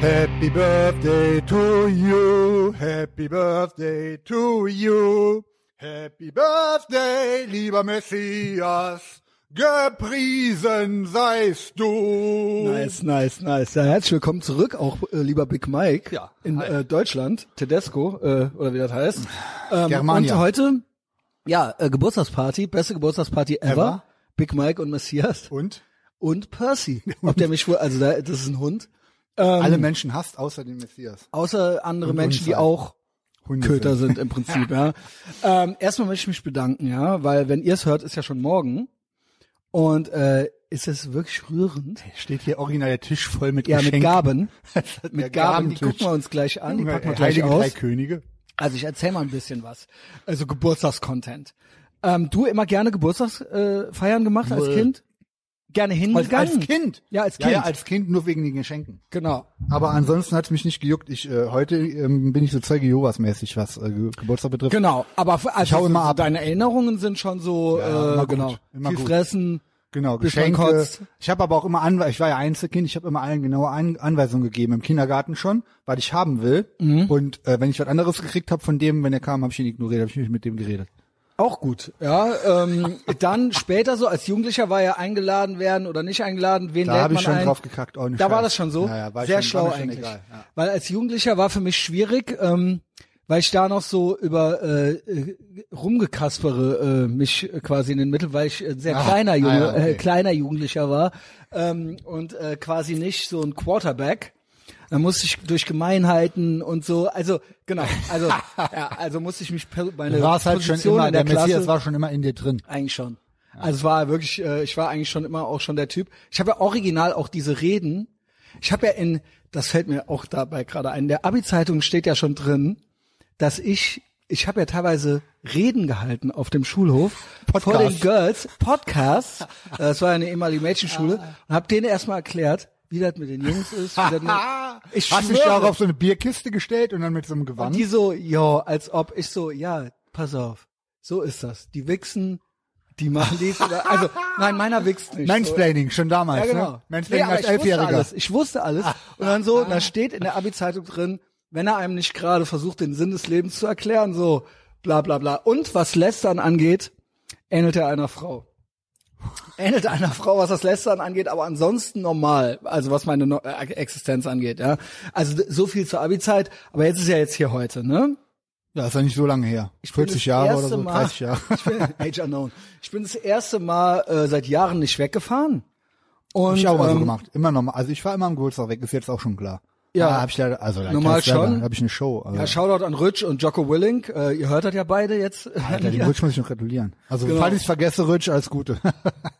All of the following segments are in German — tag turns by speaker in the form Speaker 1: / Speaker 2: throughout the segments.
Speaker 1: Happy birthday to you, happy birthday to you, happy birthday, lieber Messias, gepriesen seist du.
Speaker 2: Nice, nice, nice. Ja, herzlich willkommen zurück, auch äh, lieber Big Mike
Speaker 1: Ja,
Speaker 2: in
Speaker 1: hi.
Speaker 2: äh, Deutschland, Tedesco äh, oder wie das heißt. Ähm,
Speaker 1: Germania.
Speaker 2: Und heute, ja, äh, Geburtstagsparty, beste Geburtstagsparty ever.
Speaker 1: Ever.
Speaker 2: Big Mike und Messias
Speaker 1: Und?
Speaker 2: und Percy. Ob der mich wohl, also da, das ist ein Hund. Ähm,
Speaker 1: Alle Menschen hasst außer den Messias.
Speaker 2: Außer andere Menschen, die
Speaker 1: Unfall.
Speaker 2: auch
Speaker 1: Hunde
Speaker 2: Köter sind im Prinzip, ja. Ähm, erstmal möchte ich mich bedanken, ja, weil wenn ihr es hört, ist ja schon morgen. Und äh, ist es wirklich rührend.
Speaker 1: Steht hier original der Tisch voll mit
Speaker 2: Ja,
Speaker 1: Geschenken.
Speaker 2: mit Gaben.
Speaker 1: Der
Speaker 2: Mit Gaben, die
Speaker 1: Gabentisch.
Speaker 2: gucken wir uns gleich an, die
Speaker 1: Junge,
Speaker 2: packen wir
Speaker 1: ey,
Speaker 2: gleich
Speaker 1: Heilige
Speaker 2: aus.
Speaker 1: drei Könige.
Speaker 2: Also ich erzähl mal ein bisschen was. Also Geburtstagscontent. Ähm, du immer gerne Geburtstagsfeiern äh, Feiern gemacht als
Speaker 1: Wohl.
Speaker 2: Kind? Gerne
Speaker 1: Als,
Speaker 2: hingegangen?
Speaker 1: als Kind.
Speaker 2: Ja, als
Speaker 1: Ja,
Speaker 2: Kind.
Speaker 1: ja, als Kind nur wegen den Geschenken.
Speaker 2: Genau.
Speaker 1: Aber ansonsten hat mich nicht gejuckt. Ich äh, heute ähm, bin ich so Zeuge Jehovas mäßig, was äh, Ge- Geburtstag betrifft.
Speaker 2: Genau. Aber f- also,
Speaker 1: Ich hau immer
Speaker 2: so
Speaker 1: ab.
Speaker 2: deine Erinnerungen sind schon so,
Speaker 1: Ja, ja, immer
Speaker 2: äh,
Speaker 1: gut,
Speaker 2: genau.
Speaker 1: immer
Speaker 2: Viel
Speaker 1: gut.
Speaker 2: fressen.
Speaker 1: Genau,
Speaker 2: Bis man
Speaker 1: Geschenke.
Speaker 2: kotzt.
Speaker 1: Ich habe aber auch immer Anwe ich war ja Einzelkind, ich habe immer allen genaue An Anweisungen gegeben im Kindergarten schon, was ich haben will.
Speaker 2: Mhm.
Speaker 1: Und äh, wenn ich was anderes gekriegt habe von dem, wenn er kam, habe ich ihn ignoriert, habe ich nicht mit dem geredet.
Speaker 2: Auch gut, ja. Ähm, dann später so, als Jugendlicher war ja eingeladen werden oder nicht eingeladen, wen
Speaker 1: Da
Speaker 2: lädt
Speaker 1: hab ich
Speaker 2: man
Speaker 1: schon
Speaker 2: ein?
Speaker 1: drauf gekackt, ohne
Speaker 2: Da war
Speaker 1: Scheiß.
Speaker 2: das schon so,
Speaker 1: Ja, ja, war
Speaker 2: sehr
Speaker 1: schon-
Speaker 2: schlau
Speaker 1: war mir schon
Speaker 2: eigentlich. Also
Speaker 1: egal, ja.
Speaker 2: Weil als Jugendlicher war für mich schwierig, ähm, weil ich da noch so über äh, äh, rumgekaspere äh, mich äh, quasi in den Mittel, weil ich äh, ein sehr
Speaker 1: Ah,
Speaker 2: kleiner Junge,
Speaker 1: ah ja, okay.
Speaker 2: äh, kleiner Jugendlicher war ähm, und äh, quasi nicht so ein Quarterback. Dann musste ich durch Gemeinheiten und so, also genau, also ja, also musste ich mich per- meine
Speaker 1: Du warst halt schon
Speaker 2: Position
Speaker 1: immer,
Speaker 2: in der,
Speaker 1: der,
Speaker 2: Klasse
Speaker 1: Messias war schon immer in dir drin.
Speaker 2: eigentlich schon. Also es war wirklich, äh, ich war eigentlich schon immer auch schon der Typ. Ich habe ja original auch diese Reden. Ich habe ja in, das fällt mir auch dabei gerade ein, in der Abi-Zeitung steht ja schon drin, dass ich, ich habe ja teilweise Reden gehalten auf dem Schulhof vor den
Speaker 1: Podcast.
Speaker 2: Girls, Podcasts. Das war ja eine ehemalige Mädchenschule
Speaker 1: Ah.
Speaker 2: und habe denen erstmal erklärt, wie das mit den Jungs ist. Wie das mit, Ah, ich
Speaker 1: Hast dich da
Speaker 2: schwöre.
Speaker 1: auch auf so eine Bierkiste gestellt und dann mit so einem Gewand?
Speaker 2: Und die so, ja, als ob ich so, ja, pass auf, so ist das. Die wichsen, die machen dies oder, also, nein, meiner wichst nicht.
Speaker 1: Mansplaining, schon
Speaker 2: so, ja,
Speaker 1: damals.
Speaker 2: genau.
Speaker 1: ne? Mansplaining
Speaker 2: aber
Speaker 1: als
Speaker 2: ich wusste
Speaker 1: Elfjähriger. Ah,
Speaker 2: alles, ich wusste alles. Und dann so, da steht in der Abi-Zeitung drin, wenn er einem nicht gerade versucht, den Sinn des Lebens zu erklären, so, bla, bla, bla. Und was Lästern angeht, ähnelt er einer Frau. Ähnelt einer Frau, was das Lästern angeht, aber ansonsten normal, also was meine no äh, Existenz angeht, ja. Also d- so viel zur Abi-Zeit, aber jetzt ist ja jetzt hier heute, ne?
Speaker 1: Ja, ist ja nicht so lange her.
Speaker 2: Ich bin
Speaker 1: 40
Speaker 2: das
Speaker 1: Jahre
Speaker 2: erste
Speaker 1: oder so,
Speaker 2: Mal,
Speaker 1: 30 Jahre.
Speaker 2: Ich bin, Age Unknown. Ich bin das erste Mal äh, seit Jahren nicht weggefahren. Und
Speaker 1: ich auch mal so
Speaker 2: ähm,
Speaker 1: gemacht. Immer normal. Also ich war immer am Geburtstag weg, ist jetzt auch schon klar.
Speaker 2: Ja.
Speaker 1: Ah, hab ich leider, also leider
Speaker 2: Normal schon.
Speaker 1: Habe ich eine Show. also, Aber,
Speaker 2: ja, Shoutout an Rich und Jocko Willing. Äh, ihr hört das ja beide jetzt.
Speaker 1: Alter, den Rutsch muss ich noch gratulieren. Also
Speaker 2: Genau.
Speaker 1: falls ich vergesse, Rutsch, alles Gute.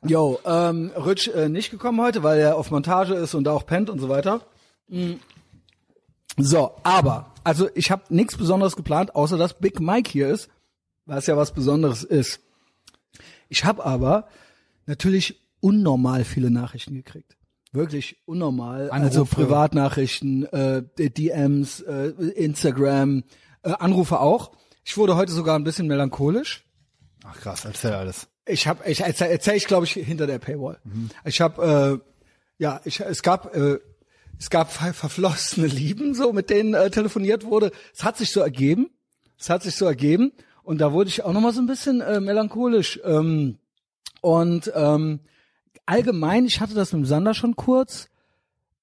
Speaker 2: Yo, ähm, Rich äh, nicht gekommen heute, weil er auf Montage ist und da auch pennt und so weiter. Mm. So, aber, also ich habe nichts Besonderes geplant, außer dass Big Mike hier ist, was ja was Besonderes ist. Ich habe aber natürlich unnormal viele Nachrichten gekriegt. Wirklich unnormal. Also
Speaker 1: Anrufe.
Speaker 2: Privatnachrichten, äh, DMs, äh, Instagram, äh, Anrufe auch. Ich wurde heute sogar ein bisschen melancholisch.
Speaker 1: Ach krass, erzähl alles.
Speaker 2: Ich habe, ich erzähl, erzähl ich glaube ich hinter der Paywall. Ich habe, äh, ja, ich, es gab, äh, es gab ver verflossene Lieben, so mit denen äh, telefoniert wurde. Es hat sich so ergeben, es hat sich so ergeben, und da wurde ich auch noch mal so ein bisschen äh, melancholisch. Ähm, und ähm, allgemein, ich hatte das mit dem Sander schon kurz.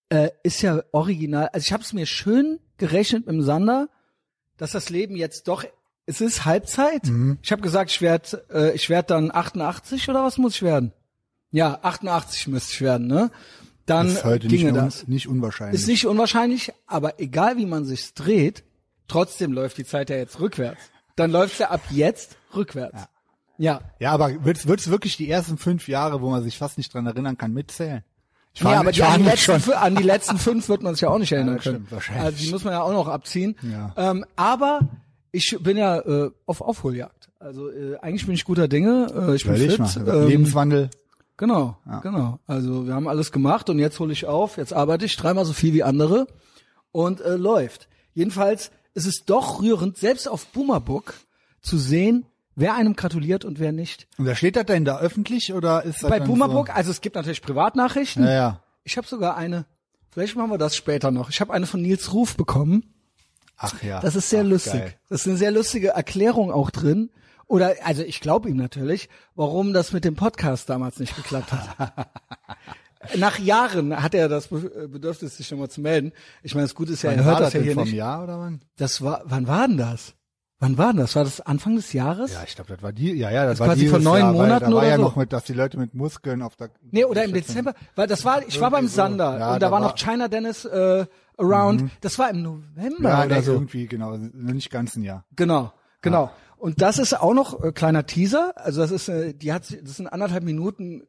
Speaker 2: Äh, ist ja original. Also ich habe es mir schön gerechnet mit dem Sander dass das Leben jetzt doch es ist Halbzeit.
Speaker 1: Mhm.
Speaker 2: Ich habe gesagt, ich werde äh, ich werd dann 88 oder was muss ich werden? Ja, 88 müsste ich werden, ne? Dann
Speaker 1: Ist heute nicht, um.
Speaker 2: ginge
Speaker 1: un
Speaker 2: das.
Speaker 1: nicht unwahrscheinlich.
Speaker 2: Ist nicht unwahrscheinlich, aber egal wie man sich's dreht, trotzdem läuft die Zeit ja jetzt rückwärts. Dann läuft's ja ab jetzt rückwärts. Ja.
Speaker 1: ja, aber wird's, wird's wirklich die ersten fünf Jahre, wo man sich fast nicht dran erinnern kann, mitzählen? Ich
Speaker 2: Ja,
Speaker 1: verhandle-
Speaker 2: aber
Speaker 1: ich
Speaker 2: die, an, die
Speaker 1: verhandle
Speaker 2: letzten, fü- an die letzten fünf wird man sich ja auch nicht erinnern
Speaker 1: das
Speaker 2: können.
Speaker 1: stimmt, wahrscheinlich.
Speaker 2: Also die muss man ja auch noch abziehen.
Speaker 1: Ja.
Speaker 2: Ähm, aber ich bin ja äh, auf Aufholjagd. Also äh, eigentlich bin ich guter Dinge. Äh, ich bin
Speaker 1: Überleg
Speaker 2: fit.
Speaker 1: mal.
Speaker 2: Ähm,
Speaker 1: Lebenswandel.
Speaker 2: genau, genau. Also wir haben alles gemacht und jetzt hole ich auf. Jetzt arbeite ich dreimal so viel wie andere und äh, läuft. Jedenfalls ist es doch rührend, selbst auf Boomerbook zu sehen, wer einem gratuliert und wer nicht.
Speaker 1: Und da steht das denn da öffentlich oder ist das
Speaker 2: Bei
Speaker 1: dann
Speaker 2: Boomerbook,
Speaker 1: So?
Speaker 2: also es gibt natürlich Privatnachrichten.
Speaker 1: Ja, ja.
Speaker 2: Ich habe sogar eine Vielleicht machen wir das später noch. Ich habe eine von Nils Ruf bekommen.
Speaker 1: Ach ja.
Speaker 2: Das ist sehr
Speaker 1: Ach,
Speaker 2: lustig.
Speaker 1: geil.
Speaker 2: Das ist eine sehr lustige Erklärung auch drin. Oder, also ich glaube ihm natürlich, warum das mit dem Podcast damals nicht geklappt hat. Nach Jahren hat er das Be- äh, Bedürfnis, sich nochmal zu melden. Ich meine, das Gute ist ja,
Speaker 1: Wann
Speaker 2: er hört
Speaker 1: war
Speaker 2: das ja
Speaker 1: denn
Speaker 2: hier
Speaker 1: vom
Speaker 2: nicht.
Speaker 1: Jahr oder wann?
Speaker 2: Das war, wann war denn das? Wann war denn das? War das Anfang des Jahres?
Speaker 1: Ja, ich glaube, das war die, ja, ja, das,
Speaker 2: Das
Speaker 1: war
Speaker 2: quasi
Speaker 1: dieses
Speaker 2: vor neun
Speaker 1: Jahr, weil
Speaker 2: Monaten
Speaker 1: da war
Speaker 2: oder
Speaker 1: ja
Speaker 2: so.
Speaker 1: noch mit, dass die Leute mit Muskeln auf der
Speaker 2: Nee, oder im Dezember, weil das war, ich war beim
Speaker 1: Irgendwie so.
Speaker 2: Sander
Speaker 1: Ja,
Speaker 2: und da,
Speaker 1: da
Speaker 2: war
Speaker 1: war- Mhm.
Speaker 2: noch China Dennis äh, around. Das war im November
Speaker 1: Ja,
Speaker 2: oder
Speaker 1: nee,
Speaker 2: so.
Speaker 1: irgendwie, genau, nicht ganz ein Jahr.
Speaker 2: Genau, genau.
Speaker 1: Ah.
Speaker 2: Und das ist auch noch äh, kleiner Teaser. Also das ist, äh, die hat, sich- das sind anderthalb Minuten,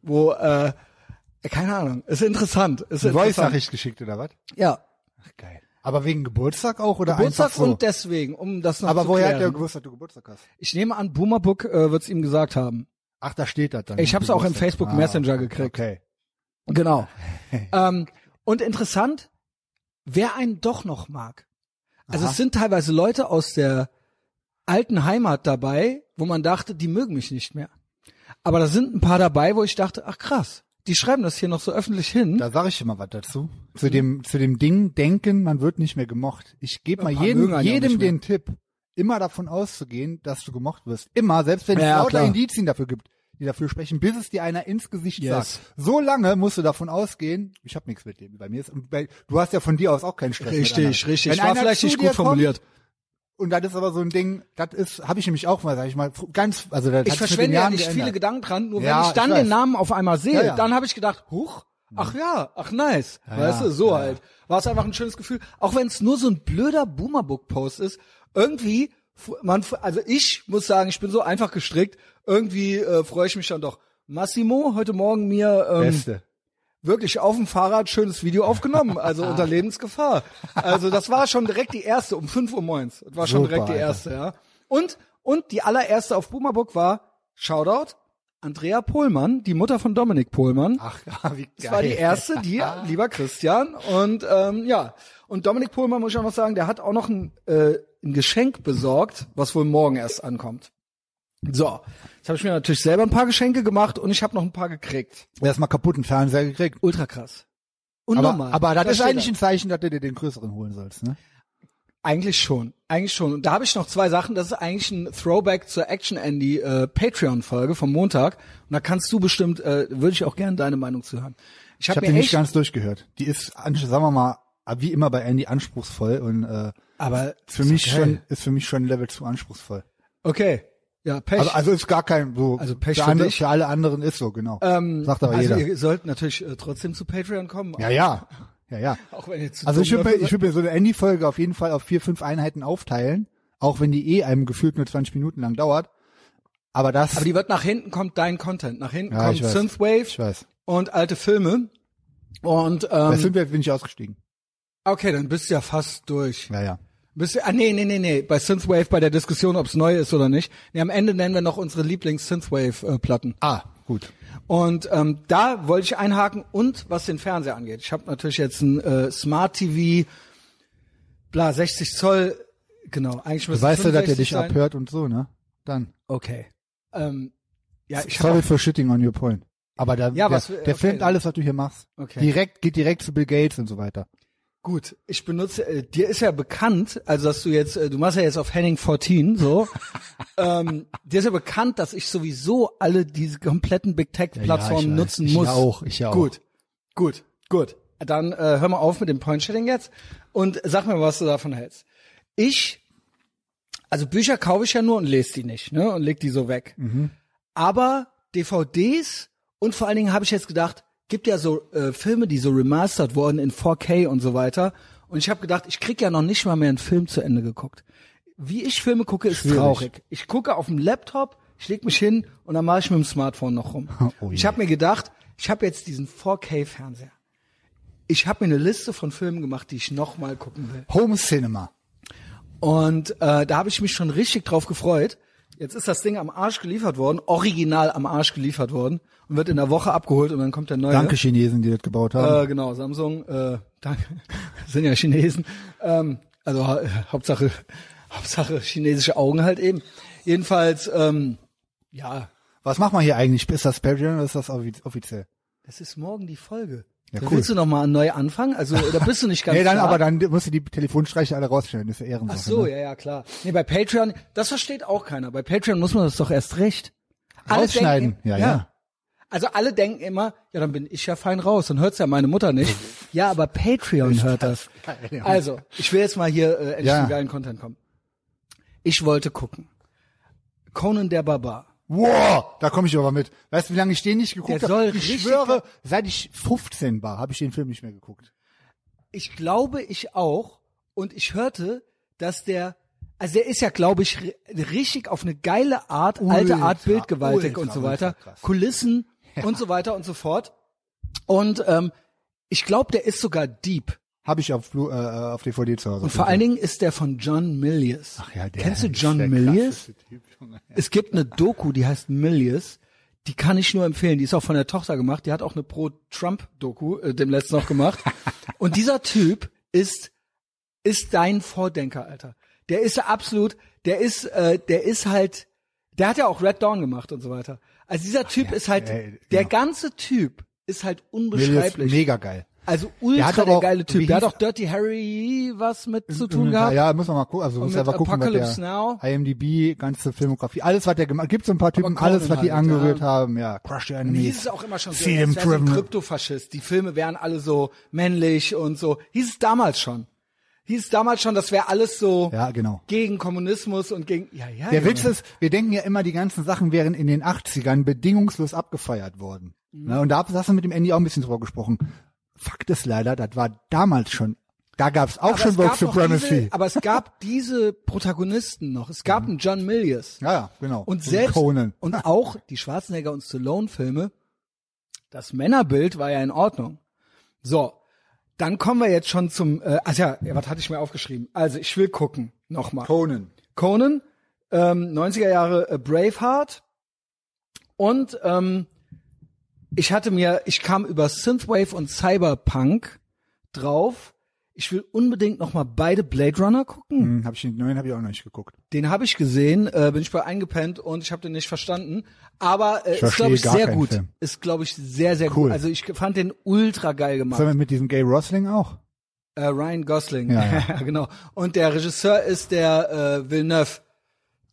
Speaker 2: wo äh, keine Ahnung, ist interessant. Ist
Speaker 1: Die
Speaker 2: interessant.
Speaker 1: Voice-Nachricht geschickt oder was?
Speaker 2: Ja,
Speaker 1: Ach, geil. Aber wegen Geburtstag auch oder
Speaker 2: Geburtstag
Speaker 1: einfach so?
Speaker 2: und deswegen, um das noch
Speaker 1: Aber
Speaker 2: zu
Speaker 1: woher hat der
Speaker 2: klären.
Speaker 1: gewusst, dass du Geburtstag hast?
Speaker 2: Ich nehme an, Boomerbook äh, wird's ihm gesagt haben.
Speaker 1: Ach, da steht das dann.
Speaker 2: Ich hab's auch im Ah,
Speaker 1: Geburtstag.
Speaker 2: Facebook Messenger gekriegt.
Speaker 1: Okay.
Speaker 2: Genau. ähm, und interessant, wer einen doch noch mag. Also
Speaker 1: Aha.
Speaker 2: es sind teilweise Leute aus der alten Heimat dabei, wo man dachte, die mögen mich nicht mehr. Aber da sind ein paar dabei, wo ich dachte, ach krass, die schreiben das hier noch so öffentlich hin.
Speaker 1: Da sage ich immer was dazu. Zu dem, zu dem Ding denken, man wird nicht mehr gemocht. Ich gebe
Speaker 2: Ein
Speaker 1: mal
Speaker 2: paar mögen
Speaker 1: jedem,
Speaker 2: einen ja auch
Speaker 1: jedem
Speaker 2: nicht mehr.
Speaker 1: den Tipp, immer davon auszugehen, dass du gemocht wirst. Immer, selbst wenn es
Speaker 2: Ja,
Speaker 1: lauter
Speaker 2: klar.
Speaker 1: Indizien dafür gibt, die dafür sprechen, bis es dir einer ins Gesicht
Speaker 2: Yes.
Speaker 1: sagt. So lange musst du davon ausgehen, ich habe nichts mit dem. Bei mir ist, und bei, du hast ja von dir aus auch keinen Stress. miteinander. Wenn einer zu dir kommt, Und das ist aber so ein Ding, das ist, habe ich nämlich auch mal, sag ich mal, ganz, also das
Speaker 2: Ich
Speaker 1: hat sich mit den
Speaker 2: verschwende ja
Speaker 1: Jahren
Speaker 2: nicht viele
Speaker 1: geändert.
Speaker 2: Gedanken dran, nur
Speaker 1: Ja,
Speaker 2: wenn ich dann
Speaker 1: ich
Speaker 2: den
Speaker 1: weiß.
Speaker 2: Namen auf einmal sehe,
Speaker 1: Ja, ja.
Speaker 2: dann habe ich gedacht, huch, ach ja, ach nice. weißt
Speaker 1: ja,
Speaker 2: du, so
Speaker 1: ja,
Speaker 2: halt. War es einfach ein schönes Gefühl, auch wenn es nur so ein blöder Boomerbook-Post ist, irgendwie, fu- man, fu- also ich muss sagen, ich bin so einfach gestrickt, irgendwie äh, freue ich mich dann doch. Massimo, heute Morgen mir ähm,
Speaker 1: Beste.
Speaker 2: wirklich auf dem Fahrrad schönes Video aufgenommen, also unter Lebensgefahr. Also das war schon direkt die erste um 5 Uhr morgens. Das war schon
Speaker 1: Super,
Speaker 2: direkt die
Speaker 1: Alter.
Speaker 2: erste, ja. Und und die allererste auf Boomerburg war Shoutout Andrea Pohlmann, die Mutter von Dominik Pohlmann.
Speaker 1: Ach, ja, wie geil.
Speaker 2: Das war die erste, die, lieber Christian. Und ähm, ja, und Dominik Pohlmann muss ich auch noch sagen, der hat auch noch ein, äh, ein Geschenk besorgt, was wohl morgen erst ankommt. So, jetzt habe ich mir natürlich selber ein paar Geschenke gemacht und ich habe noch ein paar gekriegt.
Speaker 1: Erstmal kaputten Fernseher gekriegt.
Speaker 2: Ultra krass.
Speaker 1: Aber, aber das
Speaker 2: Da
Speaker 1: ist
Speaker 2: steht
Speaker 1: eigentlich
Speaker 2: er.
Speaker 1: ein Zeichen, dass du dir den größeren holen sollst, ne?
Speaker 2: eigentlich schon, eigentlich schon. Und da habe ich noch zwei Sachen. Das ist eigentlich ein Throwback zur Action Andy äh, Patreon Folge vom Montag. Und da kannst du bestimmt, äh, würde ich auch gerne deine Meinung zu hören. Ich
Speaker 1: Ich
Speaker 2: habe
Speaker 1: habe
Speaker 2: mir
Speaker 1: die
Speaker 2: echt,
Speaker 1: nicht ganz durchgehört. Die ist, an- sagen wir mal, wie immer bei Andy anspruchsvoll und äh,
Speaker 2: aber
Speaker 1: für
Speaker 2: ist
Speaker 1: mich
Speaker 2: okay.
Speaker 1: schon ist für mich schon ein Level zu anspruchsvoll.
Speaker 2: okay. Ja, Pech.
Speaker 1: Also, also ist gar kein so.
Speaker 2: Also Pech
Speaker 1: für,
Speaker 2: für
Speaker 1: andere,
Speaker 2: dich.
Speaker 1: für alle anderen ist so genau. Sagt aber
Speaker 2: also
Speaker 1: jeder.
Speaker 2: ihr sollt natürlich äh, trotzdem zu Patreon kommen.
Speaker 1: Ja ja ja ja.
Speaker 2: Auch wenn ihr zu
Speaker 1: Also ich
Speaker 2: dumm
Speaker 1: würde mir,
Speaker 2: dafür
Speaker 1: ich würde mir so eine Andy-Folge auf jeden Fall auf vier fünf Einheiten aufteilen, auch wenn die eh einem gefühlt nur 20 Minuten lang dauert. Aber das.
Speaker 2: seid. Aber die wird nach hinten kommt dein Content. Nach hinten
Speaker 1: Ja,
Speaker 2: kommt
Speaker 1: ich weiß. ich
Speaker 2: Synthwave
Speaker 1: weiß.
Speaker 2: und alte Filme. Und
Speaker 1: Bei
Speaker 2: ähm,
Speaker 1: sind wir bin ich ausgestiegen.
Speaker 2: okay, dann bist du ja fast durch.
Speaker 1: Ja ja.
Speaker 2: Bist du, ah, nee, nee, nee, nee. Bei Synthwave, bei der Diskussion, ob's neu ist oder nicht. Nee, am Ende nennen wir noch unsere Lieblings-Synthwave-Platten.
Speaker 1: Ah gut.
Speaker 2: Und ähm, da wollte ich einhaken und was den Fernseher angeht. Ich habe natürlich jetzt ein äh, Smart TV, bla, 60 Zoll, genau. Eigentlich
Speaker 1: Du
Speaker 2: müsste es
Speaker 1: weißt ja, dass der
Speaker 2: 65
Speaker 1: dich
Speaker 2: sein.
Speaker 1: abhört und so ne? Dann.
Speaker 2: Okay. Ähm, ja, ich
Speaker 1: Sorry
Speaker 2: habe
Speaker 1: for shitting on your point. Aber der,
Speaker 2: Ja,
Speaker 1: der,
Speaker 2: was- äh,
Speaker 1: der
Speaker 2: okay.
Speaker 1: filmt alles, was du hier machst.
Speaker 2: Okay.
Speaker 1: Direkt, geht direkt zu Bill Gates und so weiter.
Speaker 2: Gut, ich benutze, äh, dir ist ja bekannt, also dass du jetzt, äh, du machst ja jetzt auf Henning 14, so. ähm, dir ist ja bekannt, dass ich sowieso alle diese kompletten Big Tech
Speaker 1: Ja,
Speaker 2: Plattformen
Speaker 1: ja, ich weiß.
Speaker 2: nutzen
Speaker 1: Ich
Speaker 2: muss.
Speaker 1: ja auch, ich ja auch.
Speaker 2: Gut, gut, gut. Dann äh, hör mal auf mit dem Point Shading jetzt und sag mir, was du davon hältst. Ich, also Bücher kaufe ich ja nur und lese die nicht, ne, und leg die so weg.
Speaker 1: Mhm.
Speaker 2: Aber DVDs und vor allen Dingen habe ich jetzt gedacht, gibt ja so äh, Filme, die so remastert wurden in 4K und so weiter. Und ich habe gedacht, ich krieg ja noch nicht mal mehr einen Film zu Ende geguckt. Wie ich Filme gucke, ist
Speaker 1: Schwierig.
Speaker 2: traurig. Ich gucke auf dem Laptop, ich leg mich hin und dann mache ich mit dem Smartphone noch rum.
Speaker 1: Oh je.
Speaker 2: ich habe mir gedacht, ich habe jetzt diesen 4K-Fernseher. Ich habe mir eine Liste von Filmen gemacht, die ich noch mal gucken will.
Speaker 1: Home Cinema.
Speaker 2: Und äh, da habe ich mich schon richtig drauf gefreut. Jetzt ist das Ding am Arsch geliefert worden, original am Arsch geliefert worden und wird in der Woche abgeholt und dann kommt der neue.
Speaker 1: Danke Chinesen, die das gebaut haben.
Speaker 2: Äh, genau, Samsung, äh, danke. Sind ja Chinesen. Ähm, also ha Hauptsache, Hauptsache chinesische Augen halt eben. Jedenfalls, ähm, ja,
Speaker 1: Was machen wir hier eigentlich? Ist das Patreon oder ist das offi- offiziell?
Speaker 2: das ist morgen die Folge.
Speaker 1: Ja,
Speaker 2: Dann
Speaker 1: cool.
Speaker 2: Willst du nochmal neu anfangen? Also, da bist du nicht ganz
Speaker 1: Nee, dann,
Speaker 2: klar.
Speaker 1: aber dann musst du die Telefonstreiche alle rausstellen, das ist ja Ehrensache.
Speaker 2: Ach so,
Speaker 1: ne?
Speaker 2: ja, ja, klar. Nee, bei Patreon, das versteht auch keiner. Bei Patreon muss man das doch erst recht. Alle
Speaker 1: Rausschneiden,
Speaker 2: denken-
Speaker 1: ja, ja.
Speaker 2: Also alle denken immer, ja, dann bin ich ja fein raus, dann hört's ja meine Mutter nicht. ja, aber Patreon hört das. Also, ich will jetzt mal hier äh, endlich
Speaker 1: Ja.
Speaker 2: zum geilen Content kommen. Ich wollte gucken. Conan der Barbar.
Speaker 1: Wow, da komme ich aber mit. Weißt du, wie lange ich den nicht geguckt
Speaker 2: Der
Speaker 1: habe?
Speaker 2: soll
Speaker 1: Ich
Speaker 2: richtig-
Speaker 1: schwöre, seit ich 15 war, habe ich den Film nicht mehr geguckt.
Speaker 2: Ich glaube, ich auch. Und ich hörte, dass der, also der ist ja, glaube ich, ri- richtig auf eine geile Art, alte
Speaker 1: Ultra,
Speaker 2: Art, bildgewaltig
Speaker 1: ultra,
Speaker 2: und so
Speaker 1: ultra
Speaker 2: weiter,
Speaker 1: krass.
Speaker 2: Kulissen und so weiter und so fort. Und ähm, ich glaube, der ist sogar deep.
Speaker 1: Habe ich auf, Blu- äh, auf DVD zu Hause.
Speaker 2: Und vor allen Dingen ist der von John Milius.
Speaker 1: Ach ja, der
Speaker 2: Kennst du
Speaker 1: ist
Speaker 2: John
Speaker 1: der
Speaker 2: Milius?
Speaker 1: krasseste Typ, Junge.
Speaker 2: Es gibt eine Doku, die heißt Milius. Die kann ich nur empfehlen. Die ist auch von der Tochter gemacht. Die hat auch eine Pro-Trump-Doku, äh, dem letzten noch gemacht. Und dieser Typ ist, ist dein Vordenker, Alter. Der ist absolut, der ist, äh, der ist halt, der hat ja auch Red Dawn gemacht und so weiter. Also dieser Typ
Speaker 1: ja,
Speaker 2: ist halt,
Speaker 1: ey, genau.
Speaker 2: der ganze Typ ist halt
Speaker 1: Milius,
Speaker 2: unbeschreiblich.
Speaker 1: mega geil.
Speaker 2: Also
Speaker 1: Der
Speaker 2: ultra
Speaker 1: hat
Speaker 2: der,
Speaker 1: aber auch-
Speaker 2: geile Typ.
Speaker 1: wie
Speaker 2: Der hat
Speaker 1: hieß-
Speaker 2: auch Dirty Harry was mit zu tun
Speaker 1: ja,
Speaker 2: gehabt.
Speaker 1: ja, müssen wir mal gucken. Also, müssen wir
Speaker 2: mit
Speaker 1: mal gucken, was
Speaker 2: Apocalypse
Speaker 1: der
Speaker 2: Now.
Speaker 1: IMDb, ganze Filmografie, alles, was der gemacht Gibt so ein paar Typen,
Speaker 2: Conan
Speaker 1: alles, was die
Speaker 2: halt,
Speaker 1: angerührt
Speaker 2: ja.
Speaker 1: haben, ja. Crush the
Speaker 2: Hieß
Speaker 1: Enemies.
Speaker 2: es auch immer schon so,
Speaker 1: See them
Speaker 2: das wäre so ein
Speaker 1: driven.
Speaker 2: Kryptofaschist. Die Filme wären alle so männlich und so. Hieß es damals schon. Hieß es damals schon, das wäre alles so
Speaker 1: Ja, genau.
Speaker 2: gegen Kommunismus und gegen... Ja, ja,
Speaker 1: Der
Speaker 2: Junge.
Speaker 1: Witz ist, wir denken ja immer, die ganzen Sachen wären in den 80ern bedingungslos abgefeiert worden.
Speaker 2: Mhm.
Speaker 1: Ne, und da hab- hast du mit dem Andy auch ein bisschen drüber gesprochen. Fakt ist leider, das war damals schon, da gab es auch
Speaker 2: Aber
Speaker 1: schon
Speaker 2: es gab
Speaker 1: World
Speaker 2: noch
Speaker 1: Supremacy.
Speaker 2: Diese, aber es gab diese Protagonisten noch. Es gab einen John Milius.
Speaker 1: ja, ja, genau.
Speaker 2: Und selbst
Speaker 1: Conan.
Speaker 2: und auch die Schwarzenegger und Stallone Filme, das Männerbild war ja in Ordnung. So, dann kommen wir jetzt schon zum äh, also ja, was hatte ich mir aufgeschrieben? Also, ich will gucken nochmal.
Speaker 1: Conan.
Speaker 2: Conan, ähm, 90er Jahre äh, Braveheart und ähm, ich hatte mir, ich kam über Synthwave und Cyberpunk drauf. Ich will unbedingt noch mal beide Blade Runner gucken.
Speaker 1: Hm, hab ich den neuen habe ich auch noch nicht geguckt.
Speaker 2: Den habe ich gesehen, äh, bin ich bei eingepennt und ich habe den nicht verstanden. Aber äh, ist
Speaker 1: verstehe
Speaker 2: glaube ich
Speaker 1: gar
Speaker 2: sehr
Speaker 1: keinen
Speaker 2: gut.
Speaker 1: Film.
Speaker 2: Ist glaube ich sehr sehr
Speaker 1: Cool.
Speaker 2: gut. Also ich fand den ultra geil gemacht.
Speaker 1: Sollen wir mit diesem Gay Rosling auch?
Speaker 2: Äh, Ryan Gosling.
Speaker 1: Ja,
Speaker 2: genau. Und der Regisseur ist der äh, Villeneuve,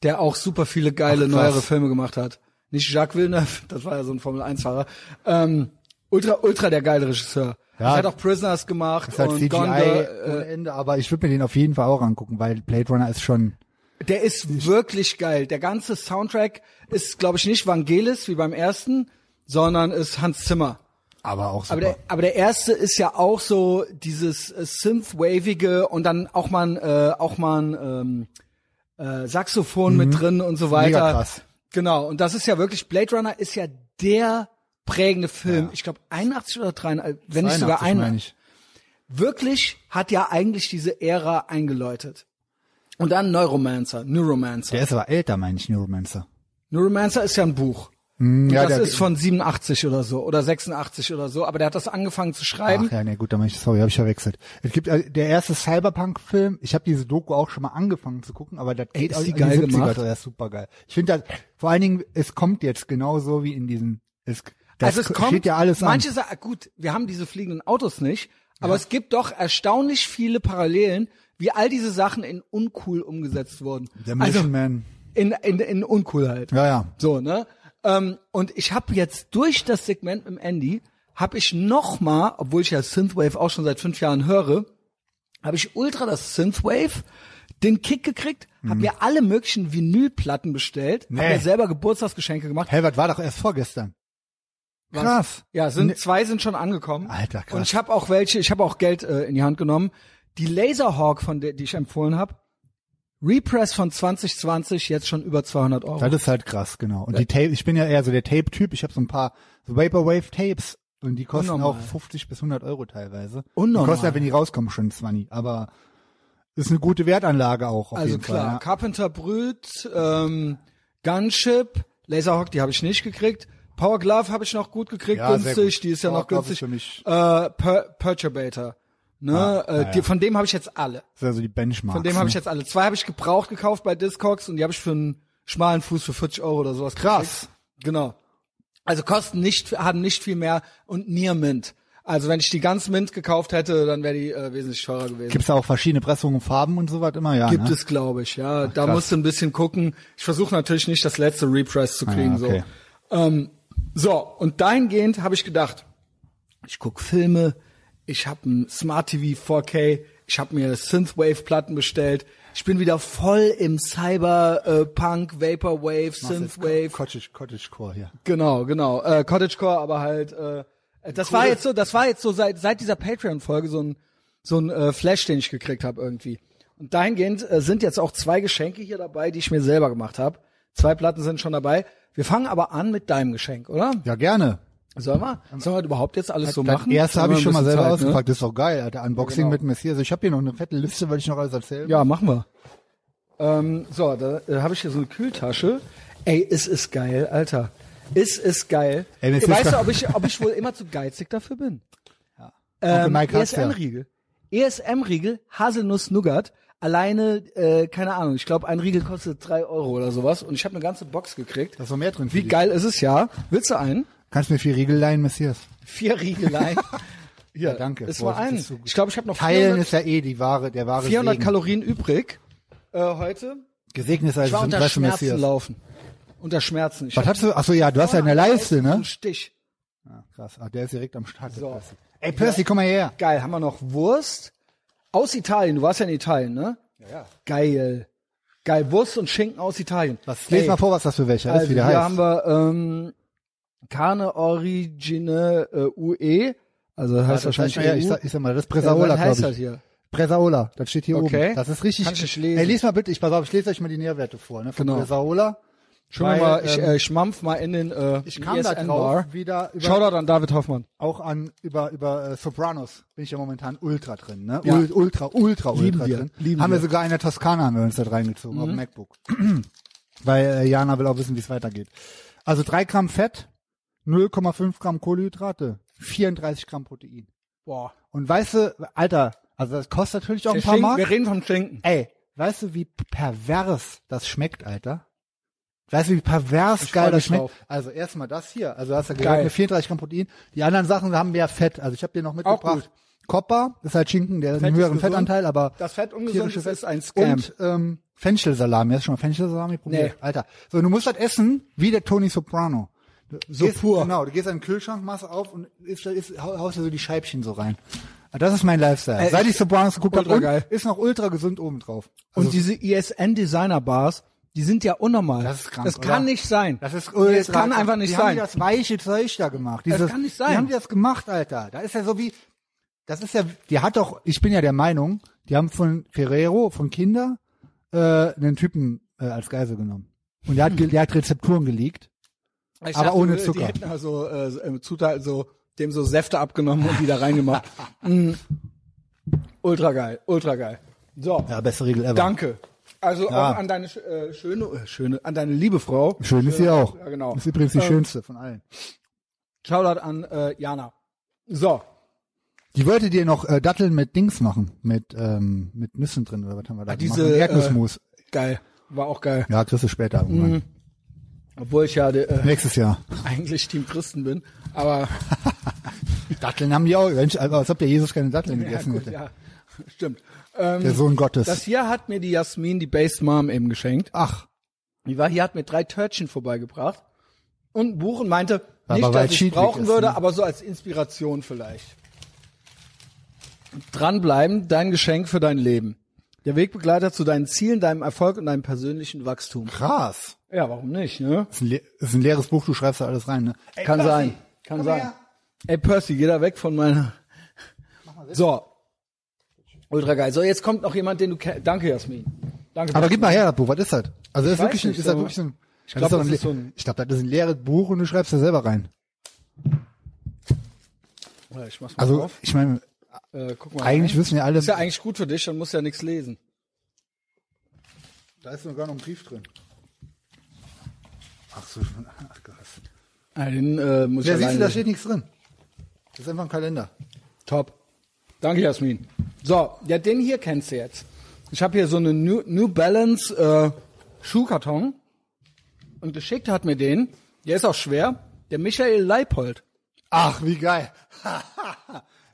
Speaker 2: der auch super viele geile
Speaker 1: Ach, krass.
Speaker 2: neuere Filme gemacht hat. Nicht Jacques Villeneuve, das war ja so ein Formel 1-Fahrer. Ähm, ultra, ultra der geile Regisseur.
Speaker 1: Ja.
Speaker 2: Ja, hat auch Prisoners gemacht
Speaker 1: Ist halt
Speaker 2: und äh,
Speaker 1: CGI
Speaker 2: Gone Girl,
Speaker 1: ohne Ende, aber ich würde mir den auf jeden Fall auch angucken, weil Blade Runner ist schon
Speaker 2: äh, Der ist wirklich geil. Der ganze Soundtrack ist, glaube ich, nicht Vangelis wie beim ersten, sondern ist Hans Zimmer.
Speaker 1: aber auch super.
Speaker 2: Aber der, aber der erste ist ja auch so dieses äh, Synth-wavige und dann auch mal ein, äh, auch mal ein ähm, äh, Saxophon mit drin und so weiter.
Speaker 1: Mhm. Mega krass.
Speaker 2: Genau, und das ist ja wirklich, Blade Runner ist ja der prägende Film. Ich glaube 81 oder 83, wenn nicht sogar
Speaker 1: 82, meine
Speaker 2: 81
Speaker 1: ich.
Speaker 2: wirklich hat ja eigentlich diese Ära eingeläutet. Und dann Neuromancer, Neuromancer.
Speaker 1: Der ist aber älter, meine ich, Neuromancer.
Speaker 2: Neuromancer ist ja ein Buch. Und
Speaker 1: Mm, ja,
Speaker 2: das
Speaker 1: der-
Speaker 2: ist von 87 oder so oder 86 oder so, aber der hat das angefangen zu schreiben.
Speaker 1: Ach ja, nee, gut, dann mach ich, sorry, habe ich verwechselt. Es gibt äh, der erste Cyberpunk-Film. Ich habe diese Doku auch schon mal angefangen zu gucken, aber das geht
Speaker 2: ist
Speaker 1: auch
Speaker 2: die
Speaker 1: in
Speaker 2: geil
Speaker 1: die 70er,
Speaker 2: gemacht?
Speaker 1: Das ist super geil. Ich finde das, vor allen Dingen, es kommt jetzt genauso wie in diesen, es, das
Speaker 2: also es kommt,
Speaker 1: steht ja alles
Speaker 2: manche
Speaker 1: an.
Speaker 2: sagen, gut, wir haben diese fliegenden Autos nicht, aber es gibt doch erstaunlich viele Parallelen, wie all diese Sachen in uncool umgesetzt wurden.
Speaker 1: Der Mission
Speaker 2: also
Speaker 1: Man.
Speaker 2: in, in, in uncool halt.
Speaker 1: Ja, ja.
Speaker 2: So, ne? Ähm, und ich habe jetzt durch das Segment mit dem Andy, habe ich nochmal, obwohl ich ja Synthwave auch schon seit fünf Jahren höre, habe ich ultra das Synthwave den Kick gekriegt, habe mir alle möglichen Vinylplatten bestellt,
Speaker 1: Mhm. Nee.
Speaker 2: habe mir selber Geburtstagsgeschenke gemacht.
Speaker 1: Hey, was war doch erst vorgestern?
Speaker 2: Was?
Speaker 1: Krass.
Speaker 2: Ja, sind zwei sind schon angekommen.
Speaker 1: Ne- Alter, krass.
Speaker 2: Und ich habe auch welche, ich habe auch Geld äh, in die Hand genommen. Die Laserhawk, von der die ich empfohlen habe, Repress von 2020 jetzt schon über 200 Euro.
Speaker 1: Das ist halt krass, genau. Und die Tape, ich bin ja eher so der Tape-Typ. Ich habe so ein paar so Vaporwave-Tapes und die kosten
Speaker 2: Unnormal.
Speaker 1: auch 50 bis 100 Euro teilweise.
Speaker 2: Unnormal.
Speaker 1: Die kosten ja, wenn die rauskommen, schon 20. Aber ist eine gute Wertanlage auch auf
Speaker 2: also
Speaker 1: jeden
Speaker 2: klar,
Speaker 1: Fall. ja.
Speaker 2: Carpenter Brüt, ähm, Gunship, Laserhawk, die habe ich nicht gekriegt. Power Glove habe ich noch gut gekriegt,
Speaker 1: Ja, sehr
Speaker 2: günstig,
Speaker 1: gut.
Speaker 2: die ist ja
Speaker 1: Power
Speaker 2: noch
Speaker 1: Glove
Speaker 2: günstig.
Speaker 1: ist für mich-
Speaker 2: Äh, per Perturbator. Ne? äh,
Speaker 1: ja.
Speaker 2: Die, von dem habe ich jetzt alle.
Speaker 1: Das ist also die Benchmark.
Speaker 2: Von dem habe ich jetzt alle. Zwei habe ich gebraucht gekauft bei Discogs und die habe ich für einen schmalen Fuß für 40 Euro oder sowas.
Speaker 1: Krass.
Speaker 2: gekriegt. Genau. Also kosten nicht, haben nicht viel mehr und Near Mint. Also wenn ich die ganz mint gekauft hätte, dann wäre die äh, wesentlich teurer gewesen.
Speaker 1: Gibt es da auch verschiedene Pressungen, Farben und so was immer? Ja,
Speaker 2: Gibt
Speaker 1: ne?
Speaker 2: es, glaube ich, ja. da musst du ein bisschen gucken. Ich versuche natürlich nicht das letzte Repress zu kriegen.
Speaker 1: Ah, okay.
Speaker 2: so. Ähm, so, und dahingehend habe ich gedacht, ich guck Filme, ich habe ein Smart TV 4K, ich habe mir Synthwave-Platten bestellt, ich bin wieder voll im Cyberpunk, Vaporwave, Synthwave.
Speaker 1: Cottage, Cottagecore hier.
Speaker 2: Genau, genau. Äh, Cottagecore, aber halt. Äh, das war jetzt so, das war jetzt so seit seit dieser Patreon-Folge so ein so ein äh, Flash, den ich gekriegt habe irgendwie. Und dahingehend äh, sind jetzt auch zwei Geschenke hier dabei, die ich mir selber gemacht habe. Zwei Platten sind schon dabei. Wir fangen aber an mit deinem Geschenk, oder?
Speaker 1: Ja, gerne.
Speaker 2: Sollen wir?
Speaker 1: Ähm,
Speaker 2: Sollen wir überhaupt jetzt alles so machen?
Speaker 1: Das erste
Speaker 2: Sollen
Speaker 1: habe
Speaker 2: wir
Speaker 1: ich
Speaker 2: ein
Speaker 1: schon mal
Speaker 2: bisschen
Speaker 1: selber
Speaker 2: Zeit, ne?
Speaker 1: ausgepackt. Das ist doch geil, Alter. Unboxing
Speaker 2: Ja, genau.
Speaker 1: mit Messias. Ich habe hier noch eine fette Liste, weil ich noch alles erzählen
Speaker 2: Ne? Ja, machen wir. Ähm, so, da äh, habe ich hier so eine Kühltasche. Ey, es ist geil, Alter. Es ist geil.
Speaker 1: Ey, das ist
Speaker 2: weißt
Speaker 1: schon-
Speaker 2: du, ob ich, ob ich wohl immer zu geizig dafür bin?
Speaker 1: Onkel
Speaker 2: Ähm,
Speaker 1: Mike hat's ja.
Speaker 2: ESM-Riegel. ESM-Riegel, E Haselnuss-Nougat. Alleine, äh, keine Ahnung, ich glaube, ein Riegel kostet drei Euro oder sowas. Und ich habe eine ganze Box gekriegt.
Speaker 1: Da ist noch mehr drin. für
Speaker 2: Wie
Speaker 1: dich.
Speaker 2: geil ist es, ja? Willst du einen?
Speaker 1: Kannst du mir vier Riegel leihen, Messias?
Speaker 2: Vier Riegelein.
Speaker 1: Ja, danke.
Speaker 2: Ist
Speaker 1: Boah,
Speaker 2: mal
Speaker 1: das
Speaker 2: ein.
Speaker 1: ist so gut.
Speaker 2: Ich glaube, ich habe noch
Speaker 1: Teilen
Speaker 2: 400,
Speaker 1: ist ja eh die wahre, der wahre
Speaker 2: 400
Speaker 1: Segen.
Speaker 2: Kalorien übrig äh, heute.
Speaker 1: Gesegnet sei
Speaker 2: Ich war
Speaker 1: das
Speaker 2: unter
Speaker 1: Interesse,
Speaker 2: Schmerzen
Speaker 1: Messias.
Speaker 2: laufen. Unter Schmerzen. Ich
Speaker 1: Was hast du? Achso, ja, du hast ja eine Leiste, ne?
Speaker 2: Ein Stich.
Speaker 1: Ah, krass. Ah, der ist direkt am Start. der
Speaker 2: So.
Speaker 1: Percy. Ey, Percy, komm mal her.
Speaker 2: Geil, haben wir noch Wurst aus Italien. Du warst ja in Italien, ne? Ja. ja. Geil. Geil, Wurst und Schinken aus Italien.
Speaker 1: Was, lest
Speaker 2: Ey,
Speaker 1: mal vor, was das für welcher
Speaker 2: also
Speaker 1: ist, wie der
Speaker 2: hier
Speaker 1: heißt.
Speaker 2: haben wir ähm, Carne Origine äh, UE. Also das heißt
Speaker 1: das
Speaker 2: wahrscheinlich
Speaker 1: heißt, ja,
Speaker 2: EU.
Speaker 1: ich, sag, ich sag mal, das ist
Speaker 2: äh,
Speaker 1: Bresaola,
Speaker 2: was heißt
Speaker 1: glaube
Speaker 2: das
Speaker 1: ich.
Speaker 2: hier?
Speaker 1: Bresaola, das steht hier
Speaker 2: Okay.
Speaker 1: oben. Das ist richtig.
Speaker 2: Kann ich nicht lesen.
Speaker 1: Ey, lest mal bitte, ich pass auf, ich lese euch mal die Nährwerte vor, ne? Von
Speaker 2: Genau.
Speaker 1: Bresaola.
Speaker 2: Schon
Speaker 1: Weil,
Speaker 2: mal, ich,
Speaker 1: ähm,
Speaker 2: äh, ich mampf mal in den äh,
Speaker 1: ich kam da
Speaker 2: ESN
Speaker 1: drauf
Speaker 2: Bar.
Speaker 1: wieder über,
Speaker 2: Shoutout an David Hoffmann.
Speaker 1: auch an über über äh, Sopranos bin ich ja momentan ultra drin, ne?
Speaker 2: Ja.
Speaker 1: Ul, ultra, ultra,
Speaker 2: Lieben
Speaker 1: ultra
Speaker 2: wir,
Speaker 1: drin.
Speaker 2: lieben
Speaker 1: haben wir
Speaker 2: wir. Mhm.
Speaker 1: sogar eine Toskana haben wir uns da reingezogen auf dem MacBook. Weil äh, Jana will auch wissen, wie es weitergeht. Also 3 Gramm Fett, 0,5 Gramm Kohlenhydrate, 34 Gramm Protein.
Speaker 2: Boah.
Speaker 1: Und weißt du, Alter, also das kostet natürlich auch ein paar Mark.
Speaker 2: wir reden vom Schinken.
Speaker 1: Ey, weißt du, wie pervers das schmeckt, Alter? Weißt du, wie pervers
Speaker 2: Ich freu
Speaker 1: geil das
Speaker 2: mich
Speaker 1: schmeckt?
Speaker 2: drauf.
Speaker 1: Also erstmal das hier. Also hast du
Speaker 2: Geil.
Speaker 1: gesagt, eine 34 Gramm Protein. Die anderen Sachen haben mehr Fett. Also ich habe dir noch mitgebracht. Copper ist halt Schinken, der hat
Speaker 2: Fett
Speaker 1: einen
Speaker 2: ist
Speaker 1: höheren
Speaker 2: gesund.
Speaker 1: Fettanteil, aber
Speaker 2: Das Fett ungesund
Speaker 1: tierisches
Speaker 2: ist, ist ein Scam.
Speaker 1: Und ähm, Fenchelsalami. Hast du schon mal Fenchelsalami probiert?
Speaker 2: Nee.
Speaker 1: Alter. So, und du musst das essen wie der Tony Soprano. Du
Speaker 2: So
Speaker 1: gehst,
Speaker 2: pur.
Speaker 1: Genau, du gehst an den Kühlschrank, machst auf und isst, isst, hau- haust dir so die Scheibchen so rein. Das ist mein Lifestyle.
Speaker 2: Ey,
Speaker 1: Seit
Speaker 2: Äh, ich-
Speaker 1: ich Sopranos geguckt habe,
Speaker 2: ultra geil.
Speaker 1: und ist noch ultra gesund obendrauf. Also
Speaker 2: und diese ESN Designer Bars, die sind ja unnormal.
Speaker 1: Das ist krank,
Speaker 2: Das kann
Speaker 1: oder?
Speaker 2: nicht sein.
Speaker 1: Das ist
Speaker 2: das
Speaker 1: ultra.
Speaker 2: Äh, kann einfach nicht
Speaker 1: die
Speaker 2: sein.
Speaker 1: Haben das weiche Zeug da gemacht. Dieses,
Speaker 2: kann nicht sein.
Speaker 1: Wie haben die das gemacht, Alter? Da ist ja so wie, das ist ja, die hat doch, ich bin ja der Meinung, die haben von Ferrero, von Kinder, äh, einen Typen äh, als Geisel genommen. Und der hat, ge- der hat Rezepturen geleakt.
Speaker 2: Ich
Speaker 1: aber ohne Zucker.
Speaker 2: Die hätten also äh, Zutaten so dem so Säfte abgenommen und wieder reingemacht. mm. Ultra geil, ultra geil. So,
Speaker 1: Ja, beste Regel ever.
Speaker 2: danke. Also
Speaker 1: Ja.
Speaker 2: auch an deine sch- äh, schöne, äh, schöne, an deine liebe Frau.
Speaker 1: Schön ist sie auch.
Speaker 2: Ja, genau.
Speaker 1: Ist übrigens die
Speaker 2: Ähm,
Speaker 1: schönste von allen.
Speaker 2: Shoutout an äh, Jana. So,
Speaker 1: Die wollte dir noch äh, Datteln mit Dings machen, mit ähm, mit Nüssen drin oder was haben wir da?
Speaker 2: Ah, diese, äh,
Speaker 1: gemacht? Mit Erdnussmus.
Speaker 2: geil, war auch geil.
Speaker 1: ja, kriegst du später irgendwann.
Speaker 2: Mhm. Obwohl ich ja äh,
Speaker 1: Nächstes Jahr.
Speaker 2: eigentlich Team Christen bin, aber
Speaker 1: Datteln haben die auch, Mensch, als ob der Jesus keine Datteln gegessen
Speaker 2: ja, gut,
Speaker 1: hätte.
Speaker 2: ja, stimmt. Ähm,
Speaker 1: Der Sohn Gottes.
Speaker 2: das hier hat mir die Jasmin, die Bass Mom, eben geschenkt.
Speaker 1: Ach,
Speaker 2: Die war hier, hat mir drei Törtchen vorbeigebracht und ein Buch und meinte,
Speaker 1: Aber
Speaker 2: nicht,
Speaker 1: weil
Speaker 2: dass ich
Speaker 1: Cheat Week
Speaker 2: brauchen
Speaker 1: ist,
Speaker 2: würde,
Speaker 1: ne?
Speaker 2: aber so als Inspiration vielleicht. Dranbleiben, dein Geschenk für dein Leben. Der Wegbegleiter zu deinen Zielen, deinem Erfolg und deinem persönlichen Wachstum.
Speaker 1: krass.
Speaker 2: Ja, warum nicht, ne?
Speaker 1: Ist ein, le ist ein leeres Buch, du schreibst da alles rein, ne? Ey,
Speaker 2: Kann
Speaker 1: Percy,
Speaker 2: sein, kann
Speaker 1: komm
Speaker 2: sein.
Speaker 1: her.
Speaker 2: Ey, Percy, geh da weg von meiner... So. Ultra geil. So, jetzt kommt noch jemand, den du kennst. Danke, Jasmin. Danke.
Speaker 1: Aber
Speaker 2: Jasmin.
Speaker 1: gib mal her das Buch, was ist das? Also das ist
Speaker 2: weiß
Speaker 1: wirklich, ein-
Speaker 2: nicht,
Speaker 1: ist das
Speaker 2: aber-
Speaker 1: wirklich so ein, ich
Speaker 2: glaub, das
Speaker 1: ein,
Speaker 2: ist so ein-
Speaker 1: ich glaub, das ist ein leeres Buch und du schreibst da selber rein.
Speaker 2: Ja, Ich mach's mal
Speaker 1: Also,
Speaker 2: auf.
Speaker 1: ich meine,
Speaker 2: Äh, guck mal.
Speaker 1: eigentlich
Speaker 2: rein.
Speaker 1: wissen wir alle,
Speaker 2: Ist ja eigentlich gut für dich, dann musst du ja nichts lesen.
Speaker 1: da ist sogar noch ein Brief drin. Ach so, ach krass.
Speaker 2: Ah, den äh, muss
Speaker 1: Ja, siehst
Speaker 2: ich
Speaker 1: du,
Speaker 2: alleine
Speaker 1: da
Speaker 2: lesen.
Speaker 1: steht nichts drin. Das ist einfach ein Kalender.
Speaker 2: Top. Danke, Jasmin. So, ja, den hier kennst du jetzt. Ich habe hier so eine New, New Balance äh, Schuhkarton. Und geschickt hat mir den, der ist auch schwer, der Michael Leipold.
Speaker 1: Ach, wie geil.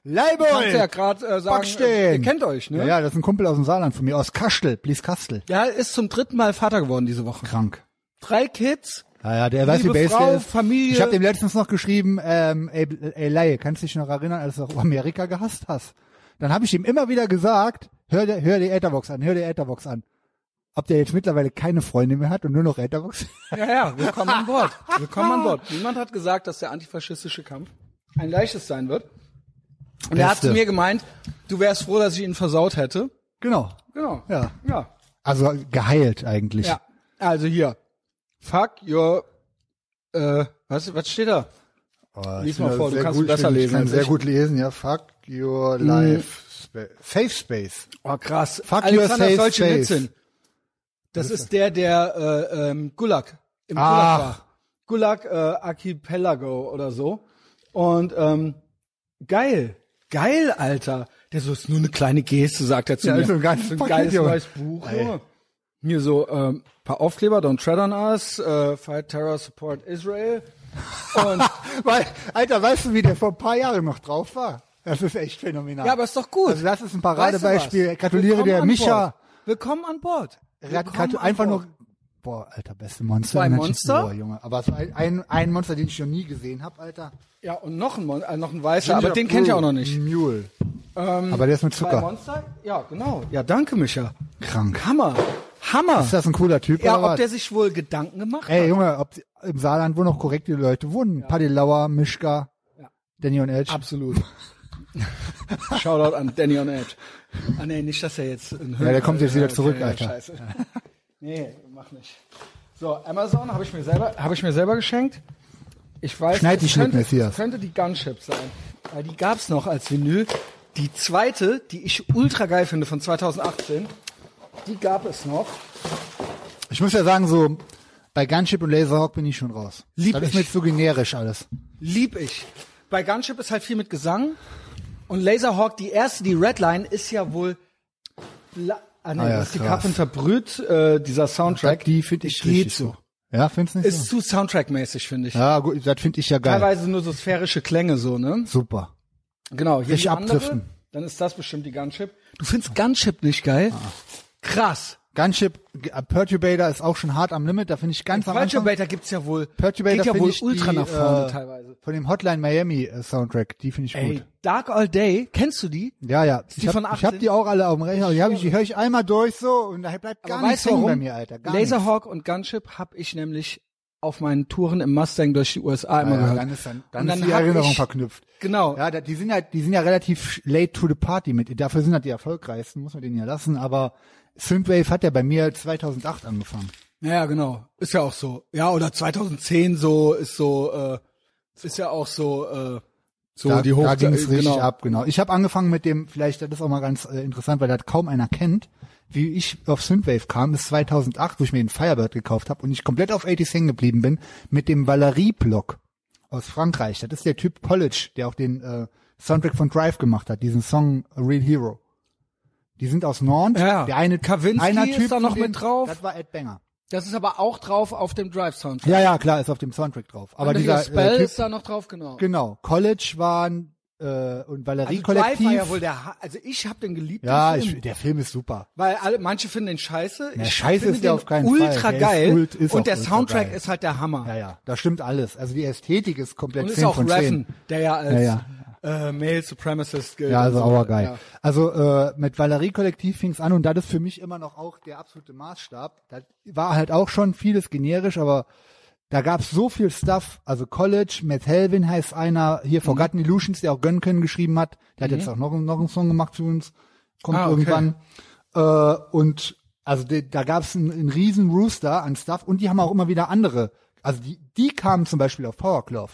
Speaker 1: Leibold!
Speaker 2: Kannst ja gerade äh, sagen, äh, ihr kennt euch, ne?
Speaker 1: Ja, ja, das ist ein Kumpel aus dem Saarland von mir, aus Kastel, blies Kastel.
Speaker 2: Ja, ist zum dritten Mal Vater geworden diese Woche.
Speaker 1: Krank.
Speaker 2: Drei Kids,
Speaker 1: Ja, ja, der weiß, wie
Speaker 2: Liebe
Speaker 1: Bass
Speaker 2: Frau,
Speaker 1: der ist.
Speaker 2: Familie.
Speaker 1: Ich habe dem letztens noch geschrieben, ähm, ey, ey Laie, kannst dich noch erinnern, als du auf Amerika gehasst hast? Dann habe ich ihm immer wieder gesagt, hör, dir- hör die Etherbox an, hör die Etherbox an. Ob der jetzt mittlerweile keine Freunde mehr hat und nur noch Etherbox?
Speaker 2: Ja, ja, willkommen an Bord. Willkommen an Bord. Niemand hat gesagt, dass der antifaschistische Kampf ein leichtes sein wird. Und er hat zu
Speaker 1: Beste.
Speaker 2: mir gemeint, du wärst froh, dass ich ihn versaut hätte.
Speaker 1: genau.
Speaker 2: Genau.
Speaker 1: Ja.
Speaker 2: Ja.
Speaker 1: Also geheilt eigentlich.
Speaker 2: Ja. Also hier. Fuck your, äh, was, was steht da?
Speaker 1: Oh,
Speaker 2: Lies
Speaker 1: ich
Speaker 2: mal
Speaker 1: bin
Speaker 2: vor, du
Speaker 1: sehr
Speaker 2: kannst
Speaker 1: gut,
Speaker 2: besser
Speaker 1: ich bin-
Speaker 2: lesen
Speaker 1: Ich kann
Speaker 2: als
Speaker 1: sehr
Speaker 2: ich. Mhm.
Speaker 1: gut lesen, ja. Fuck your life. Spa- Safe Space.
Speaker 2: Oh, krass.
Speaker 1: Fuck
Speaker 2: Alexander
Speaker 1: your safe
Speaker 2: solche
Speaker 1: space.
Speaker 2: Nitzin. Das ist der, der, äh, ähm, Gulag. Im
Speaker 1: Ach.
Speaker 2: Gulag war. Gulag, äh, Archipelago oder so. Und, ähm, geil. Geil, Alter. Der so, ist nur eine kleine Geste, sagt er zu
Speaker 1: Ja,
Speaker 2: mir.
Speaker 1: ist so ein ganzes
Speaker 2: So
Speaker 1: Paket,
Speaker 2: geiles
Speaker 1: Junge.
Speaker 2: neues Buch.
Speaker 1: Ey.
Speaker 2: Junge. Hier so, ähm, paar Aufkleber, Don't Tread on Us, äh, Fight Terror, Support Israel. Und,
Speaker 1: Weil, Alter, weißt du, wie der vor ein paar Jahren noch drauf war? Das ist echt phänomenal.
Speaker 2: ja, aber ist doch gut.
Speaker 1: Also das ist ein
Speaker 2: Weißt du
Speaker 1: Paradebeispiel.
Speaker 2: was?
Speaker 1: Gratuliere
Speaker 2: Willkommen
Speaker 1: der
Speaker 2: an
Speaker 1: Micha.
Speaker 2: Bord. Willkommen an Bord.
Speaker 1: Er hat
Speaker 2: Willkommen
Speaker 1: grad
Speaker 2: an
Speaker 1: einfach
Speaker 2: Bord.
Speaker 1: nur boah, alter, beste Monster.
Speaker 2: Zwei
Speaker 1: in der
Speaker 2: Monster?
Speaker 1: Boah, Junge, aber es war ein, ein, ein Monster, den ich noch nie gesehen habe, alter.
Speaker 2: Ja, und noch ein, Mon äh, noch ein weißer, aber den kenn ich auch noch nicht. Ähm,
Speaker 1: Mule. aber der ist mit
Speaker 2: Bei
Speaker 1: Zucker.
Speaker 2: Monster? Ja, genau. Ja, danke, Micha.
Speaker 1: Krank.
Speaker 2: Hammer. Hammer.
Speaker 1: Ist das ein cooler Typ
Speaker 2: ja,
Speaker 1: oder
Speaker 2: ob
Speaker 1: was?
Speaker 2: der sich wohl Gedanken gemacht
Speaker 1: Ey,
Speaker 2: hat.
Speaker 1: Junge, ob die- im Saarland wo noch korrekt die Leute wohnen. Padilauer, Mischka, Danny und Edge.
Speaker 2: Absolut. Shoutout an Danny on Edge. Ah, nee, nicht, dass er jetzt... Ein
Speaker 1: der kommt jetzt wieder zurück, Alter.
Speaker 2: Scheiße. Nee, mach nicht. So, Amazon habe ich mir selber, habe ich mir selber geschenkt. Ich weiß,
Speaker 1: Schneid die
Speaker 2: es
Speaker 1: Schnitt,
Speaker 2: könnte,
Speaker 1: Messias.
Speaker 2: es könnte die Gunship sein. Weil die gab's noch als Vinyl. Die zweite, die ich ultra geil finde von 2018, die gab es noch.
Speaker 1: Ich muss ja sagen, so bei Gunship und Laserhawk bin ich schon raus.
Speaker 2: Lieb
Speaker 1: das ist
Speaker 2: ich.
Speaker 1: mir zu generisch alles.
Speaker 2: Lieb ich. Bei Gunship ist halt viel mit Gesang. Und Laserhawk, die erste, die Redline, ist ja wohl. La ah, nee,
Speaker 1: Ah ja,
Speaker 2: das ist die
Speaker 1: krass.
Speaker 2: Carpenter Brüt, äh, dieser Soundtrack.
Speaker 1: Die finde ich
Speaker 2: geht
Speaker 1: richtig
Speaker 2: so.
Speaker 1: Ja, findest du nicht
Speaker 2: Ist
Speaker 1: so?
Speaker 2: zu Soundtrack-mäßig, finde ich.
Speaker 1: Ja, gut, das finde ich ja geil.
Speaker 2: Teilweise nur so sphärische Klänge, so, ne?
Speaker 1: Super.
Speaker 2: Genau, hier
Speaker 1: Richtig
Speaker 2: die andere,
Speaker 1: abdriften.
Speaker 2: Dann ist das bestimmt die Gunship. Du findest Gunship nicht geil?
Speaker 1: Ah.
Speaker 2: Krass.
Speaker 1: Gunship, G- äh, Perturbator ist auch schon hart am Limit, da finde ich ganz am Anfang.
Speaker 2: Perturbator gibt's ja wohl,
Speaker 1: Perturbator
Speaker 2: geht ja
Speaker 1: finde
Speaker 2: wohl
Speaker 1: ich
Speaker 2: ultra
Speaker 1: die,
Speaker 2: nach vorne
Speaker 1: äh,
Speaker 2: teilweise.
Speaker 1: Von dem Hotline Miami äh, Soundtrack, die finde ich
Speaker 2: Ey,
Speaker 1: gut.
Speaker 2: Dark All Day, kennst du die?
Speaker 1: Ja, ja.
Speaker 2: die
Speaker 1: Ich
Speaker 2: von
Speaker 1: habe
Speaker 2: 18?
Speaker 1: hab die auch alle auf dem Rechner. Die, hab ich, die höre ich einmal durch so und da bleibt gar
Speaker 2: Aber
Speaker 1: nichts
Speaker 2: weißt du
Speaker 1: hängen
Speaker 2: warum?
Speaker 1: bei mir, Alter. Gar nichts.
Speaker 2: Laserhawk und Gunship habe ich nämlich auf meinen Touren im Mustang durch die USA immer
Speaker 1: Ja, ja,
Speaker 2: gehört.
Speaker 1: dann ist, dann, dann
Speaker 2: Und
Speaker 1: ist die
Speaker 2: hab
Speaker 1: Erinnerung
Speaker 2: ich-
Speaker 1: verknüpft.
Speaker 2: Genau.
Speaker 1: Ja, da, die sind ja, die sind ja relativ late to the party mit. Dafür sind halt die erfolgreichsten, muss man denen ja lassen. Aber Synthwave hat ja bei mir 2008 angefangen.
Speaker 2: Ja, ja, genau. Ist ja auch so. Ja, oder 2010 so ist so äh, ist ja auch so äh, so
Speaker 1: da,
Speaker 2: die Hoch
Speaker 1: da ging es
Speaker 2: äh,
Speaker 1: richtig
Speaker 2: genau.
Speaker 1: ab, genau. Ich habe angefangen mit dem, vielleicht das ist auch mal ganz äh, interessant, weil das kaum einer kennt, wie ich auf Synthwave kam, ist 2008, wo ich mir den Firebird gekauft habe und ich komplett auf 80s hängen geblieben bin, mit dem Valerie-Block aus Frankreich. Das ist der Typ College, der auch den äh, Soundtrack von Drive gemacht hat, diesen Song A Real Hero. Die sind aus Nantes.
Speaker 2: Ja, ja.
Speaker 1: der eine
Speaker 2: Kavinsky
Speaker 1: einer
Speaker 2: ist
Speaker 1: typ
Speaker 2: da
Speaker 1: von
Speaker 2: noch
Speaker 1: denen-
Speaker 2: mit drauf.
Speaker 1: Das war Ed Banger.
Speaker 2: Das ist aber auch drauf auf dem Drive Soundtrack.
Speaker 1: Ja, ja, klar, ist auf dem Soundtrack drauf. Aber dieser
Speaker 2: Spell
Speaker 1: äh, typ,
Speaker 2: ist da noch drauf, genau.
Speaker 1: genau, College waren äh, und Valerie
Speaker 2: Also Drive war
Speaker 1: Kollektiv.
Speaker 2: ja wohl der ha also ich habe den geliebt
Speaker 1: Ja,
Speaker 2: den Film,
Speaker 1: ich, der Film ist super.
Speaker 2: weil alle manche finden den scheiße.
Speaker 1: Ja,
Speaker 2: ich
Speaker 1: scheiße
Speaker 2: finde
Speaker 1: ist der
Speaker 2: den
Speaker 1: auf keinen
Speaker 2: ultra
Speaker 1: Fall. Der ist
Speaker 2: geil
Speaker 1: ult- ist auch
Speaker 2: und der
Speaker 1: ultra
Speaker 2: Soundtrack
Speaker 1: geil.
Speaker 2: ist halt der Hammer.
Speaker 1: Ja, ja, da stimmt alles. Also die Ästhetik ist komplett
Speaker 2: und ist
Speaker 1: 10
Speaker 2: auch
Speaker 1: von 10.
Speaker 2: Raffen, der ja als
Speaker 1: Ja,
Speaker 2: Äh, Male Supremacist gilt.
Speaker 1: Ja, also
Speaker 2: und so.
Speaker 1: aber geil.
Speaker 2: Ja.
Speaker 1: Also äh, mit Valerie Kollektiv fing's an und das ist für mich immer noch auch der absolute Maßstab. Da war halt auch schon vieles generisch, aber da gab's so viel Stuff. Also College, Matt Helvin heißt einer,
Speaker 2: Mhm.
Speaker 1: hier Forgotten Illusions, der auch Gönn können geschrieben hat. Der hat jetzt auch noch, noch einen Song gemacht zu uns. Kommt
Speaker 2: Ah, okay.
Speaker 1: irgendwann. Äh, und also de, da gab's einen, einen riesen Rooster an Stuff und die haben auch immer wieder andere. Also die, die kamen zum Beispiel auf Powerclove.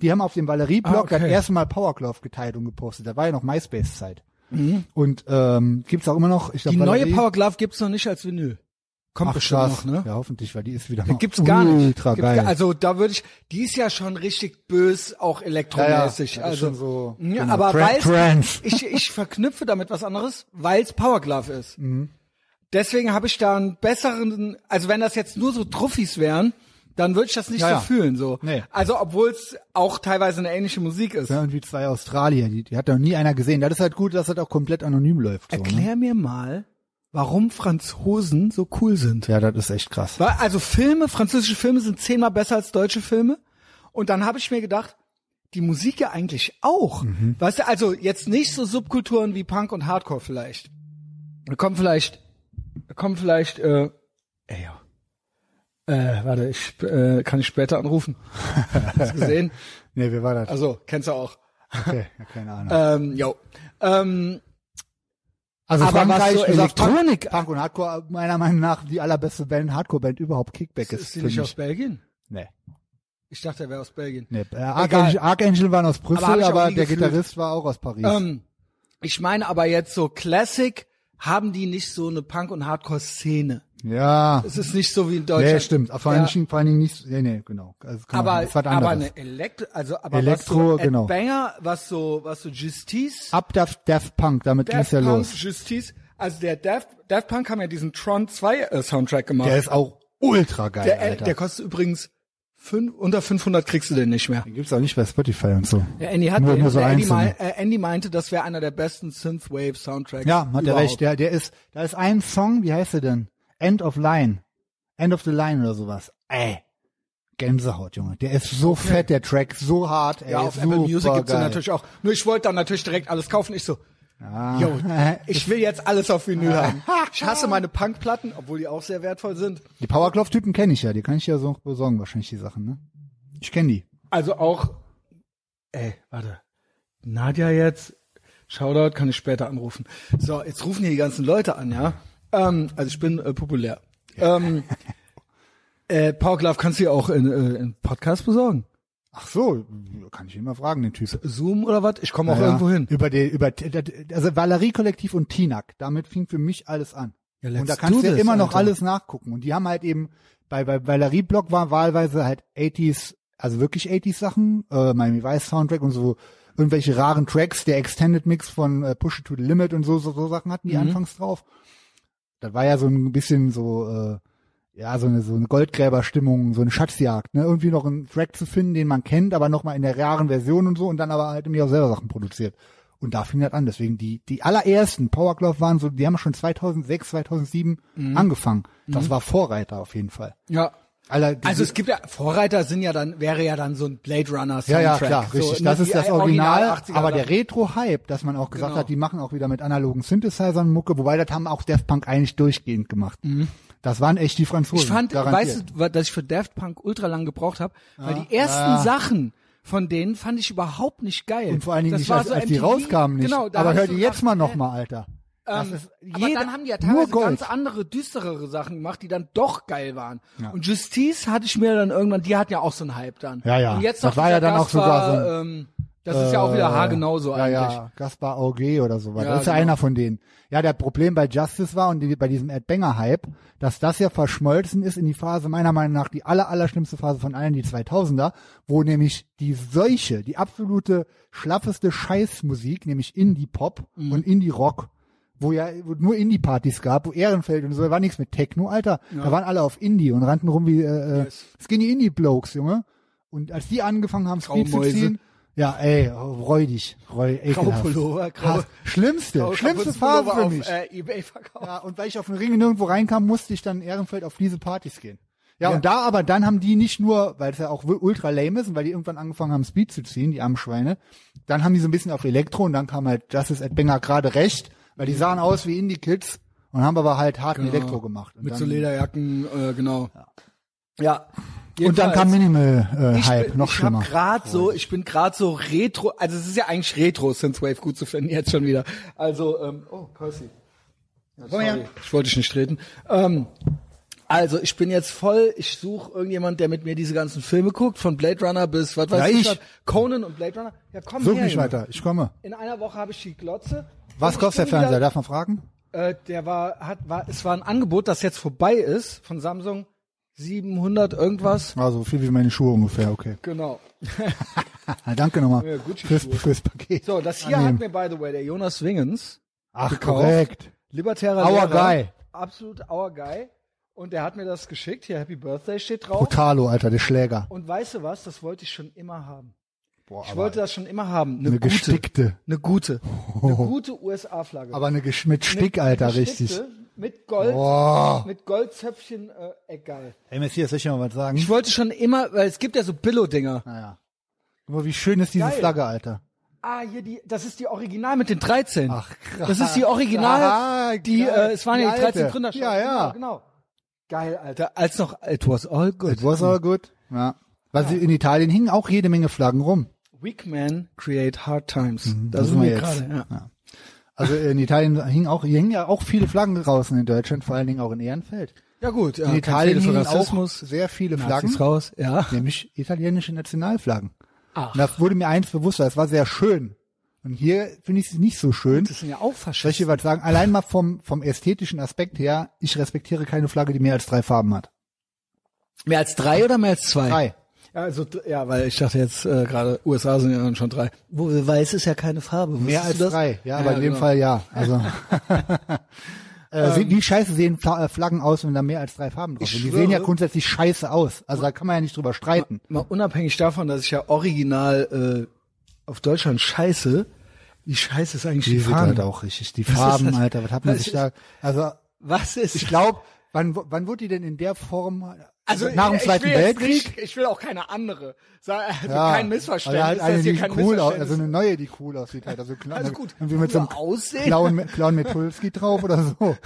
Speaker 1: Die haben auf dem Valerie-Blog
Speaker 2: Ah, okay.
Speaker 1: das erste Mal Powerclove geteilt und gepostet. Da war ja noch MySpace-Zeit. Und ähm, gibt's auch immer noch, ich glaube,
Speaker 2: Mhm. Die neue Power Glove gibt's noch nicht als Vinyl. Kommt
Speaker 1: Ach,
Speaker 2: bestimmt
Speaker 1: krass.
Speaker 2: noch, ne?
Speaker 1: Ja, hoffentlich, weil die ist wieder mal
Speaker 2: Gibt's gar nicht.
Speaker 1: ultra
Speaker 2: Gibt's
Speaker 1: geil.
Speaker 2: gar- also da würde ich, die ist ja schon richtig bös, auch
Speaker 1: Ja,
Speaker 2: elektromäßig.
Speaker 1: ja, das ist
Speaker 2: also
Speaker 1: schon so,
Speaker 2: ja,
Speaker 1: genau,
Speaker 2: aber
Speaker 1: Tran-
Speaker 2: weil
Speaker 1: Trance.
Speaker 2: ich ich verknüpfe damit was anderes, weil es Power Glove ist.
Speaker 1: Mhm.
Speaker 2: Deswegen habe ich da einen besseren, also wenn das jetzt nur so Truffis wären, dann würde ich das nicht
Speaker 1: Ja, ja.
Speaker 2: so fühlen. So.
Speaker 1: Nee.
Speaker 2: Also obwohl es auch teilweise eine ähnliche Musik ist.
Speaker 1: Ja, und wie zwei Australier, die, die hat noch nie einer gesehen. Das ist halt gut, dass das auch komplett anonym läuft. So, ne?
Speaker 2: Erklär mir mal, warum Franzosen so cool sind.
Speaker 1: Ja, das ist echt krass.
Speaker 2: Weil, also Filme, französische Filme sind zehnmal besser als deutsche Filme. Und dann habe ich mir gedacht, die Musik ja eigentlich auch.
Speaker 1: Mhm.
Speaker 2: Weißt du, also jetzt nicht so Subkulturen wie Punk und Hardcore vielleicht. Da kommen vielleicht, da kommen vielleicht, äh, ey, ja. Äh, warte, ich, äh, kann ich später anrufen. Hast du gesehen?
Speaker 1: Nee, wer war das?
Speaker 2: Also, kennst du auch.
Speaker 1: okay, ja, keine Ahnung.
Speaker 2: Ähm, jo. Ähm,
Speaker 1: also
Speaker 2: aber was
Speaker 1: Frankreich
Speaker 2: so
Speaker 1: ist auf
Speaker 2: Elektronik-
Speaker 1: Punk, Punk und Hardcore meiner Meinung nach die allerbeste Band, Hardcore-Band überhaupt. Kickback ist,
Speaker 2: ist die
Speaker 1: für
Speaker 2: nicht
Speaker 1: mich.
Speaker 2: aus Belgien?
Speaker 1: Nee.
Speaker 2: Ich dachte, er wäre aus Belgien.
Speaker 1: nee. Äh, Archangel, Archangel waren aus
Speaker 2: hab
Speaker 1: Brüssel,
Speaker 2: ich auch
Speaker 1: aber,
Speaker 2: nie
Speaker 1: der
Speaker 2: gefühlt.
Speaker 1: Gitarrist war auch aus Paris.
Speaker 2: Ähm, ich meine aber jetzt so Classic haben die nicht so eine Punk- und Hardcore-Szene.
Speaker 1: ja.
Speaker 2: Es ist nicht so wie in Deutschland.
Speaker 1: Nee, stimmt. Vor allen
Speaker 2: Ja,
Speaker 1: Dingen, vor allen Dingen nicht, nee, nee, genau. Also, kann man-
Speaker 2: aber,
Speaker 1: ist was
Speaker 2: aber
Speaker 1: anderes.
Speaker 2: eine Elektro, also aber
Speaker 1: Elektro,
Speaker 2: was so
Speaker 1: genau.
Speaker 2: Banger, was so, was so Justice,
Speaker 1: Ab Daft, Daft Punk, damit ging's
Speaker 2: Daft
Speaker 1: ja
Speaker 2: Punk,
Speaker 1: los.
Speaker 2: Justice, also der Daft, Daft Punk haben ja diesen Tron 2 äh, Soundtrack gemacht.
Speaker 1: Der ist auch ultra geil,
Speaker 2: der, äh,
Speaker 1: Alter.
Speaker 2: der kostet übrigens fünf, unter 500 kriegst du den nicht mehr.
Speaker 1: den gibt's auch nicht bei Spotify und so.
Speaker 2: Der Andy hat,
Speaker 1: nur, nur so
Speaker 2: der Andy,
Speaker 1: einzelne.
Speaker 2: mei- äh, Andy meinte, das wäre einer der besten Synthwave Soundtracks.
Speaker 1: Ja, hat er
Speaker 2: überhaupt.
Speaker 1: recht. Der, der ist, da ist ein Song, wie heißt er denn? End of Line. End of the Line oder sowas. Ey. Gänsehaut, Junge. Der ist so fett, der Track, so hart, ey.
Speaker 2: Ja, auf Apple Music gibt's den natürlich auch. Nur ich wollte dann natürlich direkt alles kaufen. Ich so, yo, ich will jetzt alles auf Vinyl haben. Ich hasse meine Punkplatten, obwohl die auch sehr wertvoll sind.
Speaker 1: Die Powerclove-Typen kenne ich ja, die kann ich ja so besorgen, wahrscheinlich die Sachen, ne? Ich kenne die.
Speaker 2: Also auch, ey, warte, Nadja jetzt, Shoutout, kann ich später anrufen. So, jetzt rufen hier die ganzen Leute an, ja. Ähm, also ich bin äh, populär. Ähm, äh, Powerglove kannst du ja auch in, äh, in Podcast besorgen.
Speaker 1: Ach so, kann ich ihn mal fragen, den Typ.
Speaker 2: Zoom oder was? Ich komme auch
Speaker 1: Ja,
Speaker 2: irgendwo hin.
Speaker 1: Über die, über, also Valerie Kollektiv und Tinak, damit fing für mich alles an.
Speaker 2: Ja, let's
Speaker 1: und da kannst
Speaker 2: do
Speaker 1: du ja
Speaker 2: this,
Speaker 1: immer noch
Speaker 2: Alter.
Speaker 1: alles nachgucken. Und die haben halt eben, bei, bei Valerie Blog war wahlweise halt 80s, also wirklich 80s Sachen, äh, Miami Vice Soundtrack und so, irgendwelche raren Tracks, der Extended Mix von äh, Push It to the Limit und so, so, so Sachen hatten die
Speaker 2: Mhm.
Speaker 1: anfangs drauf. Das war ja so ein bisschen so, äh, ja, so eine, so eine Goldgräberstimmung, so eine Schatzjagd, ne? Irgendwie noch einen Track zu finden, den man kennt, aber nochmal in der raren Version und so und dann aber halt irgendwie auch selber Sachen produziert. Und da fing das an. Deswegen die, die allerersten Powerglove waren so, die haben schon 2006, 2007
Speaker 2: Mhm.
Speaker 1: angefangen. Das war Vorreiter auf jeden Fall.
Speaker 2: Ja.
Speaker 1: Aller, die,
Speaker 2: Also es gibt ja Vorreiter sind ja dann wäre ja dann so ein Blade Runner Soundtrack.
Speaker 1: ja, ja, klar,
Speaker 2: so,
Speaker 1: richtig.
Speaker 2: ne,
Speaker 1: das
Speaker 2: die
Speaker 1: ist das
Speaker 2: Original
Speaker 1: Original,
Speaker 2: 80er
Speaker 1: aber
Speaker 2: Sachen.
Speaker 1: der Retro-Hype, dass man auch gesagt
Speaker 2: Genau.
Speaker 1: hat, die machen auch wieder mit analogen Synthesizern Mucke, wobei das haben auch Daft Punk eigentlich durchgehend gemacht. Das waren echt die Franzosen.
Speaker 2: Mhm. ich fand,
Speaker 1: garantiert.
Speaker 2: weißt du, wa- dass ich für Daft Punk ultra lang gebraucht habe, weil die ersten
Speaker 1: Ja. Ah.
Speaker 2: Sachen von denen fand ich überhaupt nicht geil.
Speaker 1: Und vor allen Dingen
Speaker 2: das
Speaker 1: nicht,
Speaker 2: war
Speaker 1: als,
Speaker 2: so
Speaker 1: als die
Speaker 2: MTV
Speaker 1: rauskamen nicht.
Speaker 2: Genau, da
Speaker 1: Aber
Speaker 2: hab
Speaker 1: hör
Speaker 2: ich
Speaker 1: die
Speaker 2: so
Speaker 1: jetzt mal
Speaker 2: gedacht,
Speaker 1: nochmal, Alter. Das
Speaker 2: Ähm,
Speaker 1: ist
Speaker 2: aber
Speaker 1: jeder-
Speaker 2: dann haben die ja
Speaker 1: nur
Speaker 2: teilweise
Speaker 1: Gold.
Speaker 2: ganz andere, düsterere Sachen gemacht, die dann doch geil waren. Und Justice hatte ich mir dann irgendwann, die hatten ja auch so einen Hype dann.
Speaker 1: Ja, ja.
Speaker 2: Und jetzt
Speaker 1: Das
Speaker 2: noch
Speaker 1: war
Speaker 2: dieser
Speaker 1: ja dann auch sogar
Speaker 2: Gaspar,
Speaker 1: so äh,
Speaker 2: ähm, das ist ja auch wieder haargenau so
Speaker 1: ja,
Speaker 2: eigentlich.
Speaker 1: Ja, Gaspar Auger oder sowas.
Speaker 2: Ja,
Speaker 1: das ist ja
Speaker 2: genau.
Speaker 1: einer von denen. Ja, der Problem bei Justice war und die, bei diesem Ed Banger Hype, dass das ja verschmolzen ist in die Phase meiner Meinung nach die aller allerschlimmste Phase von allen die 2000er, wo nämlich die Seuche, die absolute schlaffeste Scheißmusik, nämlich Indie Pop
Speaker 2: Mhm.
Speaker 1: und Indie Rock wo ja wo nur Indie-Partys gab, wo Ehrenfeld und so, da war nichts mit Techno, Alter. Da waren alle auf Indie und rannten rum wie äh, äh, Skinny Indie-Blokes, Junge. Und als die angefangen haben, Speed zu
Speaker 2: Graumäuse.
Speaker 1: ziehen, ja, ey, reu dich, reu, ekelhaft.
Speaker 2: Graupullover, grau-
Speaker 1: Hass. Schlimmste,
Speaker 2: Genau, ich hab
Speaker 1: schlimmste
Speaker 2: uns
Speaker 1: Phase
Speaker 2: Pullover
Speaker 1: für
Speaker 2: auf,
Speaker 1: mich.
Speaker 2: Äh, eBay verkauft.
Speaker 1: ja, und weil ich auf den Ring nirgendwo reinkam, musste ich dann in Ehrenfeld auf diese Partys gehen. Ja, und da aber, dann haben die nicht nur, weil es ja auch ultra lame ist und weil die irgendwann angefangen haben, Speed zu ziehen, die armen Schweine, dann haben die so ein bisschen auf Elektro und dann kam halt Justice Ed Banger gerade recht, weil
Speaker 2: Mhm.
Speaker 1: die sahen aus wie Indie-Kids und haben aber halt harten Elektro gemacht. Und
Speaker 2: Genau. Mit
Speaker 1: dann,
Speaker 2: so Lederjacken, äh, genau. Ja.
Speaker 1: Und dann kam
Speaker 2: Ich
Speaker 1: Minimal-Hype,
Speaker 2: bin-
Speaker 1: noch
Speaker 2: ich
Speaker 1: schlimmer.
Speaker 2: Hab grad so, ich bin gerade so retro, also es ist ja eigentlich retro Synthwave gut zu finden jetzt schon wieder. Also ähm, oh Percy. Ja, sorry.
Speaker 1: her.
Speaker 2: Ich wollte dich nicht treten. Ähm, also ich bin jetzt voll, ich suche irgendjemand, der mit mir diese ganzen Filme guckt, von Blade Runner bis was weiß
Speaker 1: Ja,
Speaker 2: ich,
Speaker 1: ich.
Speaker 2: was, Conan und Blade Runner. Ja, komm
Speaker 1: Such
Speaker 2: her,
Speaker 1: mich
Speaker 2: Junge.
Speaker 1: weiter, ich komme.
Speaker 2: In einer Woche habe ich die Glotze. Und
Speaker 1: Was
Speaker 2: ich
Speaker 1: kostet der
Speaker 2: bin wieder-
Speaker 1: Fernseher? Darf man fragen?
Speaker 2: äh, der war, hat, war, es war ein Angebot, das jetzt vorbei ist von Samsung 700 irgendwas.
Speaker 1: Also viel wie meine Schuhe ungefähr, okay.
Speaker 2: Genau.
Speaker 1: Ah, danke nochmal
Speaker 2: Ja, Gucci-Schuhe.
Speaker 1: fürs, fürs Paket.
Speaker 2: So, das hier
Speaker 1: Annehmen.
Speaker 2: hat mir by the way der Jonas Wingens,
Speaker 1: Ach,
Speaker 2: gekauft.
Speaker 1: korrekt.
Speaker 2: libertärer
Speaker 1: Our
Speaker 2: Lehrer,
Speaker 1: guy.
Speaker 2: absolut our guy. Und er hat mir das geschickt. Hier Happy Birthday steht drauf.
Speaker 1: Brutalo, Alter, der Schläger.
Speaker 2: Und weißt du was? Das wollte ich schon immer haben.
Speaker 1: Boah,
Speaker 2: Ich
Speaker 1: aber-
Speaker 2: wollte das schon immer haben. Eine,
Speaker 1: Eine
Speaker 2: gute,
Speaker 1: gestickte.
Speaker 2: Eine gute. Eine gute USA-Flagge.
Speaker 1: Aber eine gesch- mit Stick, Alter, richtig.
Speaker 2: Mit Gold,
Speaker 1: Boah.
Speaker 2: mit Goldzöpfchen, äh, egal.
Speaker 1: Ey, Messias, soll ich dir mal was sagen?
Speaker 2: Ich wollte schon immer, weil es gibt ja so Billo-Dinger.
Speaker 1: Naja. Guck mal, wie schön ist diese
Speaker 2: Geil.
Speaker 1: Flagge, Alter.
Speaker 2: Ah, hier die, das ist die Original mit den 13.
Speaker 1: Ach, krass.
Speaker 2: Das ist die Original,
Speaker 1: Aha,
Speaker 2: die,
Speaker 1: geil.
Speaker 2: äh, es waren
Speaker 1: Die
Speaker 2: ja die 13
Speaker 1: alte.
Speaker 2: Gründer.
Speaker 1: Ja, ja.
Speaker 2: Genau, genau. Geil, Alter. Als noch, it was all good.
Speaker 1: It was all good. Ja. Weil sie in Italien hingen auch jede Menge Flaggen rum.
Speaker 2: Weak men create hard times. da
Speaker 1: das sind
Speaker 2: sind Mhm, wir
Speaker 1: wir jetzt.
Speaker 2: gerade, ja.
Speaker 1: Also in Italien hingen auch, hingen ja auch viele Flaggen draußen in Deutschland, vor allen Dingen auch in Ehrenfeld.
Speaker 2: Ja gut, ja,
Speaker 1: In Italien hingen auch
Speaker 2: Rassismus,
Speaker 1: sehr viele Flaggen,
Speaker 2: Nazis raus, ja.
Speaker 1: nämlich italienische Nationalflaggen.
Speaker 2: Ach.
Speaker 1: Und das wurde mir eins bewusster, das war sehr schön. Und hier finde ich es nicht so schön.
Speaker 2: Das sind ja auch
Speaker 1: Soll ich
Speaker 2: Faschisten.
Speaker 1: dir was sagen? Allein mal vom, vom ästhetischen Aspekt her, ich respektiere keine Flagge, die mehr als drei Farben hat.
Speaker 2: Mehr als drei oder mehr als zwei?
Speaker 1: Drei.
Speaker 2: Ja, also, dr- ja, weil ich dachte jetzt äh, gerade, USA sind ja dann schon drei. Wo weiß ist ja keine Farbe. Wusstest
Speaker 1: Mehr als
Speaker 2: du das?
Speaker 1: drei, ja, aber in dem
Speaker 2: genau.
Speaker 1: Fall ja. Also äh, se- wie scheiße sehen Fla äh, Flaggen aus, wenn da mehr als drei Farben drauf
Speaker 2: Ich
Speaker 1: sind? Die
Speaker 2: schwöre-
Speaker 1: sehen ja grundsätzlich scheiße aus. Also da kann man ja nicht drüber streiten.
Speaker 2: Mal unabhängig davon, dass ich ja original äh, auf Deutschland scheiße, wie scheiße ist eigentlich die,
Speaker 1: Die sind
Speaker 2: Farbe?
Speaker 1: halt auch richtig. Die
Speaker 2: ist
Speaker 1: Farben,
Speaker 2: das?
Speaker 1: Alter, was hat man
Speaker 2: Was
Speaker 1: sich
Speaker 2: ist-
Speaker 1: da? Also
Speaker 2: Was ist?
Speaker 1: ich glaube, wann wo- wann wurde die denn in der Form?
Speaker 2: also
Speaker 1: nach dem
Speaker 2: ich-
Speaker 1: Zweiten
Speaker 2: ich will jetzt
Speaker 1: Weltkrieg?
Speaker 2: Nicht, ich will auch keine andere. Sa- Also
Speaker 1: Ja.
Speaker 2: kein Missverständnis.
Speaker 1: Also halt
Speaker 2: dass
Speaker 1: eine,
Speaker 2: hier
Speaker 1: die
Speaker 2: kein
Speaker 1: cool aus, also
Speaker 2: Missverständnis-
Speaker 1: eine neue, die cool aussieht halt. Also, klar,
Speaker 2: Also gut,
Speaker 1: irgendwie mit so einem
Speaker 2: cool aussehen.
Speaker 1: Clown, Clown Metulski drauf oder so.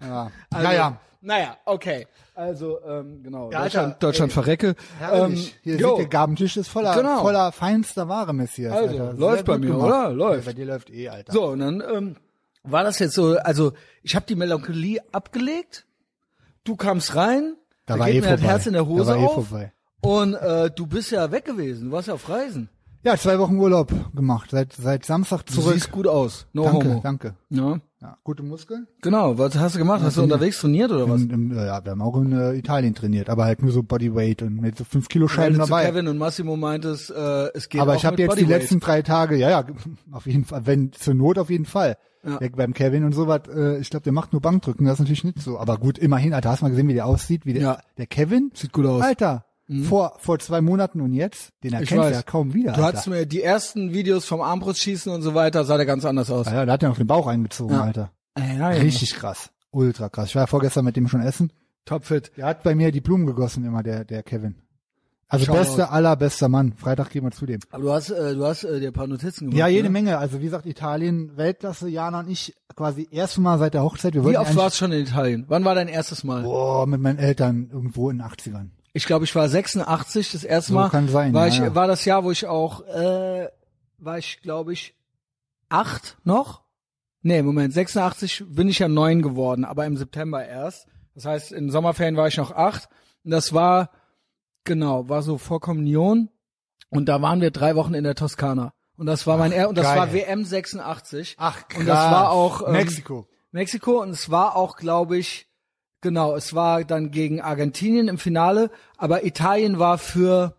Speaker 1: Ja.
Speaker 2: also,
Speaker 1: naja.
Speaker 2: Naja, okay. Also, ähm, genau.
Speaker 1: Ja,
Speaker 2: Deutschland,
Speaker 1: Alter,
Speaker 2: Deutschland verrecke. Ähm,
Speaker 1: Herrlich. Ähm, Hier
Speaker 2: Also, jo.
Speaker 1: seht ihr, Gabentisch ist voller,
Speaker 2: Genau.
Speaker 1: voller feinster Ware, Messias.
Speaker 2: Also,
Speaker 1: Alter.
Speaker 2: läuft
Speaker 1: Sehr
Speaker 2: bei
Speaker 1: gut
Speaker 2: mir,
Speaker 1: gemacht.
Speaker 2: oder? Läuft.
Speaker 1: Ja, bei dir läuft eh, Alter.
Speaker 2: So, und dann ähm, war das jetzt so, also ich habe die Melancholie abgelegt, du kamst rein,
Speaker 1: Da
Speaker 2: da,
Speaker 1: war
Speaker 2: geht
Speaker 1: eh
Speaker 2: mir das
Speaker 1: vorbei.
Speaker 2: Herz in der
Speaker 1: Da
Speaker 2: Hose
Speaker 1: war eh
Speaker 2: auf
Speaker 1: vorbei.
Speaker 2: und äh, du bist ja weg gewesen, du warst ja auf Reisen.
Speaker 1: Ja, zwei Wochen Urlaub gemacht. Seit, seit Samstag
Speaker 2: Du
Speaker 1: zurück.
Speaker 2: siehst gut aus, no
Speaker 1: danke,
Speaker 2: homo.
Speaker 1: danke.
Speaker 2: Ja,
Speaker 1: Ja, gute Muskeln.
Speaker 2: genau, was hast du gemacht? Hast du unterwegs trainiert oder was?
Speaker 1: Und, ähm, ja, wir haben auch in äh, Italien trainiert, aber halt nur so Bodyweight und mit so fünf Kilo
Speaker 2: Weil
Speaker 1: Scheiben
Speaker 2: du zu
Speaker 1: dabei.
Speaker 2: Kevin und Massimo meintest, äh, es geht
Speaker 1: Aber
Speaker 2: auch
Speaker 1: ich habe
Speaker 2: mit
Speaker 1: jetzt die
Speaker 2: Bodyweight.
Speaker 1: letzten drei Tage, ja, ja, auf jeden Fall, wenn zur Not auf jeden Fall.
Speaker 2: Ja.
Speaker 1: Der, beim Kevin und sowas, äh, ich glaube, der macht nur Bankdrücken, das ist natürlich nicht so. Aber gut, immerhin, Alter, hast du mal gesehen, wie der aussieht, wie der,
Speaker 2: Ja.
Speaker 1: der Kevin?
Speaker 2: Sieht gut aus. Mhm.
Speaker 1: Alter, vor, vor zwei Monaten und jetzt, den
Speaker 2: Ich
Speaker 1: erkennst du
Speaker 2: weiß.
Speaker 1: ja kaum wieder.
Speaker 2: Du
Speaker 1: Alter.
Speaker 2: hattest mir die ersten Videos vom Armbrustschießen und so weiter, sah der ganz anders aus.
Speaker 1: Ah ja, da hat er noch den Bauch eingezogen, Alter.
Speaker 2: Ja, ja.
Speaker 1: Richtig krass. Ultra krass. Ich war ja vorgestern mit dem schon essen.
Speaker 2: Topfit.
Speaker 1: Der hat bei mir die Blumen gegossen immer, der, der Kevin. Also
Speaker 2: Shoutout.
Speaker 1: bester, allerbester Mann. Freitag gehen wir zu dem.
Speaker 2: Aber du hast, äh, du hast äh, dir ein paar Notizen gemacht.
Speaker 1: Ja, jede
Speaker 2: ne?
Speaker 1: Menge. Also wie gesagt, Italien, Weltklasse, Jana und ich quasi erstmal seit der Hochzeit. Wir
Speaker 2: Wie
Speaker 1: wollten
Speaker 2: oft
Speaker 1: eigentlich-
Speaker 2: warst du schon in Italien? Wann war dein erstes Mal?
Speaker 1: Boah, mit meinen Eltern irgendwo in den 80ern.
Speaker 2: Ich glaube, ich war 86 das erste
Speaker 1: So
Speaker 2: Mal.
Speaker 1: kann sein,
Speaker 2: War,
Speaker 1: ja,
Speaker 2: ich,
Speaker 1: ja.
Speaker 2: war das Jahr, wo ich auch, äh, war ich, glaube ich, acht noch? Nee, Moment, 86 bin ich ja neun geworden, aber im September erst. Das heißt, in Sommerferien war ich noch acht. Und das war, genau, war so vor Kommunion. Und da waren wir drei Wochen in der Toskana. Und das war mein, er und das
Speaker 1: geil.
Speaker 2: war WM 86.
Speaker 1: Ach krass.
Speaker 2: Und das war auch ähm,
Speaker 1: Mexiko.
Speaker 2: Mexiko und es war auch, glaube ich, genau, es war dann gegen Argentinien im Finale, aber Italien war für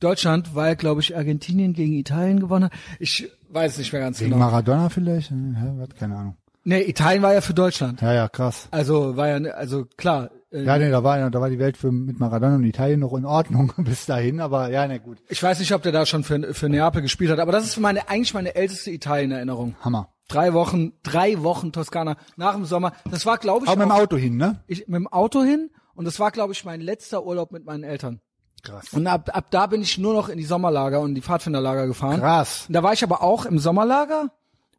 Speaker 2: Deutschland, weil, glaube ich, Argentinien gegen Italien gewonnen hat. Ich weiß nicht mehr ganz
Speaker 1: Gegen
Speaker 2: genau.
Speaker 1: Maradona vielleicht? Hm, hä, was? Keine Ahnung.
Speaker 2: Nee, Italien war ja für Deutschland.
Speaker 1: Ja, ja, krass.
Speaker 2: Also war ja, also klar. Äh,
Speaker 1: Ja, nee, da war, da war die Welt für, mit Maradona und Italien noch in Ordnung bis dahin, aber ja, na gut.
Speaker 2: Ich weiß nicht, ob der da schon für, für Neapel gespielt hat, aber das ist meine, eigentlich meine älteste Italien-Erinnerung.
Speaker 1: Hammer.
Speaker 2: Drei Wochen, drei Wochen Toskana nach dem Sommer. Das war, glaube ich,
Speaker 1: Auch mit dem
Speaker 2: auch-
Speaker 1: Auto hin, ne?
Speaker 2: ich, mit dem Auto hin und das war, glaube ich, mein letzter Urlaub mit meinen Eltern.
Speaker 1: Krass.
Speaker 2: Und ab, ab da bin ich nur noch in die Sommerlager und die Pfadfinderlager gefahren.
Speaker 1: Krass.
Speaker 2: Und da war ich aber auch im Sommerlager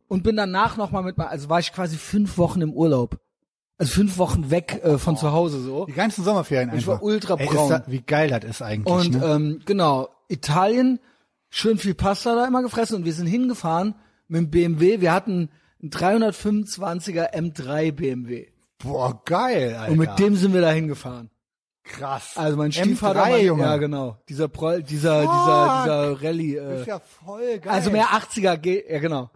Speaker 2: und bin danach nochmal mit, mein- also war ich quasi fünf Wochen im Urlaub. Also fünf Wochen weg äh, von zu Hause so.
Speaker 1: Die ganzen Sommerferien einfach.
Speaker 2: Ich war ultra
Speaker 1: Ey,
Speaker 2: braun.
Speaker 1: ist da, wie geil das ist eigentlich,
Speaker 2: Und
Speaker 1: ne?
Speaker 2: ähm, genau, Italien, schön viel Pasta da immer gefressen und wir sind hingefahren mit dem BMW. Wir hatten einen 325er M3 BMW.
Speaker 1: Boah, geil, Alter.
Speaker 2: äh, Und mit dem sind wir da hingefahren.
Speaker 1: krass.
Speaker 2: Also mein
Speaker 1: M3,
Speaker 2: Stiefvater, mein,
Speaker 1: Junge.
Speaker 2: ja genau, dieser Proll, dieser,
Speaker 1: Fuck.
Speaker 2: dieser, dieser Rallye. Äh,
Speaker 1: Ist ja voll geil.
Speaker 2: Also mehr 80er geht, ja genau.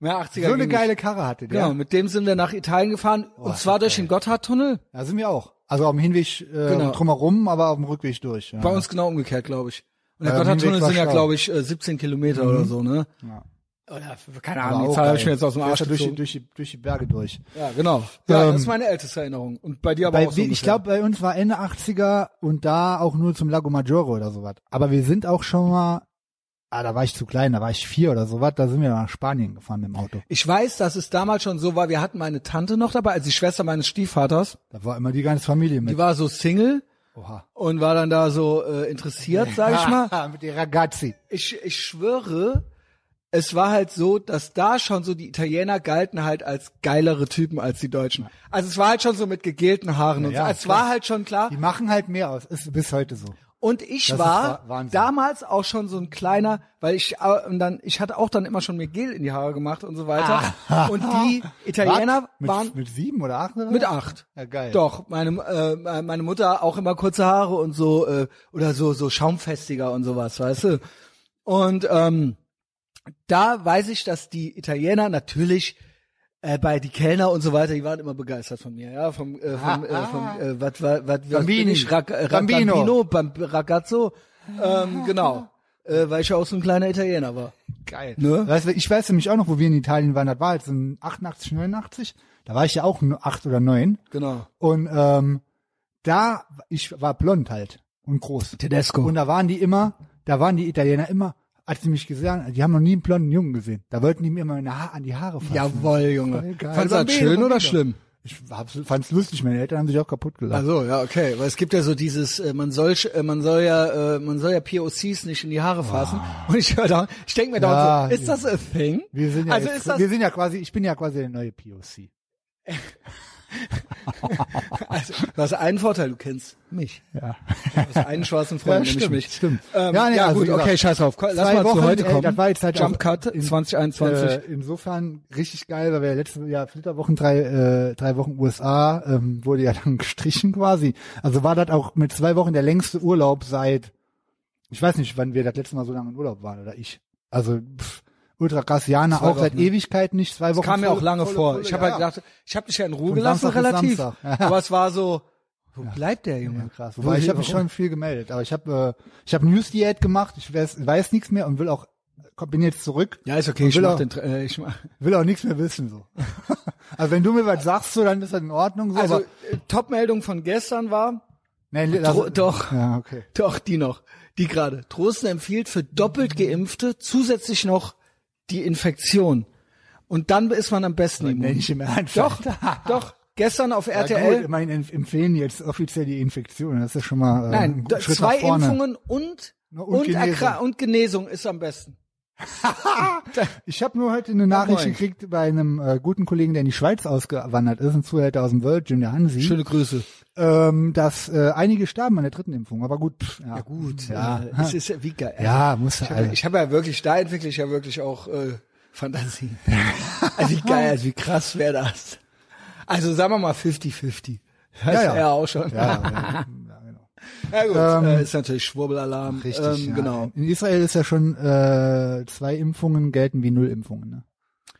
Speaker 2: Mehr 80er
Speaker 1: So eine
Speaker 2: ging
Speaker 1: geile Oh,
Speaker 2: nicht.
Speaker 1: Karre hatte der.
Speaker 2: Genau, mit dem sind wir nach Italien gefahren und zwar durch den Gotthardtunnel.
Speaker 1: Da sind wir auch. Also auf dem Hinweg äh,
Speaker 2: Genau.
Speaker 1: drumherum, aber auf dem Rückweg durch. Ja.
Speaker 2: Bei uns genau umgekehrt, glaube ich. Und der
Speaker 1: Ja, am Hinweg
Speaker 2: Gotthardtunnel
Speaker 1: war Mhm.
Speaker 2: sind ja,
Speaker 1: schlau.
Speaker 2: glaube ich, äh, 17 Kilometer oder so, ne? Oder keine Ahnung, die Zahl habe ich mir jetzt aus dem Arsch
Speaker 1: durch, die-
Speaker 2: gezogen.
Speaker 1: durch, die- durch die Berge durch.
Speaker 2: Ja, genau. Ja,
Speaker 1: Ähm,
Speaker 2: das ist meine älteste Erinnerung. Und bei dir aber
Speaker 1: Bei,
Speaker 2: auch so
Speaker 1: ich
Speaker 2: ungefähr.
Speaker 1: glaube, bei uns war Ende 80er und da auch nur zum Lago Maggiore oder sowas. Aber wir sind auch schon mal, ah, da war ich zu klein, da war ich vier oder sowas, da sind wir nach Spanien gefahren mit dem Auto.
Speaker 2: Ich weiß, dass es damals schon so war, wir hatten meine Tante noch dabei, also die Schwester meines Stiefvaters,
Speaker 1: Da war immer die ganze Familie mit.
Speaker 2: die war so Single
Speaker 1: Oha.
Speaker 2: und war dann da so äh, interessiert, sag ich mal.
Speaker 1: mit der Ragazzi.
Speaker 2: Ich, ich schwöre, es war halt so, dass da schon so die Italiener galten halt als geilere Typen als die Deutschen. Also es war halt schon so mit gegelten Haaren und
Speaker 1: Ja,
Speaker 2: so. Also Es
Speaker 1: klar.
Speaker 2: war halt schon klar.
Speaker 1: Die machen halt mehr aus, ist bis heute so.
Speaker 2: Und ich
Speaker 1: Das
Speaker 2: war
Speaker 1: ist wa- Wahnsinn.
Speaker 2: damals auch schon so ein kleiner, weil ich äh, und dann ich hatte auch dann immer schon mir Gel in die Haare gemacht und so weiter. Und die Italiener
Speaker 1: Was? Ah. mit,
Speaker 2: waren
Speaker 1: mit sieben oder acht oder
Speaker 2: mit
Speaker 1: was?
Speaker 2: acht.
Speaker 1: Ja, geil.
Speaker 2: Doch, meine, äh, meine Mutter auch immer kurze Haare und so, äh, oder so, so schaumfestiger und sowas, weißt du? Und ähm, da weiß ich, dass die Italiener natürlich äh, bei die Kellner und so weiter, die waren immer begeistert von mir, ja, vom, äh, vom, äh,
Speaker 1: Ah,
Speaker 2: vom
Speaker 1: ah.
Speaker 2: äh, wat, wat, wat, was
Speaker 1: Bambini.
Speaker 2: bin ich, Rac äh, Rac
Speaker 1: Bambino. Ah.
Speaker 2: Bambino, Bam Ragazzo, ähm, genau, äh, weil ich ja auch so ein kleiner Italiener war.
Speaker 1: Geil.
Speaker 2: Ne?
Speaker 1: Weißt du, ich weiß nämlich auch noch, wo wir in Italien waren. Das war jetzt in 88, 89. Da war ich ja auch nur acht oder neun.
Speaker 2: Genau.
Speaker 1: Und ähm, da, ich war blond halt und groß.
Speaker 2: Tedesco.
Speaker 1: Und da waren die immer, da waren die Italiener immer, als sie mich gesehen haben, die haben noch nie einen blonden Jungen gesehen. Da wollten die mir immer meine ha an die Haare fassen.
Speaker 2: Jawoll,
Speaker 1: Voll
Speaker 2: Junge.
Speaker 1: geil.
Speaker 2: Fandst du das
Speaker 1: Bambino,
Speaker 2: schön oder
Speaker 1: Bambino.
Speaker 2: schlimm?
Speaker 1: Ich hab's, fand's lustig, meine Eltern haben sich auch kaputt gelacht.
Speaker 2: Also ja, okay, weil es gibt ja so dieses, äh, man soll, sch- äh, man soll ja, äh, man soll ja POCs nicht in die Haare fassen. Und ich höre da, ich denke mir
Speaker 1: Ah.
Speaker 2: da
Speaker 1: Ja,
Speaker 2: so, ist
Speaker 1: ja.
Speaker 2: das a thing?
Speaker 1: wir sind ja,
Speaker 2: also
Speaker 1: jetzt,
Speaker 2: ist das,
Speaker 1: wir sind ja quasi, ich bin ja quasi der neue POC.
Speaker 2: also, du hast einen Vorteil, du kennst mich.
Speaker 1: Ja.
Speaker 2: Du hast einen schwarzen Freund,
Speaker 1: Ja,
Speaker 2: nämlich
Speaker 1: stimmt, stimmt.
Speaker 2: mich. Ähm,
Speaker 1: Ja,
Speaker 2: ja,
Speaker 1: nee, also
Speaker 2: gut,
Speaker 1: wie gesagt,
Speaker 2: okay, scheiß drauf. Komm, Lass
Speaker 1: zwei
Speaker 2: mal zu
Speaker 1: Wochen,
Speaker 2: heute
Speaker 1: ey,
Speaker 2: kommen.
Speaker 1: das war jetzt halt
Speaker 2: Jump
Speaker 1: auch
Speaker 2: Cut 2021.
Speaker 1: Äh, insofern richtig geil, weil wir letztes Jahr Flitterwochen drei, äh, drei Wochen USA ähm, wurde ja dann gestrichen quasi. Also war das auch mit zwei Wochen der längste Urlaub seit, ich weiß nicht, wann wir das letzte Mal so lange in Urlaub waren oder ich. Also pff, Ultra Graciana
Speaker 2: Zwei
Speaker 1: auch seit
Speaker 2: Wochen, ne?
Speaker 1: Ewigkeiten nicht, zwei Wochen.
Speaker 2: Das kam mir
Speaker 1: voll-
Speaker 2: auch lange
Speaker 1: volle
Speaker 2: vor.
Speaker 1: Pulle,
Speaker 2: ich habe
Speaker 1: ja,
Speaker 2: halt gedacht, ich habe dich ja in Ruhe
Speaker 1: Von
Speaker 2: gelassen,
Speaker 1: Samstag bis
Speaker 2: relativ.
Speaker 1: Samstag.
Speaker 2: Aber es war so, wo bleibt der Junge?
Speaker 1: ja. krass. Wobei ich habe mich
Speaker 2: Warum?
Speaker 1: schon viel gemeldet, aber ich habe äh, ich habe News Diät gemacht, ich weiß, weiß nichts mehr und will auch komm, bin jetzt zurück,
Speaker 2: Ja, ist okay, ich
Speaker 1: will
Speaker 2: mach
Speaker 1: auch-
Speaker 2: den, Tra- äh, ich mach,
Speaker 1: will auch nichts mehr wissen so. also wenn du mir was sagst, so dann ist das in Ordnung so,
Speaker 2: Also
Speaker 1: aber
Speaker 2: äh, Top-Meldung von gestern war,
Speaker 1: Nein,
Speaker 2: Dro- doch.
Speaker 1: Ja, okay.
Speaker 2: doch die noch, die gerade. Drosten empfiehlt für doppelt Geimpfte zusätzlich noch die Infektion. Und dann ist man am besten
Speaker 1: Nenn
Speaker 2: immun.
Speaker 1: ich ihm einfach.
Speaker 2: Doch, doch. Gestern auf
Speaker 1: Ja, gut,
Speaker 2: RTL.
Speaker 1: immerhin emp- empfehlen jetzt offiziell die Infektion. Das ist schon mal äh, ein
Speaker 2: Nein,
Speaker 1: guter
Speaker 2: da-
Speaker 1: Schritt
Speaker 2: zwei
Speaker 1: nach vorne.
Speaker 2: Impfungen und
Speaker 1: Na, und
Speaker 2: und,
Speaker 1: Genesung.
Speaker 2: Erkra- und Genesung ist am besten.
Speaker 1: Ich habe nur heute eine Nachricht
Speaker 2: moin.
Speaker 1: gekriegt bei einem äh, guten Kollegen, der in die Schweiz ausgewandert ist, ein Zuhälter aus dem World, Jim der Hansi,
Speaker 2: Grüße.
Speaker 1: ähm, dass äh, einige starben an der dritten Impfung. Aber gut, pff, ja.
Speaker 2: Ja gut,
Speaker 1: Hm. Ja,
Speaker 2: ja. Äh, es ist ja wie geil.
Speaker 1: ja muss
Speaker 2: Ich
Speaker 1: ja.
Speaker 2: habe hab ja wirklich, da entwickle ich ja wirklich auch äh, Fantasie. also wie geil, also wie krass wäre das. Also sagen wir mal 50-50.
Speaker 1: Ja,
Speaker 2: Das ja,
Speaker 1: ja.
Speaker 2: ja. er auch schon. Ja,
Speaker 1: ja, ja, ja, genau.
Speaker 2: gut,
Speaker 1: Ähm,
Speaker 2: äh, ist natürlich Schwurbelalarm.
Speaker 1: Richtig,
Speaker 2: ähm,
Speaker 1: ja.
Speaker 2: Genau.
Speaker 1: In Israel ist ja schon äh, zwei Impfungen gelten wie null Impfungen. Ne?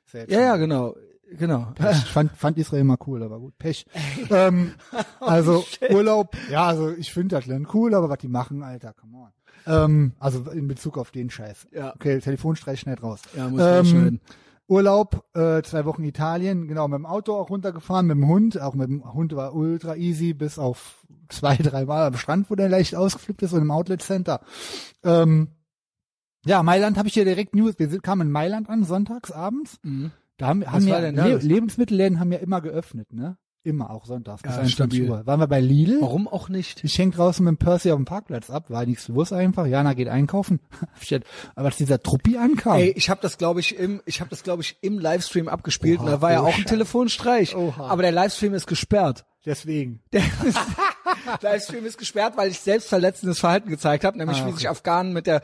Speaker 1: Ist jetzt
Speaker 2: Ja, ja, genau. Genau.
Speaker 1: Pech. fand, fand Israel mal cool, aber gut, Pech. ähm,
Speaker 2: Oh,
Speaker 1: also Urlaub, ja, also ich finde das Land cool, aber was die machen, Alter, come on. Ähm, also in Bezug auf den Scheiß.
Speaker 2: Ja.
Speaker 1: Okay, Telefonstreich schnell raus. Ähm,
Speaker 2: Ja, muss rausschneiden.
Speaker 1: Urlaub, äh, zwei Wochen Italien, genau, mit dem Auto auch runtergefahren, mit dem Hund. Auch mit dem Hund war ultra easy, bis auf zwei, drei Mal am Strand, wo der leicht ausgeflippt ist und im Outlet Center. Ähm, ja, Mailand habe ich hier direkt News. Wir sind, kamen in Mailand an, sonntags abends.
Speaker 2: Äh, mhm.
Speaker 1: Da haben, haben
Speaker 2: war
Speaker 1: ja,
Speaker 2: denn da
Speaker 1: Le
Speaker 2: los?
Speaker 1: Lebensmittelläden haben ja immer geöffnet, ne? Immer, auch sonntags. bis
Speaker 2: Ja,
Speaker 1: 21
Speaker 2: stabil. Oh.
Speaker 1: Uhr. Waren wir bei Lidl?
Speaker 2: Warum auch nicht?
Speaker 1: Ich häng draußen mit dem Percy auf dem Parkplatz ab, war nichts bewusst einfach. Jana geht einkaufen. Shit. Aber als dieser Truppi ankam,
Speaker 2: Ey, ich habe das glaube ich im ich habe das glaube ich im Livestream abgespielt
Speaker 1: Oha,
Speaker 2: und da war ja
Speaker 1: oh
Speaker 2: auch ein
Speaker 1: Scheiße.
Speaker 2: Telefonstreich,
Speaker 1: Oha.
Speaker 2: aber der Livestream ist gesperrt.
Speaker 1: deswegen.
Speaker 2: Der ist, Livestream ist gesperrt, weil ich selbstverletzendes Verhalten gezeigt habe, nämlich
Speaker 1: Ah, okay. Oh.
Speaker 2: wie sich Afghanen mit der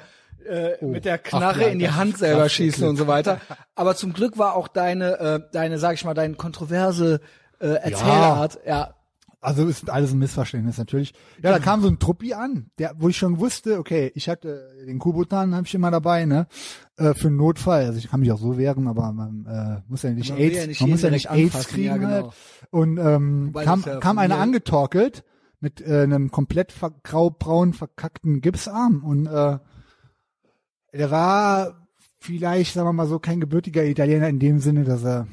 Speaker 2: äh, mit der
Speaker 1: Ach
Speaker 2: Knarre
Speaker 1: ja,
Speaker 2: in die
Speaker 1: das
Speaker 2: Hand
Speaker 1: ist
Speaker 2: selber
Speaker 1: krass,
Speaker 2: schießen
Speaker 1: okay.
Speaker 2: und so weiter. Aber zum Glück war auch deine äh, deine sag ich mal deine kontroverse äh, Erzählart. Ja.
Speaker 1: Also ist alles ein Missverständnis natürlich. Ja, da kam so ein Truppi an, der, wo ich schon wusste, okay, ich hatte den Kubotan, habe ich immer dabei, ne? Äh, für einen Notfall. Also ich kann mich auch so wehren, aber man äh, muss ja nicht
Speaker 2: Man will
Speaker 1: AIDS,
Speaker 2: ja nicht
Speaker 1: man
Speaker 2: jeden
Speaker 1: muss ja nicht
Speaker 2: direkt
Speaker 1: AIDS
Speaker 2: anfassen,
Speaker 1: kriegen
Speaker 2: ja, genau.
Speaker 1: halt. Und ähm,
Speaker 2: Wobei
Speaker 1: kam,
Speaker 2: das ja
Speaker 1: kam
Speaker 2: von
Speaker 1: einer
Speaker 2: mir-
Speaker 1: angetorkelt mit äh, einem komplett ver- grau-braun verkackten Gipsarm und äh, der war vielleicht, sagen wir mal so, kein gebürtiger Italiener in dem Sinne, dass er,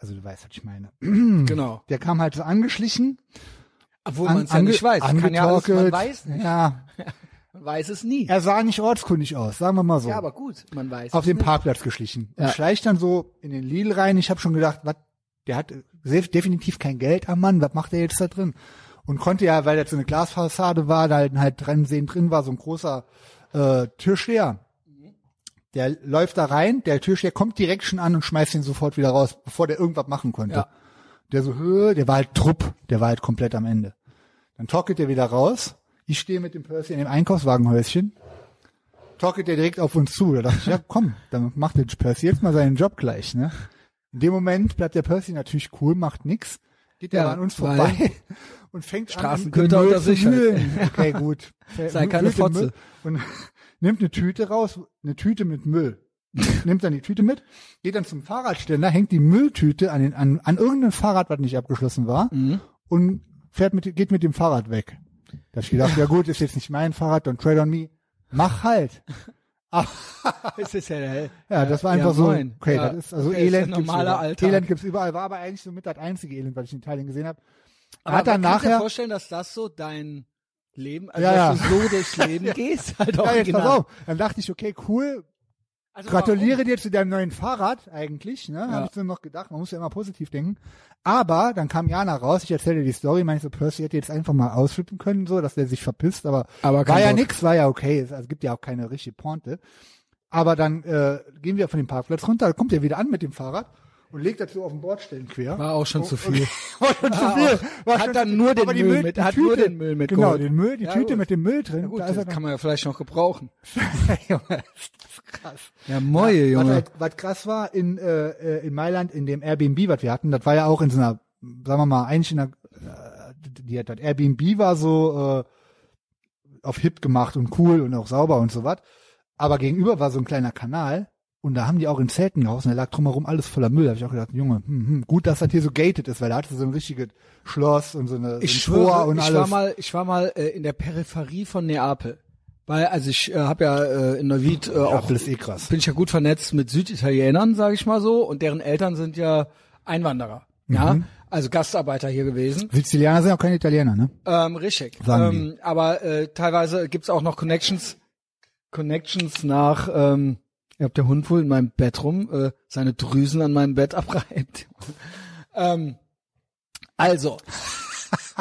Speaker 1: also du weißt, was ich meine.
Speaker 2: Genau.
Speaker 1: Der kam halt so angeschlichen.
Speaker 2: Obwohl
Speaker 1: Hm. an-
Speaker 2: man es ja nicht
Speaker 1: ange-
Speaker 2: weiß. Man Kann ja alles, man
Speaker 1: angetorkelt.
Speaker 2: weiß nicht.
Speaker 1: Ja,
Speaker 2: Man weiß es nie.
Speaker 1: er sah nicht ortskundig aus, sagen wir mal so.
Speaker 2: Ja, aber gut, man weiß
Speaker 1: auf
Speaker 2: es
Speaker 1: den
Speaker 2: nicht.
Speaker 1: Parkplatz geschlichen.
Speaker 2: Ja.
Speaker 1: Und schleicht dann so in den Lidl rein. Ich habe schon gedacht, was, der hat sehr- definitiv kein Geld am Mann, was macht der jetzt da drin? Und konnte ja, weil das so eine Glasfassade war, da halt, halt drin sehen drin war, so ein großer äh, Türsteher. Der läuft da rein, der Türsteher kommt direkt schon an und schmeißt ihn sofort wieder raus, bevor der irgendwas machen konnte.
Speaker 2: Ja.
Speaker 1: Der so, hö, der war halt trupp, der war halt komplett am Ende. Dann torkelt er wieder raus. Ich stehe mit dem Percy in dem Einkaufswagenhäuschen torkelt der direkt auf uns zu. Da dachte ich, ja komm, dann macht der Percy jetzt mal seinen Job gleich. Ne? In dem Moment bleibt der Percy natürlich cool, macht nix, geht ja,
Speaker 2: Ja,
Speaker 1: an uns
Speaker 2: weil-
Speaker 1: vorbei und fängt
Speaker 2: Straßenköter
Speaker 1: an,
Speaker 2: unter sich halt.
Speaker 1: Müll. Okay, gut.
Speaker 2: Sei keine
Speaker 1: Wühlt im
Speaker 2: Fotze.
Speaker 1: Müll Und nimmt eine Tüte raus, eine Tüte mit Müll. nimmt dann die Tüte mit, geht dann zum Fahrradständer, hängt die Mülltüte an, den, an, an irgendein Fahrrad, was nicht abgeschlossen war,
Speaker 2: Mhm.
Speaker 1: und fährt mit, geht mit dem Fahrrad weg. Da hab ich gedacht, ja gut, ist jetzt nicht mein Fahrrad, don't tread on me. Mach halt.
Speaker 2: Es ist ja der
Speaker 1: Ja, das war einfach so.
Speaker 2: moin.
Speaker 1: Okay,
Speaker 2: Ja,
Speaker 1: das ist also
Speaker 2: das ist
Speaker 1: Elend
Speaker 2: der
Speaker 1: gibt's
Speaker 2: normale
Speaker 1: überall.
Speaker 2: Alltag.
Speaker 1: Elend gibt's überall. War aber eigentlich so mit das einzige Elend, was ich in Italien gesehen habe.
Speaker 2: Aber
Speaker 1: hat dann
Speaker 2: man kann sich ja
Speaker 1: nachher
Speaker 2: vorstellen, dass das so dein Leben, also
Speaker 1: Ja,
Speaker 2: dass
Speaker 1: ja.
Speaker 2: du so durchs Leben gehst, halt auch
Speaker 1: ja, jetzt pass auf. Dann dachte ich, okay, cool.
Speaker 2: Also
Speaker 1: Gratuliere dir zu deinem neuen Fahrrad eigentlich, ne? Habe ich so noch gedacht, man muss ja immer positiv denken. Aber dann kam Jana raus, ich erzähle dir die Story, meine ich so, Percy hätte jetzt einfach mal ausflippen können, so, dass der sich verpisst, aber,
Speaker 2: Aber
Speaker 1: war
Speaker 2: kein
Speaker 1: ja
Speaker 2: Bock.
Speaker 1: nix, war ja okay, es also gibt ja auch keine richtige Pointe. Aber dann äh, gehen wir von dem Parkplatz runter, kommt er wieder an mit dem Fahrrad und legt dazu auf den Bordstellen quer.
Speaker 2: Warum? War auch schon zu viel.
Speaker 1: War schon zu viel. War
Speaker 2: Ah, oh. Hat
Speaker 1: schon
Speaker 2: dann
Speaker 1: zu-
Speaker 2: nur den
Speaker 1: aber die
Speaker 2: Müll
Speaker 1: Müll-
Speaker 2: mit-
Speaker 1: die
Speaker 2: hat
Speaker 1: Tüte-
Speaker 2: nur den Müll mitgeholt.
Speaker 1: Genau, den Müll, die
Speaker 2: Ja,
Speaker 1: Tüte
Speaker 2: gut.
Speaker 1: mit dem Müll drin.
Speaker 2: Ja, gut,
Speaker 1: da ist er
Speaker 2: das
Speaker 1: dann,
Speaker 2: kann man ja vielleicht noch gebrauchen.
Speaker 1: Junge, das ist krass.
Speaker 2: Ja, Moje,
Speaker 1: Was,
Speaker 2: Junge.
Speaker 1: halt, was krass war in, äh, äh, in Mailand, in dem Airbnb, was wir hatten, das war ja auch in so einer, sagen wir mal, eigentlich in einer, äh, die, das Airbnb war so äh, auf hip gemacht und cool und auch sauber und so was. Aber gegenüber war so ein kleiner Kanal und da haben die auch in Zelten gehaust und da lag drumherum alles voller Müll. Da habe ich auch gedacht, Junge, hm, hm, gut, dass das hier so gated ist, weil da hatte so ein richtiges Schloss und so eine so ein
Speaker 2: Ich
Speaker 1: Tor
Speaker 2: schwöre,
Speaker 1: und
Speaker 2: ich
Speaker 1: alles.
Speaker 2: war mal, ich war mal äh, in der Peripherie von Neapel. Weil, also ich äh, habe ja äh, in Neuwied äh, auch,
Speaker 1: das ist eh krass.
Speaker 2: bin ich ja gut vernetzt mit Süditalienern, sage ich mal so, und deren Eltern sind ja Einwanderer. Ja, also Gastarbeiter hier gewesen.
Speaker 1: Sizilianer sind auch keine Italiener, ne?
Speaker 2: Ähm, richtig.
Speaker 1: Sagen
Speaker 2: ähm, aber äh, teilweise gibt's auch noch Connections, Connections nach, ähm, ihr habt der Hund wohl in meinem Bett rum, äh, seine Drüsen an meinem Bett abreibt. ähm, also,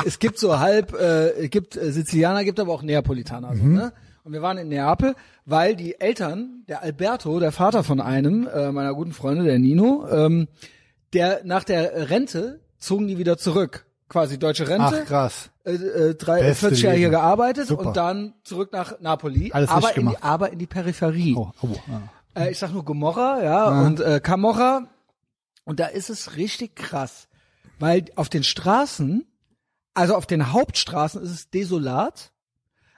Speaker 2: es gibt so halb, äh, es gibt äh, Sizilianer, gibt aber auch Neapolitaner.
Speaker 1: Mhm.
Speaker 2: So, ne? Und wir waren in Neapel, weil die Eltern, der Alberto, der Vater von einem äh, meiner guten Freunde, der Nino, ähm, der nach der Rente zogen die wieder zurück. Quasi deutsche Rente
Speaker 1: Ach, krass.
Speaker 2: äh, äh, drei,
Speaker 1: Beste
Speaker 2: 40 Jahre hier
Speaker 1: Leben.
Speaker 2: gearbeitet
Speaker 1: Super.
Speaker 2: und dann zurück nach Napoli,
Speaker 1: Alles
Speaker 2: aber,
Speaker 1: richtig
Speaker 2: in die,
Speaker 1: gemacht.
Speaker 2: aber in die Peripherie.
Speaker 1: Oh, oh, ah.
Speaker 2: Äh, ich sag nur Gomorra, ja, und äh, Camorra. Und da ist es richtig krass, weil auf den Straßen, also auf den Hauptstraßen ist es desolat.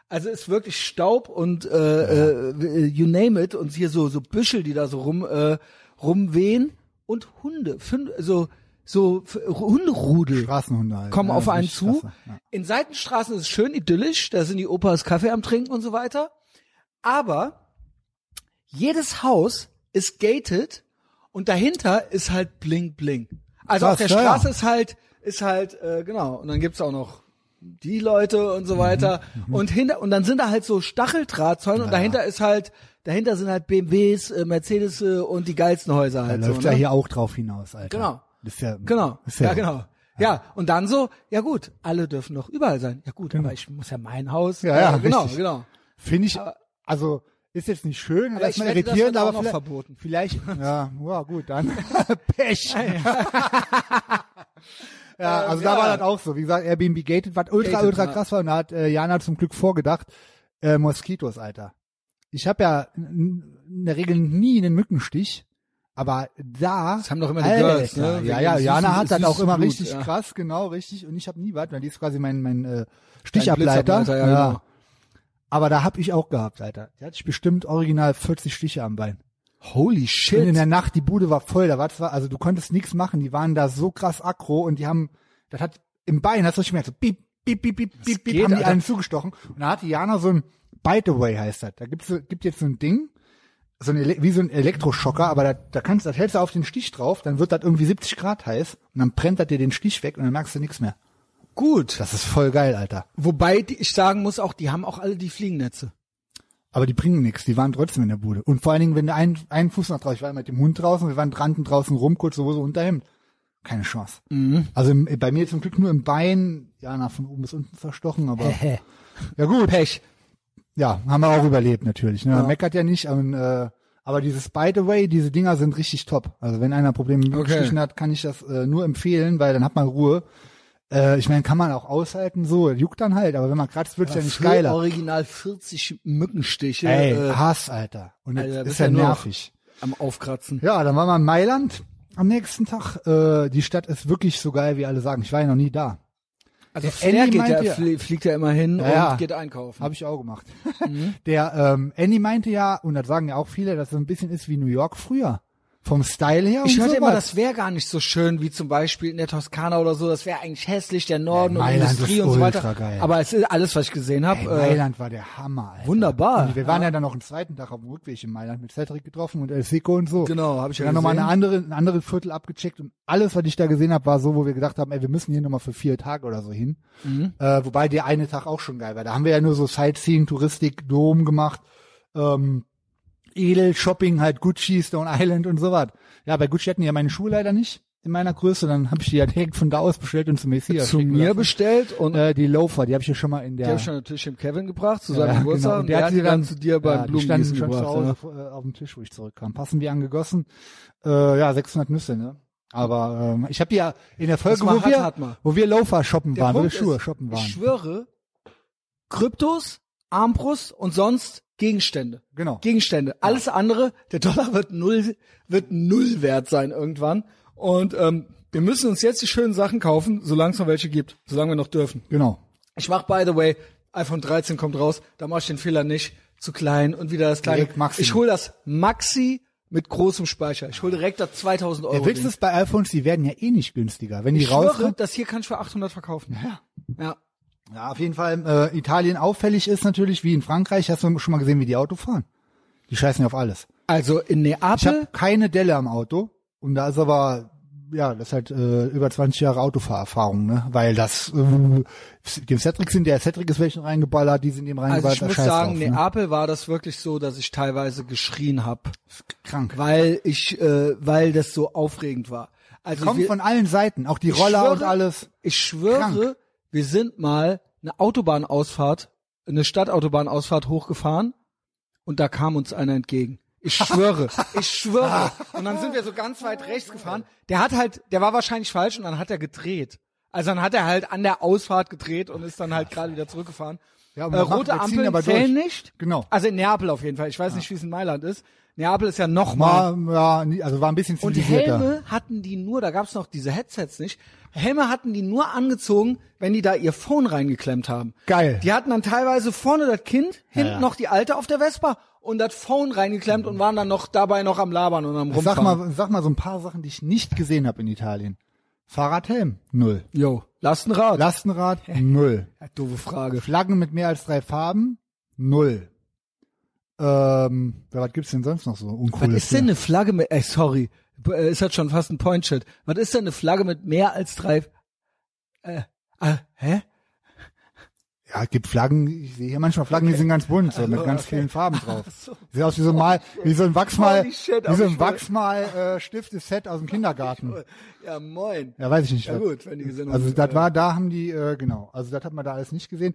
Speaker 2: Also ist wirklich Staub und äh, äh, you name it und hier so so Büschel, die da so rum äh, rumwehen und Hunde, fünf, so so f- Hunderudel
Speaker 1: Straßenhunde halt.
Speaker 2: kommen
Speaker 1: Ja,
Speaker 2: auf
Speaker 1: das ist
Speaker 2: einen
Speaker 1: richtig
Speaker 2: zu.
Speaker 1: krass, ja.
Speaker 2: In Seitenstraßen ist es schön idyllisch, da sind die Opas Kaffee am Trinken und so weiter. Aber jedes Haus ist gated und dahinter ist halt bling bling. Also auf der
Speaker 1: Krass, ja, ja.
Speaker 2: Straße ist halt, ist halt, äh, genau, und dann gibt's auch noch die Leute und
Speaker 1: Mhm.
Speaker 2: so weiter. Und hinter, und dann sind da halt so Stacheldrahtzäune und dahinter ist halt, dahinter sind halt BMWs, äh, Mercedes äh, und die geilsten Häuser
Speaker 1: Da
Speaker 2: halt. so,
Speaker 1: läuft ja
Speaker 2: ne?
Speaker 1: hier auch drauf hinaus, Alter.
Speaker 2: Genau.
Speaker 1: Das Ist ja,
Speaker 2: Genau.
Speaker 1: das Ist
Speaker 2: Ja, genau. Ja, und dann so, ja gut, alle dürfen doch überall sein. Ja gut, aber ich muss ja mein Haus.
Speaker 1: Ja, ja,
Speaker 2: genau,
Speaker 1: richtig.
Speaker 2: genau.
Speaker 1: Finde ich, also, ist jetzt nicht schön, aber
Speaker 2: Also ich
Speaker 1: erstmal
Speaker 2: wette, das
Speaker 1: irritierend,
Speaker 2: wird auch
Speaker 1: aber
Speaker 2: noch
Speaker 1: vielleicht,
Speaker 2: verboten.
Speaker 1: vielleicht, ja, ja, gut, dann Pech. ja, also da
Speaker 2: Ähm, ja.
Speaker 1: war das auch so. Wie gesagt, Airbnb gated, was ultra,
Speaker 2: Gated,
Speaker 1: ultra
Speaker 2: ja.
Speaker 1: krass war und da hat äh, Jana zum Glück vorgedacht, äh, Moskitos, Alter. Ich habe ja n- in der Regel nie einen Mückenstich, aber da
Speaker 2: Das haben doch immer die
Speaker 1: Alter,
Speaker 2: Girls, ne?
Speaker 1: Ja,
Speaker 2: Wegen
Speaker 1: ja,
Speaker 2: süßen-
Speaker 1: Jana hat das auch
Speaker 2: süßen
Speaker 1: immer
Speaker 2: Blut,
Speaker 1: richtig
Speaker 2: ja.
Speaker 1: krass, genau, richtig. Und ich habe nie was, weil die ist quasi mein, mein äh, Stichableiter.
Speaker 2: Blitzableiter, ja, genau.
Speaker 1: Aber da hab ich auch gehabt, Alter. Da hatte ich bestimmt original 40 Stiche am Bein.
Speaker 2: Holy
Speaker 1: Und in
Speaker 2: shit.
Speaker 1: der Nacht, die Bude war voll, da war zwar, also du konntest nichts machen, die waren da so krass aggro und die haben, das hat im Bein, hast du richtig gemerkt, so piep, piep, piep, piep, piep,
Speaker 2: geht,
Speaker 1: piep, haben die
Speaker 2: Alter.
Speaker 1: allen zugestochen. Und da hatte Jana so ein Bite Away heißt das. Da gibt's, so- gibt jetzt so ein Ding, so ein Ele wie so ein Elektroschocker, aber da, da kannst, das hältst du auf den Stich drauf, dann wird das irgendwie 70 Grad heiß und dann brennt das dir den Stich weg und dann merkst du nichts mehr.
Speaker 2: Gut.
Speaker 1: Das ist voll geil, Alter.
Speaker 2: Wobei die- ich sagen muss, auch die haben auch alle die Fliegennetze.
Speaker 1: Aber die bringen nichts, die waren trotzdem in der Bude. Und vor allen Dingen, wenn du einen, einen Fuß nach draußen, ich war mit dem Hund draußen, wir waren rannten draußen rum, kurz Hose unterhemd. Keine Chance. Also im, bei mir zum Glück nur im Bein, ja, nach von oben bis unten zerstochen, aber ja gut.
Speaker 2: Pech.
Speaker 1: Ja, haben wir auch überlebt natürlich. Ne? Man meckert ja nicht, aber, äh, aber dieses By the way, diese Dinger sind richtig top. Also wenn einer Probleme mit
Speaker 2: Okay.
Speaker 1: Stichen hat, kann ich das äh, nur empfehlen, weil dann hat man Ruhe. Äh, ich meine, kann man auch aushalten, so, juckt dann halt, aber wenn man kratzt, wird's ja nicht
Speaker 2: Für
Speaker 1: geiler.
Speaker 2: Original 40 Mückenstiche
Speaker 1: Ey,
Speaker 2: äh,
Speaker 1: Hass, Alter. Und das
Speaker 2: Alter, bist
Speaker 1: ist ja
Speaker 2: ja nur noch-
Speaker 1: nervig.
Speaker 2: am Aufkratzen.
Speaker 1: Ja, dann waren wir in Mailand am nächsten Tag. Äh, die Stadt ist wirklich so geil, wie alle sagen. Ich war ja noch nie da.
Speaker 2: Also
Speaker 1: Andy
Speaker 2: Flair geht
Speaker 1: meint
Speaker 2: ja,
Speaker 1: ja-
Speaker 2: flie- fliegt ja immer hin
Speaker 1: Ja,
Speaker 2: und
Speaker 1: ja.
Speaker 2: geht einkaufen.
Speaker 1: Habe ich auch gemacht.
Speaker 2: Mhm.
Speaker 1: Der ähm, Andy meinte ja, und das sagen ja auch viele, dass es ein bisschen ist wie New York früher. Vom Style her
Speaker 2: ich
Speaker 1: und
Speaker 2: hörte immer,
Speaker 1: sowas.
Speaker 2: das wäre gar nicht so schön wie zum Beispiel in der Toskana oder so. Das wäre eigentlich hässlich, der Norden
Speaker 1: Ey,
Speaker 2: und
Speaker 1: Mailand
Speaker 2: Industrie
Speaker 1: ist
Speaker 2: und so weiter.
Speaker 1: ultra geil.
Speaker 2: Aber es ist alles, was ich gesehen habe.
Speaker 1: Ey,
Speaker 2: äh,
Speaker 1: Mailand war der Hammer, Alter.
Speaker 2: wunderbar,
Speaker 1: Und wir waren ja. dann noch am zweiten Tag auf dem Rückweg in Mailand mit Cedric getroffen und El Seco und so.
Speaker 2: Genau, hab ich ja
Speaker 1: Dann nochmal eine
Speaker 2: gesehen.
Speaker 1: andere, ein anderes Viertel abgecheckt und alles, was ich da gesehen habe, war so, wo wir gedacht haben, ey, wir müssen hier nochmal für vier Tage oder so hin.
Speaker 2: Mhm.
Speaker 1: Äh, wobei der eine Tag auch schon geil war. Da haben wir ja nur so Sightseeing, Touristik, Dom gemacht, ähm, Edel, Shopping, halt Gucci, Stone Island und so was. Ja, bei Gucci hatten die ja meine Schuhe leider nicht in meiner Größe. Dann habe ich die ja direkt von da aus bestellt und zu Messias
Speaker 2: zu
Speaker 1: schicken
Speaker 2: mir
Speaker 1: lassen.
Speaker 2: bestellt und
Speaker 1: äh, die Loafer, die habe ich ja schon mal in
Speaker 2: Die
Speaker 1: der
Speaker 2: habe ich schon natürlich dem Kevin gebracht, zu seinem Geburtstag.
Speaker 1: genau.
Speaker 2: Und der, hat die dann, zu dir beim
Speaker 1: ja, die standen
Speaker 2: Blumengießen
Speaker 1: schon
Speaker 2: gebracht.
Speaker 1: zu Hause
Speaker 2: ne?
Speaker 1: vor- äh, auf dem Tisch, wo ich zurückkam. Passen wie angegossen. Äh, ja, 600 Nüsse, ne? Aber ähm, ich habe ja in der Folge,
Speaker 2: Was man
Speaker 1: wo
Speaker 2: hat,
Speaker 1: wir,
Speaker 2: hat man.
Speaker 1: wo wir Loafer shoppen
Speaker 2: Der
Speaker 1: waren, wo wir
Speaker 2: Punkt
Speaker 1: Schuhe
Speaker 2: ist,
Speaker 1: shoppen
Speaker 2: Ich
Speaker 1: waren.
Speaker 2: schwöre, Kryptos, Armbrust und sonst Gegenstände.
Speaker 1: Genau.
Speaker 2: Gegenstände. Alles andere, der Dollar wird null, wird null wert sein irgendwann. Und ähm, wir müssen uns jetzt die schönen Sachen kaufen, solange es noch welche gibt, solange wir noch dürfen.
Speaker 1: Genau.
Speaker 2: Ich mach by the way, iPhone 13 kommt raus, da mach ich den Fehler nicht, zu klein und wieder das kleine.
Speaker 1: Direkt Maxi.
Speaker 2: Ich hol das Maxi mit großem Speicher. Ich hol direkt das 2000 Euro.
Speaker 1: Der Witz
Speaker 2: Ding.
Speaker 1: ist bei iPhones, die werden ja eh nicht günstiger. Wenn die
Speaker 2: ich schwöre,
Speaker 1: rauskommen.
Speaker 2: das hier kann ich für 800 verkaufen. Ja. ja.
Speaker 1: Ja, auf jeden Fall, äh, Italien auffällig ist natürlich, wie in Frankreich, hast du schon mal gesehen, wie die Auto fahren. Die scheißen ja auf alles.
Speaker 2: Also in
Speaker 1: Ich habe
Speaker 2: Neapel,
Speaker 1: keine Delle am Auto und da ist aber ja, das ist halt äh, über 20 Jahre Autofahrerfahrung, ne? Weil das äh, dem Cedric sind der Cedric ist welchen reingeballert, die sind ihm
Speaker 2: also
Speaker 1: reingeballert.
Speaker 2: ich muss
Speaker 1: scheiß
Speaker 2: sagen, ah,
Speaker 1: drauf, ne?
Speaker 2: Neapel war das wirklich so, dass ich teilweise geschrien habe,
Speaker 1: krank.
Speaker 2: weil ich, äh, weil das so aufregend war. Also
Speaker 1: Kommt
Speaker 2: wir,
Speaker 1: von allen Seiten, auch die
Speaker 2: Ich
Speaker 1: Roller
Speaker 2: schwöre,
Speaker 1: und alles.
Speaker 2: Ich schwöre,
Speaker 1: Krank.
Speaker 2: wir sind mal eine Autobahnausfahrt, eine Stadtautobahnausfahrt hochgefahren und da kam uns einer entgegen. Ich schwöre, ich schwöre. Und dann sind wir so ganz weit rechts gefahren. Der hat halt, der war wahrscheinlich falsch und dann hat er gedreht. Also dann hat er halt an der Ausfahrt gedreht und ist dann halt gerade wieder zurückgefahren.
Speaker 1: Ja, und
Speaker 2: äh,
Speaker 1: wir machen-
Speaker 2: rote
Speaker 1: wir ziehen
Speaker 2: Ampeln
Speaker 1: aber durch.
Speaker 2: zählen nicht.
Speaker 1: Genau.
Speaker 2: Also in Neapel auf jeden Fall. Ich weiß nicht, wie es in Mailand ist. Neapel ist ja noch mal
Speaker 1: War, ja, nie- also war ein bisschen
Speaker 2: und
Speaker 1: zivilisierter.
Speaker 2: Helme hatten die nur, da gab's noch diese Headsets nicht, Helme hatten die nur angezogen, wenn die da ihr Phone reingeklemmt haben.
Speaker 1: Geil.
Speaker 2: Die hatten dann teilweise vorne das Kind, hinten
Speaker 1: ja.
Speaker 2: noch die Alte auf der Vespa und das Phone reingeklemmt und waren dann noch dabei noch am Labern und am
Speaker 1: sag
Speaker 2: Rumfahren.
Speaker 1: mal, sag mal so ein paar Sachen, die ich nicht gesehen habe in Italien. Fahrradhelm null,
Speaker 2: Jo, Lastenrad.
Speaker 1: Lastenrad null,
Speaker 2: Ja, doofe Frage.
Speaker 1: Flaggen mit mehr als drei Farben null. Ähm, ja, was gibt's denn sonst noch so
Speaker 2: Was
Speaker 1: uncooles?
Speaker 2: ist
Speaker 1: hier?
Speaker 2: denn eine Flagge mit, ey, sorry, B- äh, ist das schon fast ein Point-Shit. Was ist denn eine Flagge mit mehr als drei, äh, äh hä?
Speaker 1: Ja, es gibt Flaggen, ich sehe hier manchmal Flaggen, die sind ganz bunt, so mit ganz vielen Farben drauf. Sieht aus wie so ein Mal, wie so ein Wachsmal,
Speaker 2: Holy shit,
Speaker 1: wie so
Speaker 2: aber
Speaker 1: ein
Speaker 2: ich-
Speaker 1: Wachsmal äh, stiftes Set aus dem Kindergarten.
Speaker 2: Ja, moin.
Speaker 1: Ja, weiß ich nicht.
Speaker 2: Ja
Speaker 1: was-
Speaker 2: gut, wenn die Gesinnung-
Speaker 1: Also das war, da haben die, äh, genau, also das hat man da alles nicht gesehen.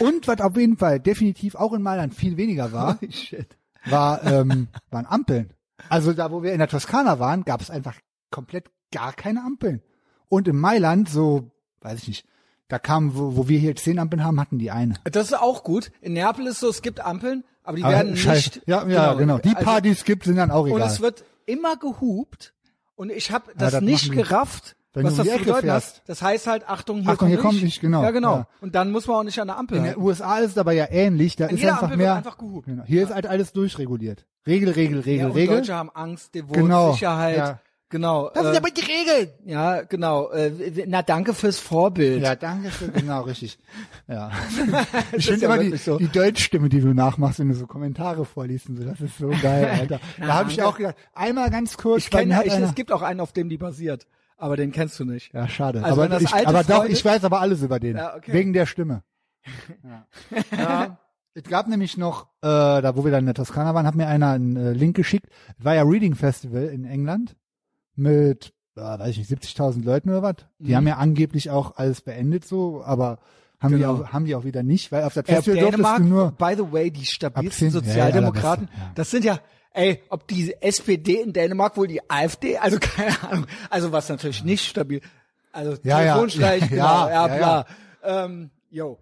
Speaker 1: Und was auf jeden Fall definitiv auch in Mailand viel weniger war,
Speaker 2: Holy shit.
Speaker 1: war ähm, waren Ampeln. Also da, wo wir in der Toskana waren, gab es einfach komplett gar keine Ampeln. Und in Mailand, so, weiß ich nicht, da kamen, wo, wo wir hier zehn Ampeln haben, hatten die eine.
Speaker 2: Das ist auch gut. In Neapel ist so, es gibt Ampeln, aber die
Speaker 1: Aber
Speaker 2: werden
Speaker 1: Ah, scheiß-
Speaker 2: nicht.
Speaker 1: ja, ja, genau. Die
Speaker 2: Also-
Speaker 1: paar, die es gibt, sind dann auch
Speaker 2: Und
Speaker 1: egal.
Speaker 2: es wird immer gehupt. Und ich habe das,
Speaker 1: das
Speaker 2: nicht
Speaker 1: machen die.
Speaker 2: gerafft,
Speaker 1: Wenn
Speaker 2: was
Speaker 1: du um
Speaker 2: das
Speaker 1: die
Speaker 2: zu
Speaker 1: Ecke
Speaker 2: bedeuten
Speaker 1: fährst.
Speaker 2: hat. Das heißt halt, Achtung, hier,
Speaker 1: Achtung,
Speaker 2: kommt,
Speaker 1: hier
Speaker 2: nicht.
Speaker 1: kommt nicht, genau.
Speaker 2: Ja, genau.
Speaker 1: Ja.
Speaker 2: Und dann muss man auch nicht an der Ampel
Speaker 1: in
Speaker 2: halten.
Speaker 1: den USA ist es aber ja ähnlich, da ist
Speaker 2: halt jeder
Speaker 1: einfach
Speaker 2: Ampel wird
Speaker 1: mehr.
Speaker 2: einfach gehupt.
Speaker 1: Genau. Hier ist halt alles durchreguliert. Regel, Regel, Regel,
Speaker 2: ja, und
Speaker 1: Regel.
Speaker 2: Deutsche haben Angst, Devot,
Speaker 1: Genau.
Speaker 2: Sicherheit.
Speaker 1: Ja.
Speaker 2: Genau.
Speaker 1: Das
Speaker 2: äh,
Speaker 1: sind aber die Regeln.
Speaker 2: ja, genau. Äh, na, danke fürs Vorbild.
Speaker 1: Ja, danke schön. Genau, richtig. Ja. ich
Speaker 2: ist
Speaker 1: finde
Speaker 2: ja
Speaker 1: immer die,
Speaker 2: wirklich so.
Speaker 1: die Deutschstimme, die du nachmachst, wenn du so Kommentare vorliest und so. Das ist so geil, Alter. Da habe ich
Speaker 2: danke.
Speaker 1: auch gedacht, einmal ganz kurz.
Speaker 2: Ich
Speaker 1: dann
Speaker 2: kenne,
Speaker 1: hat
Speaker 2: ich,
Speaker 1: einer-
Speaker 2: es gibt auch einen, auf dem die basiert, aber den kennst du nicht.
Speaker 1: ja, schade.
Speaker 2: Also wenn
Speaker 1: aber
Speaker 2: das
Speaker 1: ich,
Speaker 2: alte
Speaker 1: aber doch,
Speaker 2: Freunde-
Speaker 1: ich weiß aber alles über den.
Speaker 2: Ja, okay.
Speaker 1: Wegen der Stimme. Ja. ja. Es gab nämlich noch, äh, da wo wir dann in der Toskana waren, hat mir einer einen äh, Link geschickt. Es war ja Reading Festival in England mit, äh, weiß ich nicht, 70.000 Leuten oder was.
Speaker 2: Mhm.
Speaker 1: Die haben ja angeblich auch alles beendet so, aber haben
Speaker 2: Genau.
Speaker 1: die auch, haben die auch wieder nicht, weil auf der
Speaker 2: Ey,
Speaker 1: Festival durftest
Speaker 2: Äh, Dänemark,
Speaker 1: du nur
Speaker 2: by the way, die stabilsten
Speaker 1: Absinthe, ja,
Speaker 2: Sozialdemokraten,
Speaker 1: allerbeste, ja.
Speaker 2: das sind ja, ey, ob die SPD in Dänemark wohl die AfD, also keine Ahnung, also was natürlich nicht stabil, also
Speaker 1: Ja, ja,
Speaker 2: Telefonstreich,
Speaker 1: ja,
Speaker 2: genau,
Speaker 1: ja,
Speaker 2: ja,
Speaker 1: ja,
Speaker 2: bla. Ähm, yo,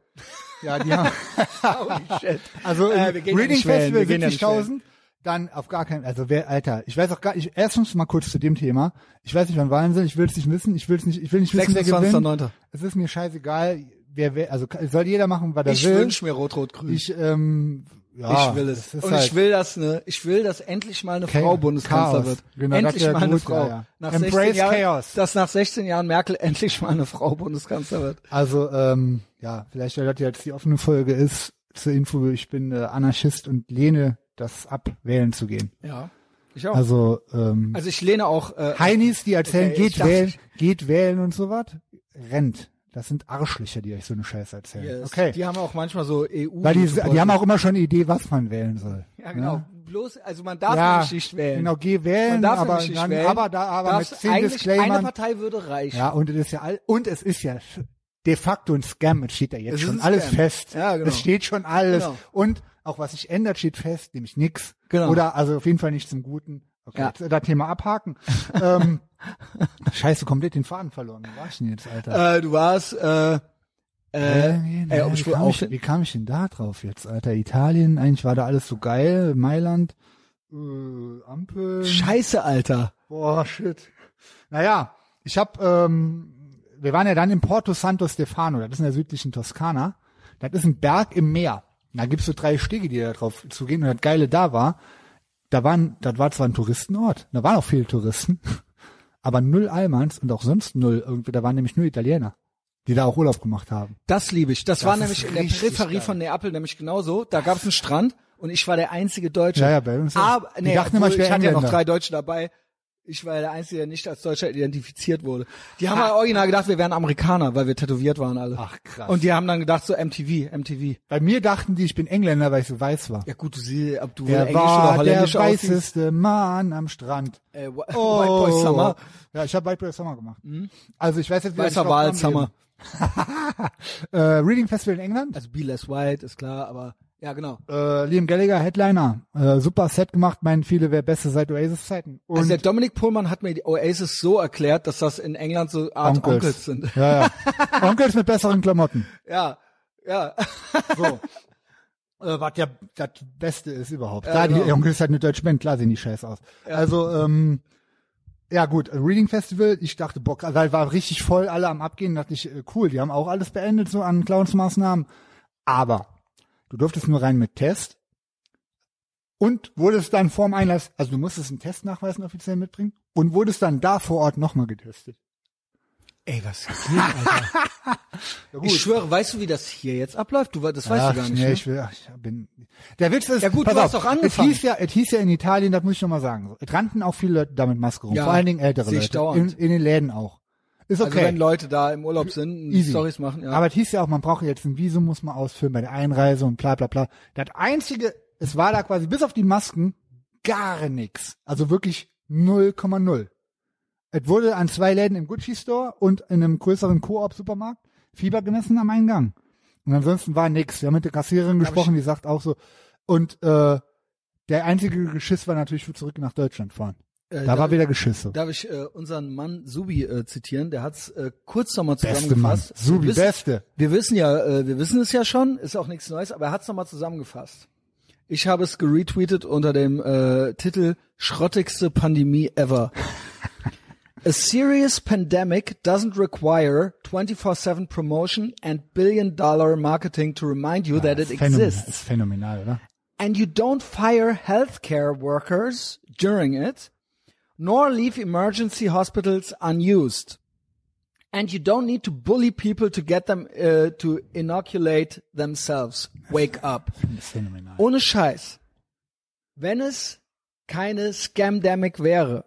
Speaker 1: Ja, die haben,
Speaker 2: holy shit.
Speaker 1: also
Speaker 2: Äh, wir gehen ja
Speaker 1: Reading
Speaker 2: nicht wählen,
Speaker 1: Festival
Speaker 2: wir gehen ja nicht
Speaker 1: 70.000, dann auf gar keinen, also wer, Alter, ich weiß auch gar nicht, erstens mal kurz zu dem Thema. Ich weiß nicht, wann Wahlen sind, ich will es nicht wissen, ich will es nicht, ich will nicht wissen, wer gewinnt.
Speaker 2: 26.09.
Speaker 1: Es ist mir scheißegal, wer, wer, also soll jeder machen, was er
Speaker 2: Ich
Speaker 1: will.
Speaker 2: wünsch mir Rot-Rot-Grün. Ich,
Speaker 1: Ich, ähm, ja,
Speaker 2: will es.
Speaker 1: ist
Speaker 2: Und
Speaker 1: halt-
Speaker 2: ich will das, ne, ich will, dass endlich mal eine
Speaker 1: Chaos.
Speaker 2: Frau Bundeskanzler
Speaker 1: Chaos.
Speaker 2: wird.
Speaker 1: Genau, das
Speaker 2: endlich
Speaker 1: wär
Speaker 2: mal eine
Speaker 1: gut,
Speaker 2: Frau.
Speaker 1: ja, ja.
Speaker 2: Nach
Speaker 1: Embrace
Speaker 2: 16 Jahren,
Speaker 1: Chaos.
Speaker 2: Dass nach 16 Jahren Merkel endlich mal eine Frau Bundeskanzler wird.
Speaker 1: Also, ähm, ja, vielleicht, weil das jetzt die offene Folge ist, zur Info, ich bin äh, Anarchist und lehne das ab, wählen zu gehen.
Speaker 2: Ja. Ich auch. Also,
Speaker 1: Also, ähm,
Speaker 2: ich lehne auch, äh,
Speaker 1: Heinis, die erzählen,
Speaker 2: Okay, ich
Speaker 1: geht
Speaker 2: dachte-
Speaker 1: wählen, geht wählen und so was, rennt. Das sind Arschlöcher, die euch so eine Scheiße erzählen.
Speaker 2: yes.
Speaker 1: okay.
Speaker 2: die haben auch manchmal so E EU.
Speaker 1: Weil die,
Speaker 2: Beutel.
Speaker 1: die haben auch immer schon eine Idee, was man wählen soll.
Speaker 2: Ja, genau.
Speaker 1: Ne?
Speaker 2: Bloß, also man darf
Speaker 1: Ja,
Speaker 2: nämlich nicht wählen.
Speaker 1: Genau, geh wählen,
Speaker 2: Man darf
Speaker 1: aber,
Speaker 2: nämlich nicht
Speaker 1: dann,
Speaker 2: wählen.
Speaker 1: aber da, aber mit
Speaker 2: Darfst
Speaker 1: zehn
Speaker 2: eigentlich eine
Speaker 1: Disclaimern.
Speaker 2: Partei würde reichen.
Speaker 1: Ja, und es ist ja all, und es ist ja de facto ein Scam, es steht ja jetzt
Speaker 2: Es ist
Speaker 1: schon
Speaker 2: ein
Speaker 1: alles
Speaker 2: Scam.
Speaker 1: fest.
Speaker 2: Ja, genau.
Speaker 1: Es steht schon alles.
Speaker 2: Genau.
Speaker 1: Und auch was sich ändert, steht fest, nämlich nix.
Speaker 2: Genau.
Speaker 1: Oder also auf jeden Fall nicht zum Guten. Okay,
Speaker 2: Ja.
Speaker 1: jetzt das Thema abhaken. ähm, scheiße, komplett den Faden verloren. Wo war ich denn jetzt, Alter?
Speaker 2: Äh, du warst, äh, äh, ey, ob
Speaker 1: wie,
Speaker 2: ich wohl
Speaker 1: kam
Speaker 2: auch
Speaker 1: ich, wie kam ich denn da drauf jetzt, Alter? Italien, eigentlich war da alles so geil. Mailand, äh, Ampel.
Speaker 2: Scheiße, Alter.
Speaker 1: Boah, shit. Naja, ich hab, ähm, wir waren ja dann in Porto Santo Stefano, das ist in der südlichen Toskana. Das ist ein Berg im Meer. Da gibt's so drei Stege, die da drauf zugehen. Und das Geile da war, da waren, das war zwar ein Touristenort, da waren auch viele Touristen, aber null Almans und auch sonst null irgendwie, da waren nämlich nur Italiener, die da auch Urlaub gemacht haben.
Speaker 2: Das liebe ich. Das,
Speaker 1: Das
Speaker 2: war
Speaker 1: ist
Speaker 2: nämlich in der
Speaker 1: richtig
Speaker 2: Peripherie
Speaker 1: geil.
Speaker 2: von Neapel nämlich genauso. Da gab es einen Strand und ich war der einzige Deutsche.
Speaker 1: Ja, ja, bei uns auch.
Speaker 2: Aber,
Speaker 1: Die
Speaker 2: nee,
Speaker 1: dachten immer,
Speaker 2: obwohl,
Speaker 1: ich wäre
Speaker 2: ich hatte ja noch
Speaker 1: Engländer.
Speaker 2: drei Deutsche dabei. Ich war ja der Einzige, der nicht als Deutscher identifiziert wurde. Die haben ja original gedacht, wir wären Amerikaner, weil wir tätowiert waren alle.
Speaker 1: Ah. Ach, krass.
Speaker 2: Und die haben dann gedacht, so MTV, MTV.
Speaker 1: Bei mir dachten die, ich bin Engländer, weil ich so weiß war.
Speaker 2: Ja gut, du siehst, ob du
Speaker 1: Der
Speaker 2: Englisch oder
Speaker 1: war der
Speaker 2: Holländisch aussiehst.
Speaker 1: weißeste Mann am Strand.
Speaker 2: Äh, Wh-
Speaker 1: Oh.
Speaker 2: White Boy Summer. Hm?
Speaker 1: Ja, ich habe White Boy Summer gemacht. Also ich weiß jetzt, wie ich
Speaker 2: Weißer
Speaker 1: drauf
Speaker 2: Wahl
Speaker 1: kam,
Speaker 2: Summer.
Speaker 1: eben. Äh, Reading Festival in England.
Speaker 2: Also Be Less White, ist klar, aber ja genau.
Speaker 1: Äh, Liam Gallagher, Headliner. Äh, super Set gemacht, meinen viele, wer beste seit Oasis-Zeiten. Und
Speaker 2: also der Dominik Pohlmann hat mir die Oasis so erklärt, dass das in England so Art Onkels, sind.
Speaker 1: Ja, ja. Onkels mit besseren Klamotten.
Speaker 2: Ja, ja.
Speaker 1: So. äh, was ja das Beste ist überhaupt.
Speaker 2: Ja,
Speaker 1: Klar, die
Speaker 2: genau.
Speaker 1: Onkels halt eine deutsche Band, klar sehen die scheiße aus. Also, ähm, ja gut, äh, Reading Festival, ich dachte, Bock, also, weil war richtig voll, alle am Abgehen, dachte ich, äh, cool, die haben auch alles beendet, so an Clownsmaßnahmen. Aber du durftest nur rein mit Test und wurdest dann vorm Einlass, also du musstest einen Testnachweis offiziell mitbringen und wurdest dann da vor Ort nochmal getestet.
Speaker 2: Ey, was geht, Alter?
Speaker 1: Ja,
Speaker 2: ich schwöre, weißt du, wie das hier jetzt abläuft? Du, das weißt
Speaker 1: Ach,
Speaker 2: du gar nicht.
Speaker 1: Nee,
Speaker 2: ne?
Speaker 1: ich, will, ach, ich bin. Der Witz ist.
Speaker 2: Ja gut,
Speaker 1: pass
Speaker 2: du
Speaker 1: auf,
Speaker 2: hast doch angefangen.
Speaker 1: Es hieß, ja, es hieß ja in Italien, das muss ich noch mal sagen. so, Es rannten auch viele Leute da mit Maske rum.
Speaker 2: Ja,
Speaker 1: vor allen Dingen ältere
Speaker 2: sehe ich
Speaker 1: Leute. In,
Speaker 2: dauernd.
Speaker 1: in den Läden auch. Ist
Speaker 2: Also
Speaker 1: okay.
Speaker 2: wenn Leute da im Urlaub sind und
Speaker 1: Easy.
Speaker 2: Stories machen, ja.
Speaker 1: Aber es hieß ja auch, man braucht jetzt ein Visum, muss man ausfüllen bei der Einreise und bla bla bla. Das einzige, es war da quasi bis auf die Masken gar nichts. Also wirklich 0,0. Es wurde an zwei Läden im Gucci Store und in einem größeren Koop Supermarkt Fieber gemessen am Eingang. Und ansonsten war nichts. Wir haben mit der Kassiererin gesprochen, die sagt auch so. Und äh, der einzige Geschiss war natürlich für zurück nach Deutschland fahren.
Speaker 2: Äh,
Speaker 1: Da war wieder Geschisse.
Speaker 2: Darf ich äh, unseren Mann Subi äh, zitieren? Der hat's äh, kurz nochmal
Speaker 1: Beste Mann.
Speaker 2: zusammengefasst.
Speaker 1: Subi,
Speaker 2: wir wissen,
Speaker 1: beste.
Speaker 2: Wir wissen ja, äh, wir wissen es ja schon, ist auch nichts Neues, aber er hat's nochmal zusammengefasst. Ich habe es geretweetet unter dem äh, Titel Schrottigste Pandemie ever. A serious pandemic doesn't require 24-7 promotion and billion-dollar marketing to remind you that
Speaker 1: Das
Speaker 2: it
Speaker 1: ist phänomenal,
Speaker 2: exists.
Speaker 1: ist phänomenal, oder?
Speaker 2: and you don't fire healthcare workers during it. nor leave emergency hospitals unused. And you don't need to bully people to get them äh, to inoculate themselves. Wake up.
Speaker 1: Das ist phänomenal.
Speaker 2: Ohne Scheiß. Wenn es keine Scamdemic wäre,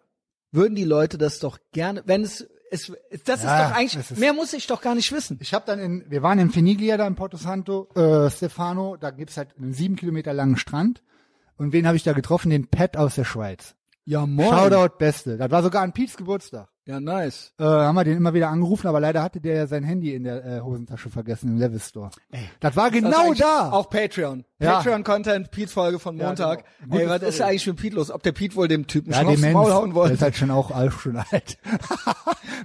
Speaker 2: würden die Leute das doch gerne, wenn es, es das
Speaker 1: Ja,
Speaker 2: ist doch eigentlich,
Speaker 1: es ist-
Speaker 2: mehr muss ich doch gar nicht wissen.
Speaker 1: Ich habe dann in, wir waren in Feniglia da in Porto Santo, äh, Stefano, da gibt's halt einen sieben Kilometer langen Strand. Und wen habe ich da getroffen? Den Pat aus der Schweiz.
Speaker 2: Ja, moin.
Speaker 1: Shoutout Beste. Das war sogar an Piets Geburtstag.
Speaker 2: Ja, nice.
Speaker 1: Äh, haben wir den immer wieder angerufen, aber leider hatte der ja sein Handy in der äh, Hosentasche vergessen im Levis Store. Das war
Speaker 2: Das ist also
Speaker 1: genau
Speaker 2: eigentlich
Speaker 1: da.
Speaker 2: Auch Patreon.
Speaker 1: Ja.
Speaker 2: Patreon-Content, Pete-Folge von Montag.
Speaker 1: genau.
Speaker 2: Ey,
Speaker 1: Gute
Speaker 2: was ist
Speaker 1: Story.
Speaker 2: eigentlich mit Pete los? Ob der Pete wohl dem Typen
Speaker 1: ja,
Speaker 2: schon aufs
Speaker 1: Demenz.
Speaker 2: Maul hauen
Speaker 1: Der ist
Speaker 2: wollte?
Speaker 1: halt schon auch alt, schon alt.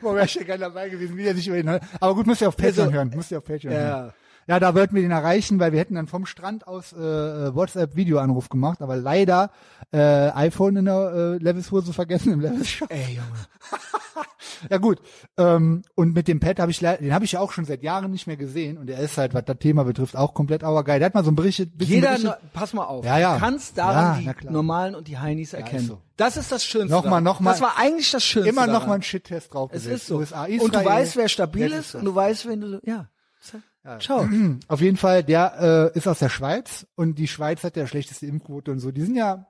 Speaker 1: Boah, wäre ich ja gerne dabei gewesen, wie er sich über ihn Aber gut, müsst ihr auf Patreon
Speaker 2: Also,
Speaker 1: hören. Müsst ihr auf Patreon
Speaker 2: ja.
Speaker 1: hören. Ja, da wollten wir den erreichen, weil wir hätten dann vom Strand aus äh, äh, WhatsApp-Videoanruf gemacht, aber leider äh, iPhone in der äh, Levis-Hose vergessen im Levis-Shop.
Speaker 2: Ey, Junge.
Speaker 1: Ja gut. Ähm, und mit dem Pat habe ich le- den habe ich ja auch schon seit Jahren nicht mehr gesehen und er ist halt, was das Thema betrifft, auch komplett auergeil. Der hat mal so ein Bericht, bisschen
Speaker 2: Jeder,
Speaker 1: berichtet.
Speaker 2: no- pass mal auf,
Speaker 1: Ja, ja.
Speaker 2: du kannst daran
Speaker 1: Ja, na
Speaker 2: die
Speaker 1: klar.
Speaker 2: normalen und die Heinis erkennen.
Speaker 1: ist so.
Speaker 2: Das ist das Schönste.
Speaker 1: Nochmal,
Speaker 2: daran.
Speaker 1: nochmal.
Speaker 2: Das war eigentlich das Schönste.
Speaker 1: immer noch
Speaker 2: daran.
Speaker 1: mal einen Shit-Test drauf.
Speaker 2: Es
Speaker 1: gesetzt.
Speaker 2: ist so.
Speaker 1: USA, Israel.
Speaker 2: und du weißt, wer stabil
Speaker 1: Das
Speaker 2: ist
Speaker 1: das.
Speaker 2: und du weißt, wenn du, ja. Ciao.
Speaker 1: Auf jeden Fall, der äh, ist aus der Schweiz und die Schweiz hat ja schlechteste Impfquote und so. Die sind ja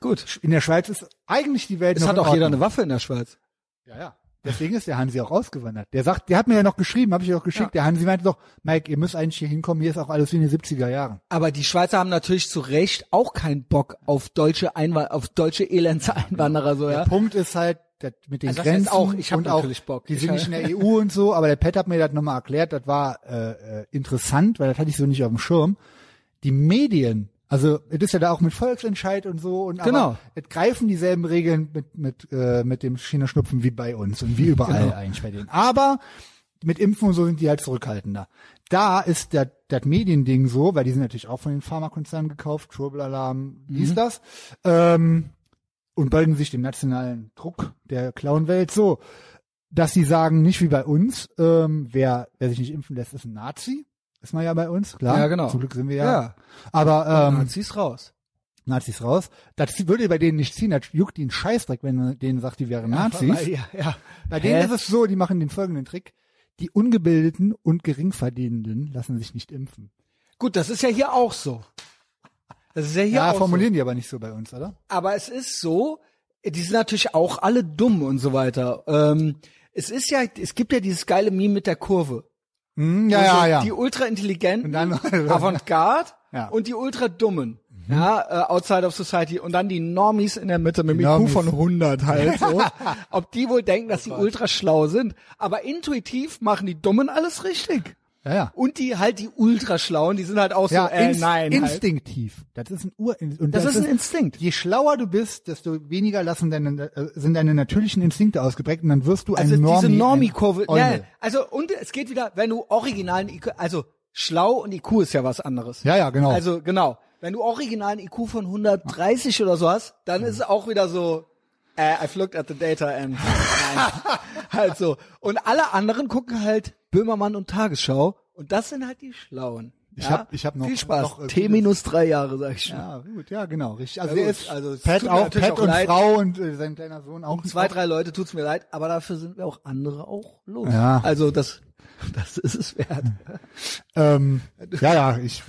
Speaker 2: Gut.
Speaker 1: in der Schweiz ist eigentlich die Welt
Speaker 2: Es
Speaker 1: noch
Speaker 2: hat
Speaker 1: in
Speaker 2: auch jeder
Speaker 1: Ordnung.
Speaker 2: eine Waffe in der Schweiz.
Speaker 1: Ja, ja. Deswegen ist der Hansi auch ausgewandert. Der sagt, der hat mir ja noch geschrieben, habe ich doch geschickt. Der Hansi meinte doch, Mike, ihr müsst eigentlich hier hinkommen, hier ist auch alles wie in den 70er Jahren.
Speaker 2: Aber die Schweizer haben natürlich zu Recht auch keinen Bock auf deutsche Einwanderer, auf deutsche Elends-Einwanderer, so, ja.
Speaker 1: Der Punkt ist halt, dass mit den
Speaker 2: Also das heißt
Speaker 1: Grenzen
Speaker 2: auch, ich hab
Speaker 1: und
Speaker 2: natürlich
Speaker 1: auch,
Speaker 2: Bock.
Speaker 1: die
Speaker 2: Ich
Speaker 1: sind
Speaker 2: hab-
Speaker 1: nicht in der EU und so, aber der Pat hat mir das nochmal erklärt, das war äh, äh, interessant, weil das hatte ich so nicht auf dem Schirm. Die Medien, also es ist ja da auch mit Volksentscheid und so und
Speaker 2: Genau.
Speaker 1: aber es greifen dieselben Regeln mit mit äh, mit dem China-Schnupfen wie bei uns und wie überall
Speaker 2: Genau.
Speaker 1: eigentlich bei denen. Aber mit Impfen und so sind die halt zurückhaltender. Da ist das das Mediending so, weil die sind natürlich auch von den Pharmakonzernen gekauft, Turbolalarm,
Speaker 2: Mhm.
Speaker 1: dies, das. Ähm, und beugen sich dem nationalen Druck der Clownwelt so, dass sie sagen, nicht wie bei uns, ähm, wer, wer sich nicht impfen lässt, ist ein Nazi. Ist man ja bei uns, klar.
Speaker 2: Ja, genau.
Speaker 1: Zum Glück sind wir ja.
Speaker 2: Ja.
Speaker 1: Aber ähm,
Speaker 2: Nazis raus.
Speaker 1: Nazis raus. Das würde bei denen nicht ziehen. Das juckt ihnen Scheißdreck, wenn man denen sagt, die wären Nazis.
Speaker 2: Ja, ja.
Speaker 1: Bei denen
Speaker 2: Hä?
Speaker 1: ist es so, die machen den folgenden Trick. Die Ungebildeten und Geringverdienenden lassen sich nicht impfen.
Speaker 2: Gut, das ist ja hier auch so. Das ist ja hier
Speaker 1: Ja,
Speaker 2: auch
Speaker 1: formulieren die aber nicht so bei uns, oder?
Speaker 2: so. Aber es ist so, die sind natürlich auch alle dumm und so weiter. Ähm, es ist ja, es gibt ja dieses geile Meme mit der Kurve.
Speaker 1: Hm, ja,
Speaker 2: Also
Speaker 1: ja, ja.
Speaker 2: Die ultraintelligenten,
Speaker 1: Und dann-
Speaker 2: Avantgarde
Speaker 1: Ja. Mhm.
Speaker 2: und die ultradummen. Ja, äh, outside of society. Und dann die Normies in der Mitte mit
Speaker 1: Die
Speaker 2: dem IQ
Speaker 1: Normies.
Speaker 2: von 100 halt so. Ob die wohl denken, dass sie ultra schlau sind. Aber intuitiv machen die Dummen alles richtig.
Speaker 1: ja, ja.
Speaker 2: Und die halt die ultraschlauen, die sind halt auch
Speaker 1: Ja,
Speaker 2: so, äh,
Speaker 1: inst-
Speaker 2: nein. Halt.
Speaker 1: instinktiv. Das ist ein Urinstinkt. Und
Speaker 2: Das ist ein Instinkt.
Speaker 1: Je schlauer du bist, desto weniger lassen deine, äh, sind deine natürlichen Instinkte ausgeprägt und dann wirst du
Speaker 2: Also
Speaker 1: ein Normie.
Speaker 2: diese
Speaker 1: ein
Speaker 2: Normie-Kurve. Ja,
Speaker 1: Eumel.
Speaker 2: also und es geht wieder, wenn du originalen IQ, also schlau und IQ ist ja was anderes.
Speaker 1: Ja, ja, genau.
Speaker 2: Also genau, wenn du originalen IQ von 130 oder so hast, dann ist es auch wieder so, äh, I've looked at the data and nein. halt so. Und alle anderen gucken halt Böhmermann und Tagesschau und das sind halt die Schlauen.
Speaker 1: Ich
Speaker 2: ja?
Speaker 1: hab- ich hab noch-
Speaker 2: viel Spaß.
Speaker 1: noch, äh,
Speaker 2: T minus drei Jahre sag ich schon.
Speaker 1: ja, gut, ja, genau, richtig. Also,
Speaker 2: Ja,
Speaker 1: er
Speaker 2: gut,
Speaker 1: ist
Speaker 2: also es
Speaker 1: Pat
Speaker 2: tut mir
Speaker 1: auch,
Speaker 2: natürlich
Speaker 1: Pat
Speaker 2: auch
Speaker 1: und
Speaker 2: leid.
Speaker 1: Frau und äh, sein kleiner Sohn auch.
Speaker 2: Zwei, drei Leute, tut's mir leid, aber dafür sind wir auch andere auch los.
Speaker 1: Ja.
Speaker 2: Also das, das ist es wert.
Speaker 1: Ähm, ja, ja, ich,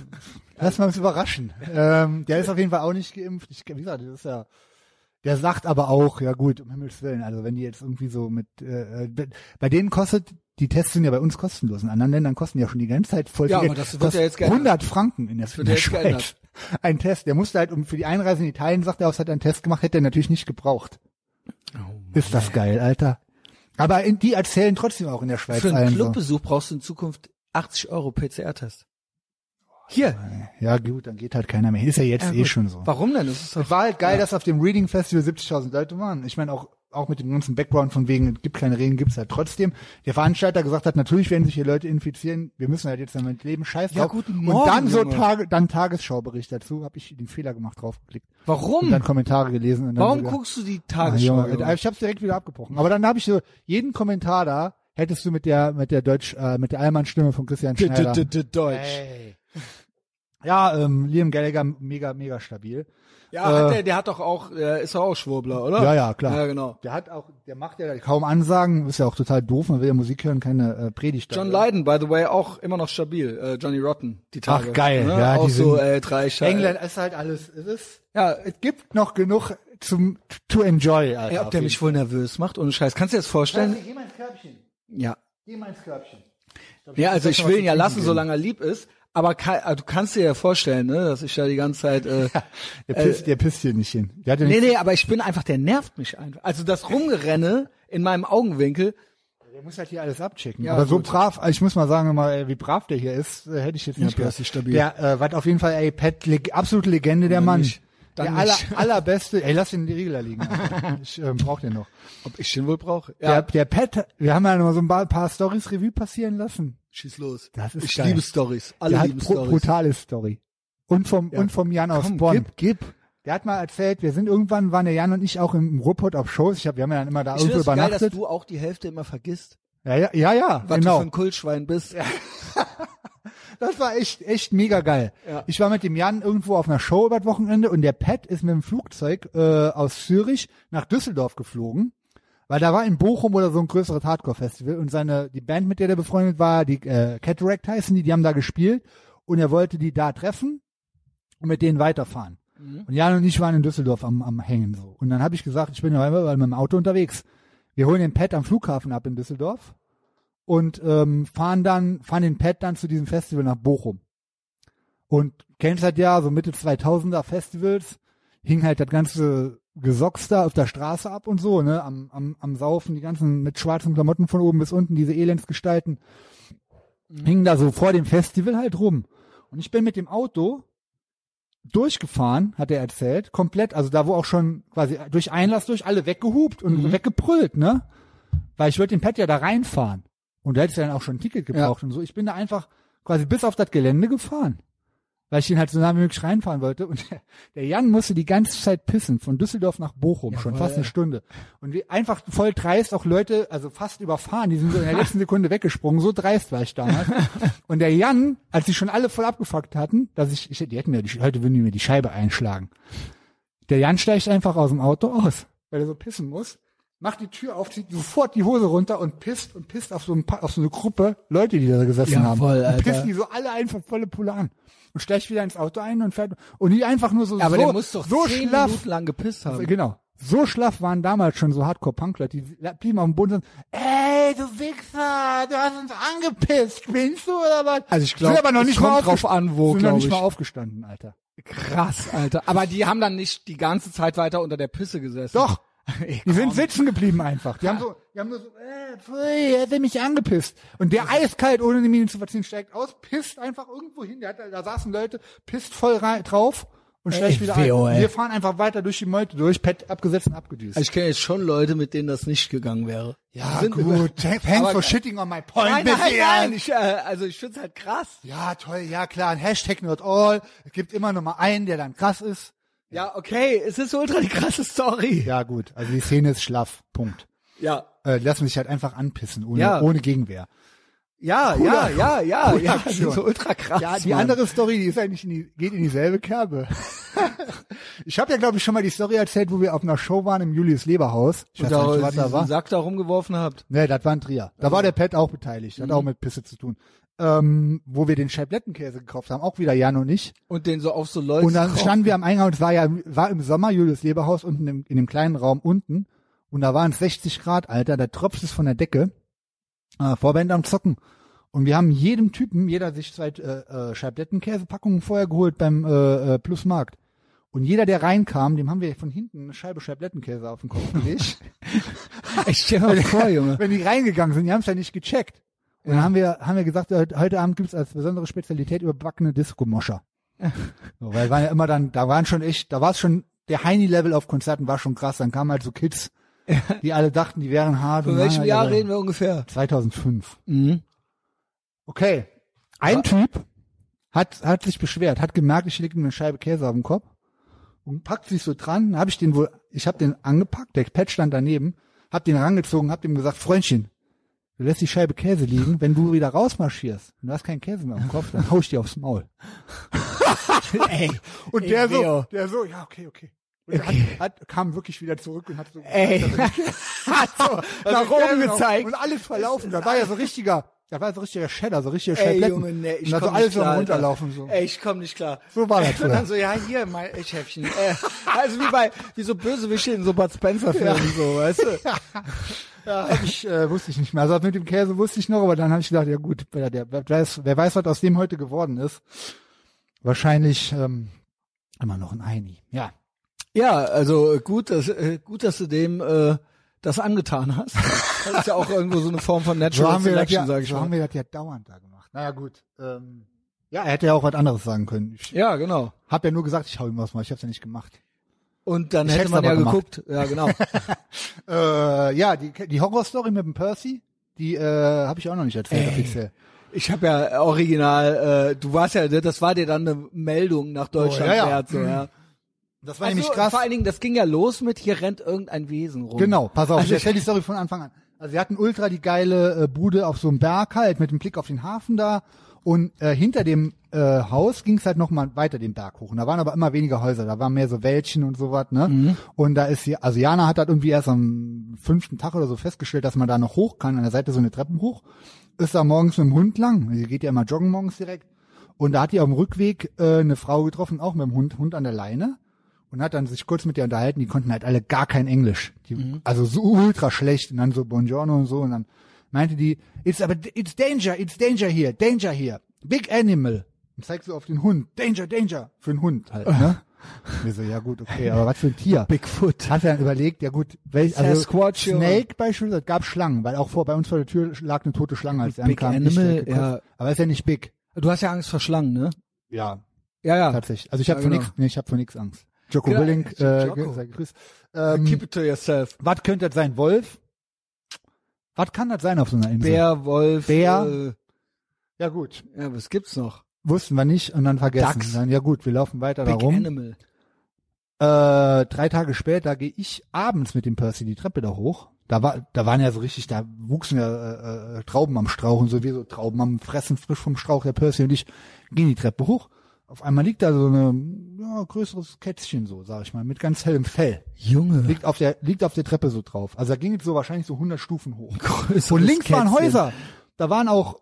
Speaker 1: lass mal uns überraschen. Ähm, der ist auf jeden Fall auch nicht geimpft. Ich, wie gesagt, das ist ja, der sagt aber auch, ja gut, um Himmels Willen, also wenn die jetzt irgendwie so mit, äh, äh, bei denen kostet, die Tests sind ja bei uns kostenlos. In anderen Ländern kosten die ja schon die ganze Zeit voll
Speaker 2: Ja,
Speaker 1: viel
Speaker 2: aber
Speaker 1: Geld.
Speaker 2: das wird ja
Speaker 1: Kostet
Speaker 2: jetzt geändert.
Speaker 1: 100 Franken in der, in
Speaker 2: wird
Speaker 1: der
Speaker 2: ja jetzt
Speaker 1: Schweiz.
Speaker 2: geändert.
Speaker 1: Ein Test, der musste halt, um für die Einreise in Italien, sagt er, auch, hat er einen Test gemacht, hätte er natürlich nicht gebraucht.
Speaker 2: Oh
Speaker 1: ist das geil, Alter. Aber in, die erzählen trotzdem auch in der Schweiz
Speaker 2: Für einen
Speaker 1: allen so.
Speaker 2: Clubbesuch brauchst du in Zukunft 80 Euro PCR-Test. Hier.
Speaker 1: Ja gut, dann geht halt keiner mehr. hin. Ist ja jetzt
Speaker 2: Ja,
Speaker 1: eh
Speaker 2: gut.
Speaker 1: schon so.
Speaker 2: Warum denn? Das ist doch
Speaker 1: Es war halt geil, dass auf dem Reading Festival 70.000 Leute waren. Ich meine auch auch mit dem ganzen Background von wegen, es gibt keine Regeln, gibt's halt trotzdem. Der Veranstalter gesagt hat, natürlich werden sich hier Leute infizieren, wir müssen halt jetzt damit leben, scheiß
Speaker 2: Ja,
Speaker 1: drauf.
Speaker 2: guten
Speaker 1: Und
Speaker 2: Morgen,
Speaker 1: dann so
Speaker 2: Junge.
Speaker 1: Tage, dann Tagesschaubericht dazu, habe ich den Fehler gemacht, draufgeklickt. Und dann
Speaker 2: Warum?
Speaker 1: Kommentare gelesen. Und dann
Speaker 2: Warum
Speaker 1: sogar,
Speaker 2: guckst du die
Speaker 1: Ah,
Speaker 2: Tagesschau?
Speaker 1: Junge,
Speaker 2: Junge?
Speaker 1: ich hab's direkt wieder abgebrochen. Aber dann habe ich so, jeden Kommentar da, hättest du mit der, mit der Deutsch, äh, mit der Allmann-Stimme von Christian
Speaker 2: D-
Speaker 1: Schneider.
Speaker 2: d- d- Deutsch.
Speaker 1: Ey. Ja, ähm, Liam Gallagher mega, mega stabil.
Speaker 2: Ja,
Speaker 1: Äh,
Speaker 2: hat der, der hat doch auch, der ist doch auch Schwurbler, oder?
Speaker 1: Ja, ja, klar.
Speaker 2: Ja, genau.
Speaker 1: Der hat auch, der macht ja kaum Ansagen, ist ja auch total doof, man will ja Musik hören, keine äh, Predigt.
Speaker 2: John Lydon, by the way, auch immer noch stabil. Äh, Johnny Rotten, die Tage. Ne?
Speaker 1: Ach, geil, ja,
Speaker 2: auch
Speaker 1: die
Speaker 2: so
Speaker 1: sind-
Speaker 2: äh, drei Scheiben.
Speaker 1: England ist halt alles, es ist,
Speaker 2: Ja,
Speaker 1: es gibt noch genug zum, to enjoy, Alter.
Speaker 2: ja, ob der
Speaker 1: auf jeden
Speaker 2: mich wohl nervös macht, ohne Scheiß. Kannst du dir das vorstellen?
Speaker 1: Geh mal ins Körbchen.
Speaker 2: Ja.
Speaker 1: Geh mal ins Körbchen.
Speaker 2: Ja, also ich will ihn ja lassen,
Speaker 1: geben.
Speaker 2: solange er lieb ist. Aber ka- also du kannst dir ja vorstellen, ne, dass ich da die ganze Zeit. Äh,
Speaker 1: Der pisst, der pisst hier nicht hin. Der hat ja
Speaker 2: nee,
Speaker 1: nicht,
Speaker 2: nee, aber ich bin einfach, der nervt mich einfach. Also das Rumgerenne in meinem Augenwinkel,
Speaker 1: der muss halt hier alles abchecken.
Speaker 2: Ja,
Speaker 1: Aber so
Speaker 2: gut.
Speaker 1: brav, also ich muss mal sagen, mal, ey, wie brav der hier ist, äh, hätte ich jetzt nicht
Speaker 2: aber das
Speaker 1: gedacht.
Speaker 2: ist stabil.
Speaker 1: Der, äh, was auf jeden Fall, ey, Pat, leg, absolute Legende, der Mann.
Speaker 2: nicht. Dann
Speaker 1: der aller,
Speaker 2: nicht.
Speaker 1: allerbeste, ey, lass den die Regler liegen. Alter. Ich ähm, brauch den noch.
Speaker 2: ob ich den wohl brauche.
Speaker 1: Der,
Speaker 2: Ja,
Speaker 1: der Pat, wir haben ja noch so ein paar, paar Stories Revue passieren lassen.
Speaker 2: schieß los.
Speaker 1: Das ist
Speaker 2: ich
Speaker 1: geil.
Speaker 2: liebe Stories. Alle
Speaker 1: der hat
Speaker 2: lieben
Speaker 1: bru-
Speaker 2: Stories.
Speaker 1: brutale Story. Und vom, und vom Jan aus Bonn.
Speaker 2: gib, gib.
Speaker 1: Der hat mal erzählt, wir sind irgendwann, waren der Jan und ich auch im Ruhrpott auf Shows. Ich hab, wir haben ja dann immer da
Speaker 2: Ich finde
Speaker 1: irgendwo
Speaker 2: es geil, dass
Speaker 1: übernachtet.
Speaker 2: du auch die Hälfte immer vergisst,
Speaker 1: ja, ja, ja, ja
Speaker 2: was du
Speaker 1: genau.
Speaker 2: für ein Kultschwein bist.
Speaker 1: Das war echt, echt mega geil.
Speaker 2: Ja.
Speaker 1: Ich war mit dem Jan irgendwo auf einer Show übers Wochenende und der Pat ist mit dem Flugzeug äh, aus Zürich nach Düsseldorf geflogen, weil da war in Bochum oder so ein größeres Hardcore-Festival und seine, die Band, mit der der befreundet war, die äh, Cataract heißen die, die haben da gespielt und er wollte die da treffen und mit denen weiterfahren. Und Jan und ich waren in Düsseldorf am, am Hängen so. Und dann habe ich gesagt, ich bin ja immer mit dem Auto unterwegs. Wir holen den Pat am Flughafen ab in Düsseldorf und ähm, fahren dann, fahren den Pad dann zu diesem Festival nach Bochum. Und kennst halt ja, so Mitte 2000er Festivals, hing halt das ganze Gesocks da auf der Straße ab und so, ne, am, am, am Saufen, die ganzen mit schwarzen Klamotten von oben bis unten, diese Elendsgestalten, hingen da so vor dem Festival halt rum. Und ich bin mit dem Auto durchgefahren, hat er erzählt, komplett, also da wo auch schon quasi durch Einlass durch alle weggehupt und weggebrüllt, ne? Weil ich wollte den Pad ja da reinfahren. Und da hättest du dann auch schon ein Ticket gebraucht und so. Ich bin da einfach quasi bis auf das Gelände gefahren. Weil ich den halt so nah wie möglich reinfahren wollte. Und der, der Jan musste die ganze Zeit pissen, von Düsseldorf nach Bochum, schon fast eine Stunde. Und wie einfach voll dreist auch Leute, also fast überfahren, die sind so in der letzten Sekunde weggesprungen, so dreist war ich damals. Und der Jan, als die schon alle voll abgefuckt hatten, dass ich, ich die hätten mir, die, heute würden die mir die Scheibe einschlagen. Der Jan steigt einfach aus dem Auto aus, weil er so pissen muss, macht die Tür auf, zieht sofort die Hose runter und pisst und pisst auf so, ein, Pa- auf so eine Gruppe Leute, die da gesessen
Speaker 2: Ja,
Speaker 1: haben.
Speaker 2: voll, Alter.
Speaker 1: Und pissen die so alle einfach volle Pulle an. Und steigt wieder ins Auto ein und fährt, und die einfach nur so,
Speaker 2: Aber
Speaker 1: so,
Speaker 2: der muss doch
Speaker 1: so
Speaker 2: zehn
Speaker 1: schlaff,
Speaker 2: Minuten lang gepisst haben.
Speaker 1: Genau. So schlaff waren damals schon so Hardcore-Punk-Leute, die blieben auf dem Boden und sagen, ey, du Wichser, du hast uns angepisst, spinnst du oder was?
Speaker 2: Also ich glaub,
Speaker 1: sind aber noch
Speaker 2: es
Speaker 1: nicht
Speaker 2: kommt
Speaker 1: mal
Speaker 2: drauf
Speaker 1: aufgest-
Speaker 2: an, wo,
Speaker 1: sind noch
Speaker 2: glaub
Speaker 1: nicht
Speaker 2: ich.
Speaker 1: mal aufgestanden, Alter.
Speaker 2: Krass, Alter. Aber die haben dann nicht die ganze Zeit weiter unter der Pisse gesessen.
Speaker 1: Doch.
Speaker 2: Ey,
Speaker 1: Die
Speaker 2: komm.
Speaker 1: sind sitzen geblieben einfach. Die haben so, die haben nur so, äh, pfui, er hat mich angepisst. Und der eiskalt, ohne die Miene zu verziehen, steigt aus, pisst einfach irgendwo hin. Der hat, da saßen Leute, pisst voll rein, drauf und steigt wieder ein.
Speaker 2: Theo, ey.
Speaker 1: Wir fahren einfach weiter durch die Meute durch, Pet abgesetzt und abgedüst.
Speaker 2: Also ich kenne jetzt schon Leute, mit denen das nicht gegangen wäre. Die sind
Speaker 1: Thanks for shitting on my point.
Speaker 2: Nein, nein,
Speaker 1: Missy,
Speaker 2: nein. Ich, äh, also ich find's halt krass.
Speaker 1: Ja, toll, ja klar, ein Hashtag not all. Es gibt immer nur mal einen, der dann krass ist.
Speaker 2: Ja, okay, es ist ultra die krasse Story.
Speaker 1: Ja, gut, also die Szene ist schlaff. Punkt.
Speaker 2: Ja,
Speaker 1: Äh, lass mich halt einfach anpissen, ohne,
Speaker 2: Ja.
Speaker 1: ohne Gegenwehr.
Speaker 2: ja, ja,
Speaker 1: Cooler-
Speaker 2: ja, ja,
Speaker 1: cooler
Speaker 2: ja,
Speaker 1: Aktion.
Speaker 2: die sind so ultra krass.
Speaker 1: Ja, die
Speaker 2: Mann.
Speaker 1: andere Story, die ist eigentlich in die, geht in dieselbe Kerbe. ich habe ja, glaube ich, schon mal die Story erzählt, wo wir auf einer Show waren im Julius Leberhaus. Ich weiß
Speaker 2: Und da,
Speaker 1: gar nicht,
Speaker 2: was
Speaker 1: was da war.
Speaker 2: Sack da rumgeworfen habt.
Speaker 1: Nee, das war in Trier. Da war der Pat auch beteiligt. Hat auch mit Pisse zu tun. Ähm, wo wir den Scheiblettenkäse gekauft haben, auch wieder Jan und ich.
Speaker 2: Und den so auf so Leute.
Speaker 1: Und dann standen wir am Eingang und es war ja war im Sommer Julius Leberhaus unten im, in dem kleinen Raum unten und da waren es 60 Grad, Alter, da tropft es von der Decke. Äh, Vorband am Zocken. Und wir haben jedem Typen, jeder sich zwei äh, äh, Scheiblettenkäsepackungen vorher geholt beim äh, äh, Plusmarkt. Und jeder, der reinkam, dem haben wir von hinten eine Scheibe Scheiblettenkäse auf den Kopf gelegt.
Speaker 2: Ich stell mal vor, Junge.
Speaker 1: Wenn die reingegangen sind, die haben es ja nicht gecheckt. Und dann haben wir, haben wir gesagt, heute heute Abend gibt's als besondere Spezialität überbackene Disco-Moscher. so, weil waren ja immer dann, da waren schon echt, da war es schon, der Heini-Level auf Konzerten war schon krass. Dann kamen halt so Kids, die alle dachten, die wären hart.
Speaker 2: Von
Speaker 1: und
Speaker 2: welchem
Speaker 1: waren
Speaker 2: Jahr
Speaker 1: halt ihre-
Speaker 2: reden wir ungefähr?
Speaker 1: 2005.
Speaker 2: Mhm.
Speaker 1: Okay. Ein
Speaker 2: Ja.
Speaker 1: Typ hat, hat sich beschwert, hat gemerkt, ich lege ihm eine Scheibe Käse auf den Kopf und packt sich so dran. Dann Hab ich den wohl, ich habe den angepackt, der Patch stand daneben, hab den rangezogen, hab dem gesagt, Freundchen, da lässt die Scheibe Käse liegen, wenn du wieder rausmarschierst und du hast keinen Käse mehr im Kopf, dann hau ich dir aufs Maul.
Speaker 2: Ey,
Speaker 1: Und
Speaker 2: ey,
Speaker 1: der so,
Speaker 2: Leo.
Speaker 1: der so, ja, okay, okay. Und der
Speaker 2: Okay.
Speaker 1: Hat, hat, kam wirklich wieder zurück und hat so,
Speaker 2: Ey, hat Also, so nach oben
Speaker 1: Käse drauf
Speaker 2: gezeigt.
Speaker 1: Und alles verlaufen. Da war ja so richtiger, da war so richtiger Cheddar, so richtiger
Speaker 2: Ey,
Speaker 1: Scheibletten.
Speaker 2: Junge, nee, ich
Speaker 1: und da
Speaker 2: komm
Speaker 1: so alles
Speaker 2: nicht
Speaker 1: so
Speaker 2: klar.
Speaker 1: runterlaufen.
Speaker 2: Alter.
Speaker 1: So.
Speaker 2: Ey, ich komm nicht klar.
Speaker 1: So war das
Speaker 2: Und
Speaker 1: früher.
Speaker 2: dann so, ja, hier, mein äh, Schäfchen. Äh, also wie bei, wie so Bösewichte in so Bud Spencer-Filmen, so, weißt du?
Speaker 1: Hab ich, äh, wusste ich nicht mehr. Also das mit dem Käse wusste ich noch, aber dann habe ich gedacht, ja gut, wer, der, wer, weiß, wer weiß, was aus dem heute geworden ist. Wahrscheinlich ähm, immer noch ein Eini. Ja.
Speaker 2: Ja, also äh, gut, dass, äh, gut, dass du dem äh, das angetan hast. Das ist ja auch irgendwo so eine Form von
Speaker 1: So
Speaker 2: Natural
Speaker 1: haben, wir das
Speaker 2: Selection,
Speaker 1: ja,
Speaker 2: sag ich
Speaker 1: so haben
Speaker 2: mal.
Speaker 1: wir das ja dauernd da gemacht. Naja gut. Ähm, ja, er hätte ja auch was anderes sagen können. Ich
Speaker 2: Ja, genau.
Speaker 1: hab ja nur gesagt, ich hau ihm was mal. Ich hab's ja nicht gemacht.
Speaker 2: Und dann
Speaker 1: Ich
Speaker 2: hätte
Speaker 1: hätt's
Speaker 2: man
Speaker 1: aber
Speaker 2: ja
Speaker 1: gemacht.
Speaker 2: geguckt. Ja, genau.
Speaker 1: Äh, ja, die, die Horrorstory mit dem Percy, die äh, habe ich auch noch nicht erzählt offiziell.
Speaker 2: Ich habe ja original, äh, du warst ja, das war dir dann eine Meldung nach Deutschland
Speaker 1: Oh, ja, ja.
Speaker 2: wert, so, ja.
Speaker 1: Das
Speaker 2: Also, Vor allen Dingen, das ging ja los mit, hier rennt irgendein Wesen rum.
Speaker 1: Genau, pass auf,
Speaker 2: Also
Speaker 1: ich erzähl die Story von Anfang an. Also wir hatten ultra die geile äh, Bude auf so einem Berg halt mit dem Blick auf den Hafen da und äh, hinter dem äh, Haus ging es halt nochmal weiter den Berg hoch. Und da waren aber immer weniger Häuser, da waren mehr so Wäldchen und sowas, ne? Und da ist hier, also Jana hat halt irgendwie erst am fünften Tag oder so festgestellt, dass man da noch hoch kann, an der Seite so eine Treppen hoch, ist da morgens mit dem Hund lang, sie geht ja immer joggen morgens direkt. Und da hat die auf dem Rückweg äh, eine Frau getroffen, auch mit dem Hund, Hund an der Leine und hat dann sich kurz mit der unterhalten, die konnten halt alle gar kein Englisch. Die,
Speaker 2: Mhm.
Speaker 1: Also so ultra schlecht und dann so Buongiorno und so und dann meinte die, it's, aber, it's danger, it's danger here, danger here, big animal. Und zeigt so auf den Hund, danger, danger, für den Hund halt, ne? Wir so, ja gut, okay, aber was für ein Tier?
Speaker 2: Bigfoot.
Speaker 1: Hat er dann überlegt, ja gut, welch, also
Speaker 2: Sasquatch, Junge.
Speaker 1: Snake beispielsweise, gab Schlangen, weil auch vor, bei uns vor der Tür lag eine tote Schlange, als er
Speaker 2: Big
Speaker 1: ankam.
Speaker 2: Animal,
Speaker 1: Ich direkt geguckt.
Speaker 2: ja.
Speaker 1: Aber ist ja nicht big.
Speaker 2: Du hast ja Angst vor Schlangen, ne?
Speaker 1: Ja,
Speaker 2: Ja, ja.
Speaker 1: tatsächlich. Also ich habe
Speaker 2: Ja,
Speaker 1: vor
Speaker 2: genau.
Speaker 1: nichts, nee, ich habe vor nichts Angst. Joko
Speaker 2: Genau,
Speaker 1: Willing, äh,
Speaker 2: Joko. Äh,
Speaker 1: sei gegrüßt. Ähm,
Speaker 2: Keep it to yourself.
Speaker 1: was könnte das sein? Wolf? Was kann das sein auf so einer Insel?
Speaker 2: Bär, Wolf.
Speaker 1: Bär.
Speaker 2: Äh,
Speaker 1: Ja gut.
Speaker 2: ja, was gibt's noch?
Speaker 1: Wussten wir nicht und dann vergessen.
Speaker 2: Dachs.
Speaker 1: Dann, ja gut, wir laufen weiter
Speaker 2: Big
Speaker 1: darum.
Speaker 2: Animal.
Speaker 1: Äh, drei Tage später gehe ich abends mit dem Percy die Treppe da hoch. Da war, da waren ja so richtig, da wuchsen ja äh, äh, Trauben am Strauch und so wie so Trauben am Fressen frisch vom Strauch. Der Percy und ich gehen die Treppe hoch. Auf einmal liegt da so eine ja, größeres Kätzchen so, sag ich mal, mit ganz hellem Fell.
Speaker 2: Junge.
Speaker 1: Liegt auf der liegt auf der Treppe so drauf. Also da ging es so wahrscheinlich so 100 Stufen hoch.
Speaker 2: Größeres
Speaker 1: Und links waren
Speaker 2: Kätzchen.
Speaker 1: Häuser. Da waren auch,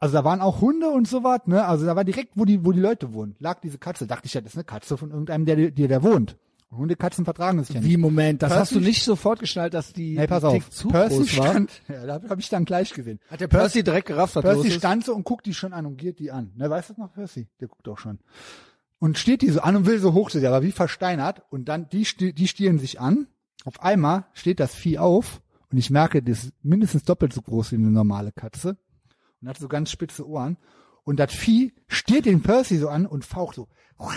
Speaker 1: also da waren auch Hunde und so was, ne? Also da war direkt, wo die, wo die Leute wohnen, lag diese Katze. Dachte ich, ja, das ist eine Katze von irgendeinem, der, der, der wohnt. Und Hunde, Katzen vertragen sich ja nicht.
Speaker 2: Wie, Moment, das
Speaker 1: Percy-
Speaker 2: hast du nicht sofort geschnallt, dass die
Speaker 1: Hey, pass
Speaker 2: die Tick
Speaker 1: auf.
Speaker 2: zu
Speaker 1: Percy
Speaker 2: groß war?
Speaker 1: stand, ja, da habe ich dann gleich gesehen.
Speaker 2: Hat der Percy direkt gerafft, was los
Speaker 1: Percy
Speaker 2: ist?
Speaker 1: stand so und guckt die schon an und giert die an. Ne, weißt du das noch, Percy? Der guckt auch schon. Und steht die so an und will so hoch zu dir, aber wie versteinert. Und dann, die, sti- die stieren sich an. Auf einmal steht das Vieh auf und ich merke, das ist mindestens doppelt so groß wie eine normale Katze. Und hat so ganz spitze Ohren. Und das Vieh stiert den Percy so an und faucht so.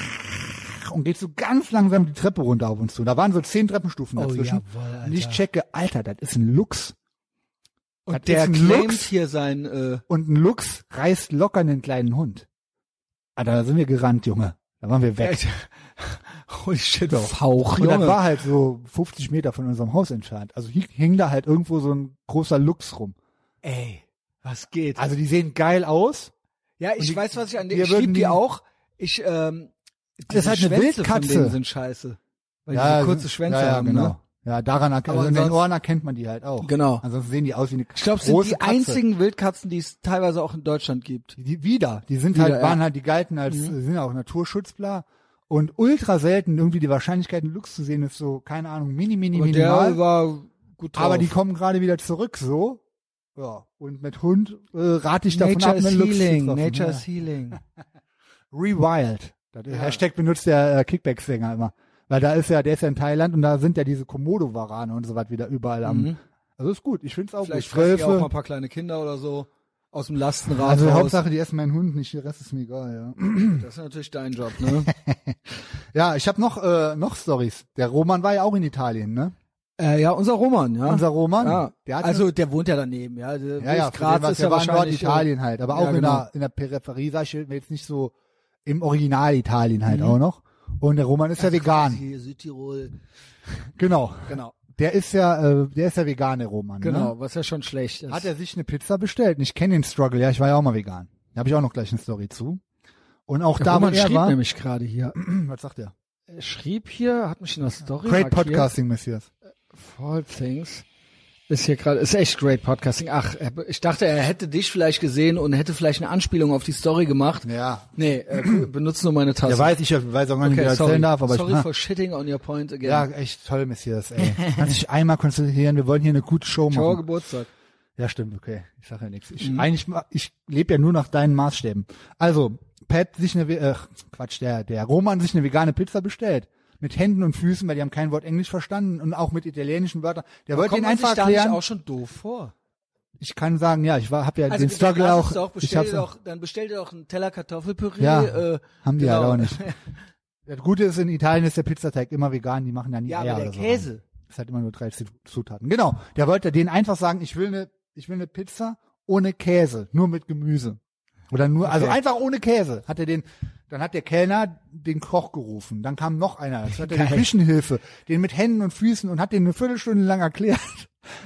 Speaker 1: Und geht so ganz langsam die Treppe runter auf uns zu. Da waren so zehn Treppenstufen
Speaker 2: Oh,
Speaker 1: dazwischen.
Speaker 2: jawohl, Alter.
Speaker 1: und ich checke, Alter, das ist ein Luchs. Das
Speaker 2: Und der
Speaker 1: ist ein
Speaker 2: claimt
Speaker 1: Luchs.
Speaker 2: hier sein, äh,
Speaker 1: Und ein Luchs reißt locker einen kleinen Hund. Alter, da sind wir gerannt, Junge. Da waren wir weg.
Speaker 2: Holy shit, Fauch,
Speaker 1: Und das
Speaker 2: Junge.
Speaker 1: war halt so 50 Meter von unserem Haus entfernt. Also hi- hing da halt irgendwo so ein großer Luchs rum.
Speaker 2: Ey, was geht?
Speaker 1: Also die sehen geil aus.
Speaker 2: ja, ich
Speaker 1: und die-
Speaker 2: weiß, was ich an
Speaker 1: wir
Speaker 2: denen, ich
Speaker 1: würden
Speaker 2: lieb die
Speaker 1: die-
Speaker 2: auch. Ich, ähm,
Speaker 1: Das ist
Speaker 2: diese
Speaker 1: halt eine
Speaker 2: Schwänze von
Speaker 1: Wildkatze.
Speaker 2: denen sind scheiße. Weil die so kurze
Speaker 1: sind-
Speaker 2: Schwänze
Speaker 1: ja, ja,
Speaker 2: haben,
Speaker 1: genau.
Speaker 2: ne?
Speaker 1: Ja, daran erkennt,
Speaker 2: Aber
Speaker 1: also in den
Speaker 2: ansonsten-
Speaker 1: Ohren erkennt man die halt auch.
Speaker 2: Genau.
Speaker 1: Ansonsten sehen die aus wie eine
Speaker 2: Ich glaube, sind
Speaker 1: große
Speaker 2: die
Speaker 1: Katze.
Speaker 2: einzigen Wildkatzen, die es teilweise auch in Deutschland gibt.
Speaker 1: Die wieder, die sind
Speaker 2: Wieder,
Speaker 1: halt,
Speaker 2: ja. Mhm.
Speaker 1: waren halt, die galten als, sind ja auch Naturschutzbla. Und ultra selten irgendwie die Wahrscheinlichkeit, einen Luchs zu sehen, ist so, keine Ahnung, mini, mini,
Speaker 2: Und
Speaker 1: minimal.
Speaker 2: der war gut drauf.
Speaker 1: Aber die kommen gerade wieder zurück, so. Ja. Und mit Hund äh, rate ich davon
Speaker 2: Nature
Speaker 1: ab,
Speaker 2: is
Speaker 1: einen Luchs zu
Speaker 2: healing,
Speaker 1: treffen.
Speaker 2: Nature
Speaker 1: ja.
Speaker 2: is healing.
Speaker 1: Rewild. Das Hashtag benutzt der äh, Kickback-Sänger immer. Weil da ist ja, der ist ja in Thailand und da sind ja diese Komodo-Warane und so was wieder überall am. Also ist gut, ich find's auch
Speaker 2: Vielleicht
Speaker 1: gut.
Speaker 2: fressen die auch mal
Speaker 1: Wölfe.
Speaker 2: ein paar kleine Kinder oder so aus dem Lastenrad
Speaker 1: Also
Speaker 2: raus.
Speaker 1: Hauptsache, die essen meinen Hund nicht, der Rest ist mir egal, ja.
Speaker 2: Das ist natürlich dein Job, ne?
Speaker 1: Ja, ich habe noch, äh, noch Stories. Der Roman war ja auch in Italien, ne?
Speaker 2: äh, ja, unser Roman, ja.
Speaker 1: Unser Roman.
Speaker 2: ja.
Speaker 1: Der hat
Speaker 2: also der wohnt ja daneben, ja. Der,
Speaker 1: Ja, ja,
Speaker 2: durch Graz ist ja
Speaker 1: war in
Speaker 2: wahrscheinlich äh,
Speaker 1: Norditalien halt, aber
Speaker 2: Ja,
Speaker 1: auch in,
Speaker 2: genau.
Speaker 1: der, in der Peripherie, sag ich jetzt nicht so im Original
Speaker 2: Mhm.
Speaker 1: Italien halt auch noch. Und der Roman ist ja vegan.
Speaker 2: Hier Südtirol.
Speaker 1: Genau.
Speaker 2: Genau.
Speaker 1: Der ist ja, äh, der ist ja vegan, der Roman.
Speaker 2: Genau,
Speaker 1: Ne?
Speaker 2: was ja schon schlecht ist.
Speaker 1: Hat er sich eine Pizza bestellt? Und Ich kenne den Struggle, ja, ich war ja auch mal vegan. Da habe ich auch noch gleich eine Story zu. Und auch
Speaker 2: Der
Speaker 1: da, wo
Speaker 2: Roman
Speaker 1: er
Speaker 2: schrieb
Speaker 1: war,
Speaker 2: nämlich gerade hier.
Speaker 1: was sagt er?
Speaker 2: Er schrieb hier, hat mich in der Story
Speaker 1: Great
Speaker 2: markiert.
Speaker 1: Podcasting, Messias.
Speaker 2: All Things ist hier gerade, ist echt great Podcasting. Ach, er- ich dachte, er hätte dich vielleicht gesehen und hätte vielleicht eine Anspielung auf die Story gemacht.
Speaker 1: Ja.
Speaker 2: Nee, äh, benutzt nur meine Tasse.
Speaker 1: Ja, weiß ich, ja, weiß auch gar nicht, wie er
Speaker 2: sorry.
Speaker 1: erzählen darf, aber
Speaker 2: sorry
Speaker 1: ich, Ah.
Speaker 2: for shitting on your point again.
Speaker 1: Ja, echt toll, Messias, ey. Kannst dich einmal konzentrieren, wir wollen hier eine gute Show
Speaker 2: Ciao,
Speaker 1: machen.
Speaker 2: Geburtstag.
Speaker 1: Ja, stimmt, okay. Ich sag ja nichts.
Speaker 2: Mhm.
Speaker 1: Ich, Eigentlich, ma- ich lebe ja nur nach deinen Maßstäben. Also, Pat sich eine, äh, Quatsch, der, der Roman sich eine vegane Pizza bestellt. Mit Händen und Füßen, weil die haben kein Wort Englisch verstanden und auch mit italienischen Wörtern. Der wollte ihn
Speaker 2: Kommt man sich
Speaker 1: einfach
Speaker 2: da nicht
Speaker 1: erklären.
Speaker 2: auch schon doof vor?
Speaker 1: Ich kann sagen, ja, ich war, hab ja
Speaker 2: Also
Speaker 1: den Struggle auch.
Speaker 2: Doch,
Speaker 1: ich
Speaker 2: bestell
Speaker 1: hab's
Speaker 2: dir doch, dann bestell dir doch einen Teller Kartoffelpüree.
Speaker 1: Ja,
Speaker 2: äh,
Speaker 1: haben die
Speaker 2: genau.
Speaker 1: halt auch nicht. Das Gute ist, in Italien ist der Pizzateig immer vegan, die machen da nie
Speaker 2: Ja,
Speaker 1: Eier
Speaker 2: aber der
Speaker 1: oder so.
Speaker 2: Käse.
Speaker 1: Es hat immer nur drei Zu- Zutaten. Genau. Der wollte denen einfach sagen, ich will eine, ich will eine Pizza ohne Käse, nur mit Gemüse. Oder nur, also einfach ohne Käse. Hat er den, dann hat der Kellner den Koch gerufen. Dann kam noch einer. Dann hat er die
Speaker 2: Geil.
Speaker 1: Küchenhilfe, den mit Händen und Füßen und hat den eine Viertelstunde lang erklärt,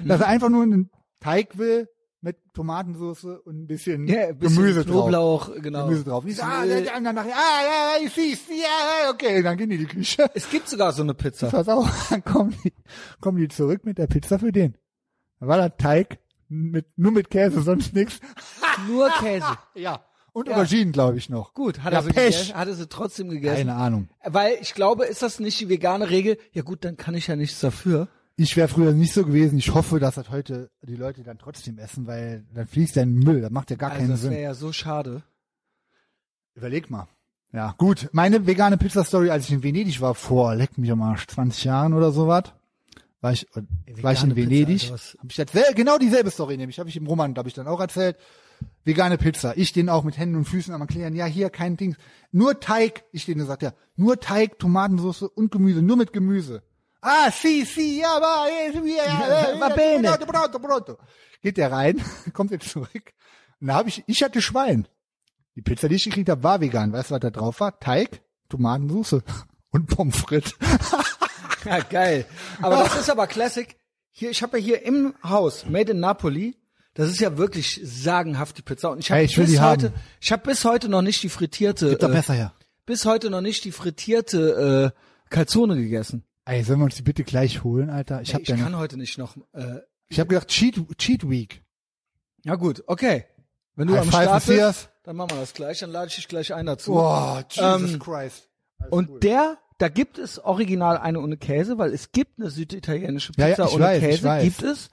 Speaker 2: Mhm.
Speaker 1: dass er einfach nur einen Teig will mit Tomatensauce und ein bisschen,
Speaker 2: Ja, ein bisschen
Speaker 1: Gemüse drauf.
Speaker 2: Knoblauch, genau.
Speaker 1: Gemüse drauf. Und ich so, ah,
Speaker 2: Öl.
Speaker 1: der andere nachher, ah, ja, ich sieh's, ja, ja, okay, dann gehen die in die Küche.
Speaker 2: Es gibt sogar so eine Pizza.
Speaker 1: Pass auf, dann kommen die, kommen die zurück mit der Pizza für den. Da war der Teig mit, nur mit Käse, sonst nichts.
Speaker 2: Nur Käse.
Speaker 1: Ja. Und Auberginen, glaube ich, noch.
Speaker 2: Gut, hat
Speaker 1: ja,
Speaker 2: er sie
Speaker 1: Pech.
Speaker 2: gegessen, hat er sie trotzdem gegessen.
Speaker 1: Keine Ahnung.
Speaker 2: Weil ich glaube, ist das nicht die vegane Regel? Ja gut, dann kann ich ja nichts dafür.
Speaker 1: Ich wäre früher nicht so gewesen. Ich hoffe, dass das heute die Leute dann trotzdem essen, weil dann fließt ja in den Müll. Das macht ja gar
Speaker 2: Also
Speaker 1: keinen
Speaker 2: das
Speaker 1: Sinn.
Speaker 2: wäre ja so schade.
Speaker 1: Überleg mal. Ja, gut. Meine vegane Pizza-Story, als ich in Venedig war, vor, leck mich am Arsch, 20 Jahren oder sowas, war ich, äh, war ich in
Speaker 2: Pizza,
Speaker 1: Venedig.
Speaker 2: Alter, was-
Speaker 1: Hab ich erzählt, genau dieselbe Story nämlich, habe ich im Roman, glaube ich, dann auch erzählt. Vegane Pizza. Ich den auch mit Händen und Füßen am erklären, ja, hier kein Ding. Nur Teig, ich den gesagt, ja, nur Teig, Tomatensauce und Gemüse, nur mit Gemüse. Ah, si, si, ja, va, eh, ja,
Speaker 2: Va bene.
Speaker 1: Brotto, brotto, brotto. Geht der rein, kommt jetzt zurück. Und da habe ich, ich hatte Schwein. Die Pizza, die ich gekriegt habe, war vegan. Weißt du, was da drauf war? Teig, Tomatensauce und Pommes frites.
Speaker 2: Ja, geil. Aber das ist aber Classic. Hier, ich habe ja hier im Haus Made in Napoli. Das ist ja wirklich sagenhaft die Pizza. Und ich habe
Speaker 1: Ey, ich will
Speaker 2: bis
Speaker 1: die haben.
Speaker 2: heute, ich habe bis heute noch nicht die frittierte,
Speaker 1: Gibt doch
Speaker 2: äh,
Speaker 1: besser her.
Speaker 2: bis heute noch nicht die frittierte äh, Calzone gegessen.
Speaker 1: Äh, Ey, sollen wir uns die bitte gleich holen, Alter? Ich habe
Speaker 2: Ich kann heute nicht noch. Äh,
Speaker 1: ich hab gedacht, Cheat, Cheat Week.
Speaker 2: ja gut, okay. Wenn du
Speaker 1: High
Speaker 2: am
Speaker 1: five,
Speaker 2: Start
Speaker 1: Messias.
Speaker 2: bist, dann machen wir das gleich. Dann lade ich dich gleich ein dazu.
Speaker 1: Boah, Jesus
Speaker 2: Ähm,
Speaker 1: Christ.
Speaker 2: Und der, da gibt es original eine ohne Käse, weil es gibt eine süditalienische
Speaker 1: Ja,
Speaker 2: Pizza
Speaker 1: ja, ich
Speaker 2: ohne
Speaker 1: weiß, ich
Speaker 2: Käse,
Speaker 1: weiß.
Speaker 2: gibt es.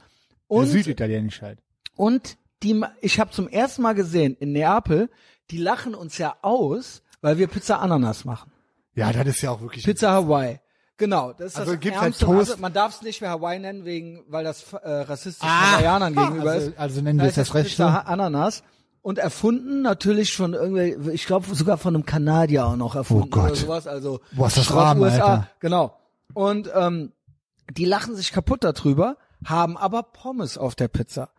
Speaker 1: Und
Speaker 2: Und,
Speaker 1: Süditalienisch halt.
Speaker 2: und die, ma- ich habe zum ersten Mal gesehen in Neapel, die lachen uns ja aus, weil wir Pizza Ananas machen.
Speaker 1: Ja, das ist ja auch wirklich.
Speaker 2: Pizza Hawaii. Genau, das ist
Speaker 1: Also
Speaker 2: das
Speaker 1: gibt's halt
Speaker 2: ärmste.
Speaker 1: Toast.
Speaker 2: Also man darf es nicht mehr Hawaii nennen, wegen, weil das äh, rassistisch
Speaker 1: Ah.
Speaker 2: Hawaiianern
Speaker 1: Ah,
Speaker 2: gegenüber
Speaker 1: also-
Speaker 2: ist.
Speaker 1: also nennen
Speaker 2: Da
Speaker 1: wir
Speaker 2: ist
Speaker 1: es das
Speaker 2: jetzt Pizza
Speaker 1: Rechte.
Speaker 2: Ananas. Und erfunden natürlich von irgendwie, ich glaube sogar von einem Kanadier auch noch erfunden
Speaker 1: Oh Gott.
Speaker 2: oder sowas. Also
Speaker 1: Boah, ist das
Speaker 2: Schrott
Speaker 1: arm, Alter.
Speaker 2: Genau. Und ähm, die lachen sich kaputt darüber, haben aber Pommes auf der Pizza.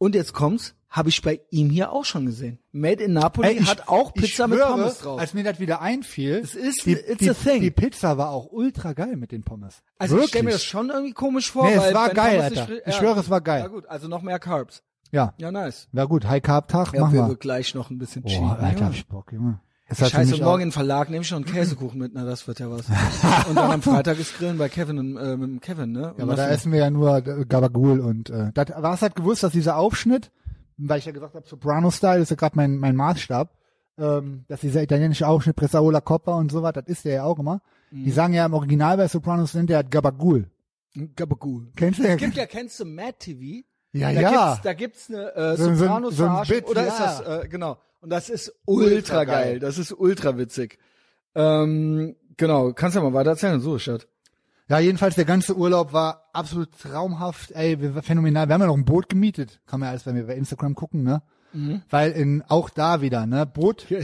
Speaker 2: Und jetzt kommt's, habe ich bei ihm hier auch schon gesehen. Made in Napoli
Speaker 1: Ey, ich-
Speaker 2: hat auch
Speaker 1: ich
Speaker 2: Pizza mit
Speaker 1: schwöre,
Speaker 2: Pommes drauf.
Speaker 1: Als mir das wieder einfiel, es
Speaker 2: ist-
Speaker 1: die,
Speaker 2: it's
Speaker 1: die,
Speaker 2: a thing.
Speaker 1: die Pizza war auch ultra geil mit den Pommes.
Speaker 2: Also
Speaker 1: Wirklich.
Speaker 2: ich stelle mir das schon irgendwie komisch vor,
Speaker 1: Nee, es
Speaker 2: weil
Speaker 1: war
Speaker 2: wenn
Speaker 1: geil,
Speaker 2: Thomas nicht
Speaker 1: Alter.
Speaker 2: fri-
Speaker 1: Ich schwöre, es war geil.
Speaker 2: Ja gut, also noch mehr Carbs.
Speaker 1: Ja,
Speaker 2: Ja, nice.
Speaker 1: na gut, High Carb Tag,
Speaker 2: Ja,
Speaker 1: mach
Speaker 2: wir
Speaker 1: mal.
Speaker 2: wird gleich noch ein bisschen
Speaker 1: Boah,
Speaker 2: cheaten.
Speaker 1: Alter, hab
Speaker 2: ja.
Speaker 1: ich Bock, Junge. Das hat für
Speaker 2: Scheiße,
Speaker 1: mich
Speaker 2: morgen in den Verlag nehme ich schon einen Käsekuchen mit, na das wird ja was. und dann am Freitag ist Grillen bei Kevin und, äh, mit dem Kevin, ne? Und
Speaker 1: Ja, aber da
Speaker 2: was-
Speaker 1: essen wir ja nur äh, Gabagool und äh, da war es halt gewusst, dass dieser Aufschnitt, weil ich ja gesagt habe, Soprano-Style ist ja gerade mein, mein Maßstab, ähm, dass dieser italienische Aufschnitt Pressaola Coppa und sowas, das ist der ja auch immer.
Speaker 2: Mhm.
Speaker 1: Die sagen ja im Original bei Sopranos nennt der hat Gabagool.
Speaker 2: Gabagool.
Speaker 1: Kennst du
Speaker 2: Es gibt ja, kennst du Mad TV?
Speaker 1: Ja,
Speaker 2: da
Speaker 1: ja.
Speaker 2: Gibt's, da gibt's eine äh,
Speaker 1: So ein- so ein-
Speaker 2: Sopranos
Speaker 1: so ein
Speaker 2: Verarschung,
Speaker 1: Bit,
Speaker 2: oder
Speaker 1: ja.
Speaker 2: ist das äh, genau? Und das ist
Speaker 1: Ultra
Speaker 2: ultra,
Speaker 1: geil.
Speaker 2: geil. Das ist ultra witzig. Ähm, genau, kannst ja mal weiter erzählen, so Chat.
Speaker 1: Ja, jedenfalls der ganze Urlaub war absolut traumhaft, ey, wir- phänomenal. Wir haben ja noch ein Boot gemietet, kann man ja alles bei mir bei Instagram gucken, ne? Weil in auch da wieder, ne? Boot.
Speaker 2: Mhm.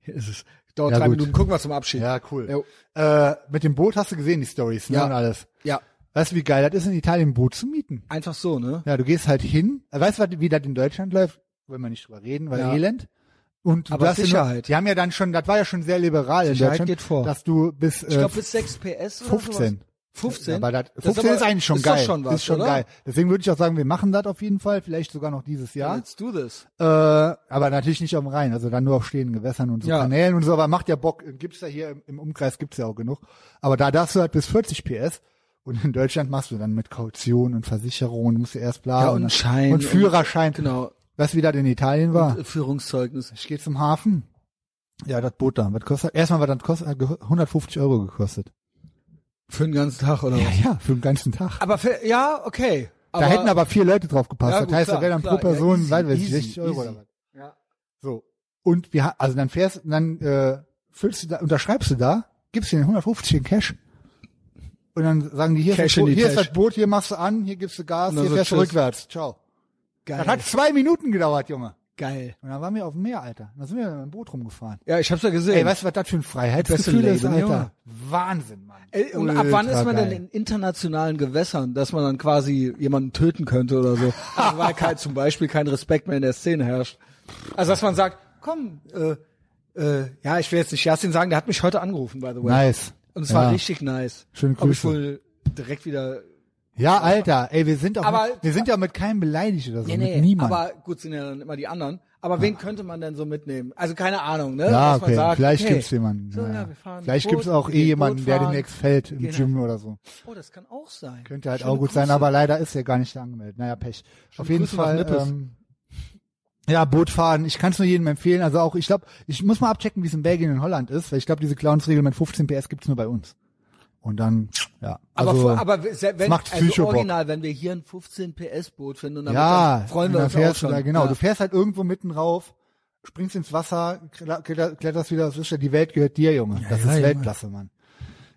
Speaker 2: Hier ist es. Dauert
Speaker 1: Ja,
Speaker 2: drei
Speaker 1: gut.
Speaker 2: Minuten. Gucken wir zum Abschied.
Speaker 1: Ja, cool.
Speaker 2: Jo.
Speaker 1: Äh, mit dem Boot hast du gesehen die Stories, ne?
Speaker 2: Ja.
Speaker 1: Und alles.
Speaker 2: Ja,
Speaker 1: Weißt du, wie geil das ist, in Italien ein Boot zu mieten?
Speaker 2: einfach so, ne?
Speaker 1: Ja, du gehst halt hin. Weißt du, was- wie das in Deutschland läuft? Wollen wir nicht drüber reden, weil
Speaker 2: Ja.
Speaker 1: Elend. Und du
Speaker 2: Aber
Speaker 1: darfst ja nur-
Speaker 2: Sicherheit.
Speaker 1: Die haben ja dann schon, das war ja schon sehr liberal in
Speaker 2: Sicherheit
Speaker 1: Deutschland,
Speaker 2: geht vor.
Speaker 1: dass du bis,
Speaker 2: Ich
Speaker 1: äh,
Speaker 2: glaube bis 6 PS oder sowas.
Speaker 1: 15.
Speaker 2: 15?
Speaker 1: Aber das,
Speaker 2: Das
Speaker 1: 15 ist,
Speaker 2: aber-
Speaker 1: eigentlich schon
Speaker 2: ist doch
Speaker 1: geil.
Speaker 2: schon was,
Speaker 1: ist schon
Speaker 2: oder?
Speaker 1: geil. Deswegen würde ich auch sagen, wir machen das auf jeden Fall, vielleicht sogar noch dieses Jahr.
Speaker 2: Let's do this.
Speaker 1: Äh, aber natürlich nicht auf dem Rhein, also dann nur auf stehenden Gewässern und so
Speaker 2: Ja.
Speaker 1: Kanälen und so, aber macht ja Bock, gibt's ja hier im, im Umkreis gibt's ja auch genug. Aber da darfst du halt bis 40 PS und in Deutschland machst du dann mit Kaution und Versicherung und musst du erst bla
Speaker 2: Ja, und
Speaker 1: dann-
Speaker 2: Schein
Speaker 1: und Führerschein.
Speaker 2: Genau. äh,
Speaker 1: Was wie das in Italien war.
Speaker 2: Führungszeugnis.
Speaker 1: ich gehe zum Hafen. Ja, das Boot da. Was kostet, erstmal war das kostet, hat ge- 150 Euro gekostet.
Speaker 2: Für den ganzen Tag oder was?
Speaker 1: ja, für den ganzen Tag.
Speaker 2: Aber für, ja, okay. Aber,
Speaker 1: da hätten aber vier Leute drauf gepasst.
Speaker 2: Ja,
Speaker 1: das
Speaker 2: gut,
Speaker 1: heißt,
Speaker 2: klar,
Speaker 1: da wäre dann pro
Speaker 2: klar. Ja,
Speaker 1: Person,
Speaker 2: easy,
Speaker 1: weiß ich
Speaker 2: easy,
Speaker 1: nicht, 60 Euro
Speaker 2: easy.
Speaker 1: oder was.
Speaker 2: Ja.
Speaker 1: So. Und wir, ha- also dann fährst, dann, äh, füllst du da, unterschreibst du da, gibst dir den 150 in Cash. Und dann sagen die, hier, ist das,
Speaker 2: Cash in
Speaker 1: Boot,
Speaker 2: die
Speaker 1: hier ist
Speaker 2: Tasche.
Speaker 1: das Boot, hier machst du an, hier gibst du Gas,
Speaker 2: Und dann
Speaker 1: hier
Speaker 2: so,
Speaker 1: fährst du
Speaker 2: tschüss.
Speaker 1: rückwärts. Ciao. Das
Speaker 2: Geil.
Speaker 1: hat zwei Minuten gedauert, Junge.
Speaker 2: Geil.
Speaker 1: Und dann waren wir auf dem Meer, Alter. Und dann sind wir mit dem Boot rumgefahren.
Speaker 2: Ja, ich hab's ja gesehen.
Speaker 1: Ey, weißt du, was das für ein Freiheitsgefühl
Speaker 2: Beste
Speaker 1: ist,
Speaker 2: Leben,
Speaker 1: Alter?
Speaker 2: Junge.
Speaker 1: Wahnsinn, Mann.
Speaker 2: Ey, Äh, und ab wann ist man
Speaker 1: Ultra
Speaker 2: denn
Speaker 1: geil.
Speaker 2: in internationalen Gewässern, dass man dann quasi jemanden töten könnte oder so? Also weil kein, zum Beispiel kein Respekt mehr in der Szene herrscht. Also dass man sagt, komm, äh, äh, ja, ich will jetzt nicht Justin sagen, der hat mich heute angerufen, by the way.
Speaker 1: Nice.
Speaker 2: Und es
Speaker 1: ja.
Speaker 2: war richtig nice.
Speaker 1: Schöne
Speaker 2: Ob ich
Speaker 1: Grüße.
Speaker 2: wohl direkt wieder.
Speaker 1: Ja, Alter, ey, wir sind doch,
Speaker 2: Aber-
Speaker 1: mit, wir sind ja mit keinem beleidigt oder so, mit niemandem.
Speaker 2: aber gut sind ja dann immer die anderen. Aber wen könnte man denn so mitnehmen? Also keine Ahnung, ne?
Speaker 1: Ja,
Speaker 2: Dass man
Speaker 1: okay.
Speaker 2: sagt,
Speaker 1: Vielleicht
Speaker 2: okay,
Speaker 1: gibt's jemanden.
Speaker 2: So,
Speaker 1: ja.
Speaker 2: ja, wir fahren
Speaker 1: Vielleicht
Speaker 2: Boot,
Speaker 1: gibt's auch
Speaker 2: wir
Speaker 1: eh
Speaker 2: gehen
Speaker 1: jemanden,
Speaker 2: Boot
Speaker 1: der
Speaker 2: fahren.
Speaker 1: demnächst fällt im
Speaker 2: Genau.
Speaker 1: Gym oder so.
Speaker 2: Oh, das kann auch sein.
Speaker 1: Könnte halt
Speaker 2: Schöne
Speaker 1: auch gut sein,
Speaker 2: Grüße.
Speaker 1: aber leider ist er gar nicht da angemeldet. Naja, Pech. Auf jeden
Speaker 2: Grüße nach
Speaker 1: Fall.
Speaker 2: Nippes.
Speaker 1: Ähm, ja, Boot fahren. Ich kann es nur jedem empfehlen. Also auch, ich glaube, ich muss mal abchecken, wie es in Belgien und Holland ist, weil ich glaube, diese Clownsregel mit 15 PS gibt's nur bei uns. Und dann, ja.
Speaker 2: Aber,
Speaker 1: also,
Speaker 2: vor- aber se- wenn,
Speaker 1: macht
Speaker 2: also
Speaker 1: Psycho Bock.
Speaker 2: original, wenn wir hier ein 15 PS Boot finden, und damit
Speaker 1: ja,
Speaker 2: dann freuen
Speaker 1: und
Speaker 2: wir
Speaker 1: dann
Speaker 2: uns auch
Speaker 1: fährst
Speaker 2: schon.
Speaker 1: Du da, genau,
Speaker 2: Ja.
Speaker 1: du fährst halt irgendwo mitten rauf, springst ins Wasser, kle- kle- kletterst wieder, das ist ja, die Welt gehört dir, Junge. das
Speaker 2: ja,
Speaker 1: ist
Speaker 2: Junge.
Speaker 1: Weltklasse, Mann.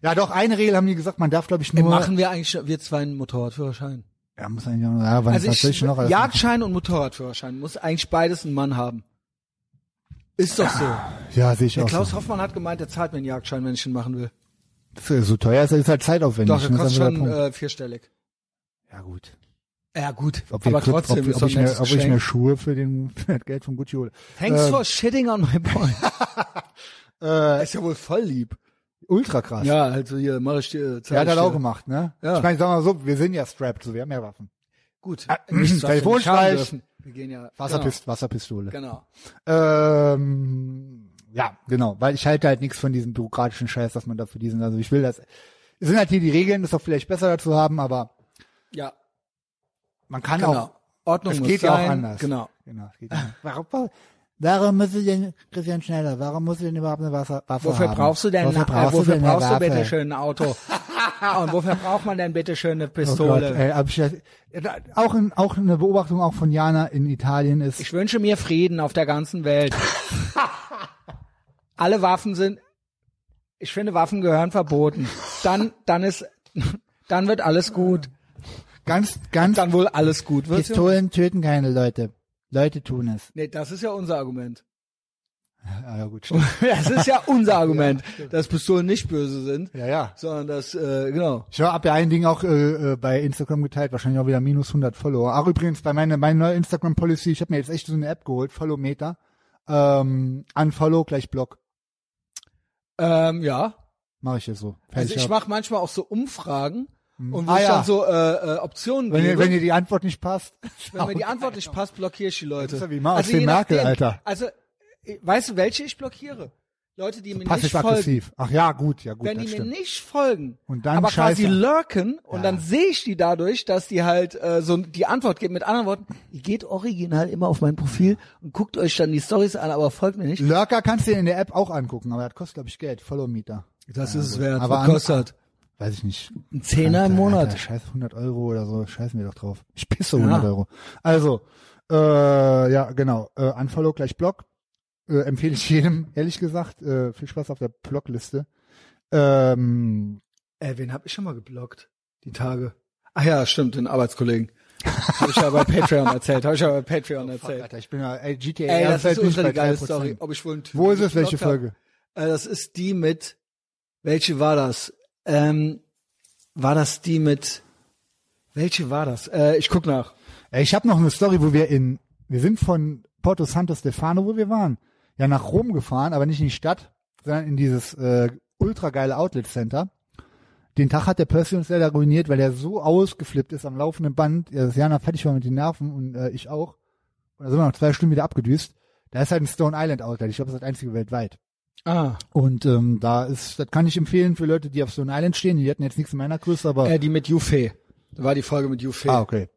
Speaker 1: Ja, doch, eine Regel haben die gesagt, man darf, glaube ich,
Speaker 2: Ey,
Speaker 1: nur...
Speaker 2: machen wir eigentlich schon- wir zwei einen Motorradführerschein?
Speaker 1: Ja, muss eigentlich auch noch, ja, wann
Speaker 2: Also
Speaker 1: ist
Speaker 2: ich,
Speaker 1: natürlich noch alles
Speaker 2: Jagdschein und Motorradführerschein muss eigentlich beides ein Mann haben. Ist doch so.
Speaker 1: Ja, sehe ich
Speaker 2: Der
Speaker 1: auch
Speaker 2: Klaus
Speaker 1: so.
Speaker 2: Hoffmann hat gemeint, der zahlt mir einen Jagdschein, wenn ich ihn machen will.
Speaker 1: Das ist So teuer ist, ist halt zeitaufwendig.
Speaker 2: Doch, der
Speaker 1: ne?
Speaker 2: kostet
Speaker 1: Das ist
Speaker 2: schon
Speaker 1: einfach der
Speaker 2: äh, vierstellig.
Speaker 1: Punkt. ja, gut.
Speaker 2: Ja gut,
Speaker 1: Ob wir
Speaker 2: aber
Speaker 1: Club,
Speaker 2: trotzdem
Speaker 1: ob,
Speaker 2: ist
Speaker 1: ob,
Speaker 2: doch
Speaker 1: ich
Speaker 2: ein
Speaker 1: mir,
Speaker 2: nettes
Speaker 1: ob ich mir
Speaker 2: Geschenk.
Speaker 1: Schuhe für, den, für das Geld von Gucci hole.
Speaker 2: Thanks
Speaker 1: Ähm,
Speaker 2: for shitting on my point.
Speaker 1: äh,
Speaker 2: ist ja wohl voll lieb.
Speaker 1: ultra krass.
Speaker 2: Ja, also hier mache ich dir.
Speaker 1: Der
Speaker 2: zeig
Speaker 1: hat
Speaker 2: ich
Speaker 1: das auch
Speaker 2: dir.
Speaker 1: gemacht, ne?
Speaker 2: Ja.
Speaker 1: Ich meine, sagen wir mal so, wir sind ja strapped, so, wir haben ja Waffen.
Speaker 2: Gut.
Speaker 1: Nichts, was wir nicht haben
Speaker 2: Telefonstreich.
Speaker 1: dürfen.
Speaker 2: Wir gehen ja.
Speaker 1: Ah, Wasserpist Wasserpistole.
Speaker 2: Genau.
Speaker 1: Ähm, ja, genau, weil ich halte halt nichts von diesem bürokratischen Scheiß, dass man da für diesen, also ich will das, es sind halt hier die Regeln, ist doch vielleicht besser dazu haben, aber
Speaker 2: Ja,
Speaker 1: man kann
Speaker 2: genau.
Speaker 1: auch
Speaker 2: Ordnung
Speaker 1: Es
Speaker 2: muss
Speaker 1: geht ja
Speaker 2: sein.
Speaker 1: auch anders.
Speaker 2: Genau.
Speaker 1: genau es geht anders. warum, warum musst du denn, Christian Schneller, warum musst du denn überhaupt eine Wasser, Waffe
Speaker 2: Wofür
Speaker 1: haben?
Speaker 2: brauchst du denn,
Speaker 1: Wofür brauchst
Speaker 2: äh, wofür
Speaker 1: du, denn
Speaker 2: brauchst
Speaker 1: eine
Speaker 2: du
Speaker 1: Waffe?
Speaker 2: bitte schön ein Auto? Und wofür braucht man denn bitte schön eine
Speaker 1: Oh Gott,
Speaker 2: Pistole?
Speaker 1: ey, hab ich das, ja, da- auch, in, auch eine Beobachtung auch von Jana in Italien ist,
Speaker 2: ich wünsche mir Frieden auf der ganzen Welt. Alle Waffen sind, ich finde, Waffen gehören verboten. Dann, dann ist, dann wird alles gut.
Speaker 1: ganz, ganz,
Speaker 2: Dann wohl alles gut. Wird's, Junge?
Speaker 1: Pistolen töten keine Leute. Leute tun es.
Speaker 2: Nee, das ist ja unser Argument.
Speaker 1: Ah, ja, gut, stimmt.
Speaker 2: Das ist ja unser Argument, dass Pistolen nicht böse sind,
Speaker 1: ja, ja.
Speaker 2: sondern dass, äh, genau.
Speaker 1: Ich habe ja ein Ding auch äh, äh, bei Instagram geteilt, wahrscheinlich auch wieder minus 100 Follower. Auch übrigens bei meiner meine neuen Instagram Policy, ich habe mir jetzt echt so eine App geholt, Followmeter. Ähm, unfollow gleich Block.
Speaker 2: Ähm, ja.
Speaker 1: Mache ich jetzt so.
Speaker 2: Also
Speaker 1: Fertig
Speaker 2: ich
Speaker 1: ab.
Speaker 2: mache manchmal auch so Umfragen und wo
Speaker 1: Ah,
Speaker 2: ich
Speaker 1: ja.
Speaker 2: dann so äh, äh, Optionen
Speaker 1: wenn,
Speaker 2: gebe.
Speaker 1: ihr, wenn ihr die Antwort nicht passt.
Speaker 2: Wenn mir die Antwort nicht passt, blockiere ich die Leute.
Speaker 1: ist ja wie Marx den
Speaker 2: je
Speaker 1: Merkel,
Speaker 2: nachdem.
Speaker 1: Alter.
Speaker 2: Also, äh, weißt du, welche ich blockiere? Leute, die mir nicht
Speaker 1: Passiv
Speaker 2: folgen.
Speaker 1: aggressiv. Ach ja, gut, ja gut,
Speaker 2: Wenn die
Speaker 1: das
Speaker 2: mir
Speaker 1: stimmt.
Speaker 2: nicht folgen,
Speaker 1: Und dann
Speaker 2: aber
Speaker 1: scheiße.
Speaker 2: quasi lurken und
Speaker 1: Ja.
Speaker 2: dann sehe ich die dadurch, dass die halt äh, so die Antwort geben. Mit anderen Worten, ihr geht original immer auf mein Profil und guckt euch dann die Stories an, aber folgt mir nicht.
Speaker 1: Lurker kannst du dir in der App auch angucken, aber das kostet glaube ich Geld. Followmeter.
Speaker 2: Das
Speaker 1: Ja,
Speaker 2: ist es
Speaker 1: gut.
Speaker 2: wert.
Speaker 1: Aber
Speaker 2: Was
Speaker 1: an-
Speaker 2: kostet
Speaker 1: Weiß ich nicht.
Speaker 2: ein Zehner im
Speaker 1: Alter,
Speaker 2: Monat.
Speaker 1: Alter, scheiß 100 Euro oder so, scheißen wir doch drauf. Ich pisse
Speaker 2: Ja.
Speaker 1: 100 Euro. Also, äh, ja, genau. Äh, unfollow gleich Blog. Äh, empfehle ich jedem, ehrlich gesagt. Äh, viel Spaß auf der Blogliste. Ähm,
Speaker 2: Ey, wen hab ich schon mal geblockt? Die Tage. Ach ja, stimmt, den Arbeitskollegen. Habe ich ja bei Patreon erzählt. Habe ich ja bei Patreon
Speaker 1: fuck,
Speaker 2: erzählt.
Speaker 1: Alter, ich bin ja, ey, GTA
Speaker 2: Ey, das
Speaker 1: fällt
Speaker 2: ist
Speaker 1: nicht
Speaker 2: ultra
Speaker 1: bei
Speaker 2: die geile
Speaker 1: 3%.
Speaker 2: Story. Ob ich wohl einen Typen
Speaker 1: Wo ist es, welche
Speaker 2: geblockt hab?
Speaker 1: Folge?
Speaker 2: Äh, das ist die mit, welche war das? Ähm, war das die mit, welche war das? Äh, ich guck nach.
Speaker 1: Ey, Äh, ich habe noch eine Story, wo wir in, wir sind von Porto Santo Stefano, wo wir waren, ja nach Rom gefahren, aber nicht in die Stadt, sondern in dieses äh, ultra geile Outlet Center. den Tag hat der Percy uns leider ruiniert, weil er so ausgeflippt ist am laufenden Band, dass Jana fertig war mit den Nerven und äh, ich auch. Und da sind wir noch zwei Stunden wieder abgedüst. Da ist halt ein Stone Island Outlet. Ich glaube, das ist das einzige weltweit.
Speaker 2: Ah.
Speaker 1: Und ähm, da ist, das kann ich empfehlen für Leute, die auf Stone Island stehen. Die hatten jetzt nichts in meiner Größe, aber.
Speaker 2: Äh, die mit Jufe. Da war die Folge mit Jufe.
Speaker 1: ah, okay.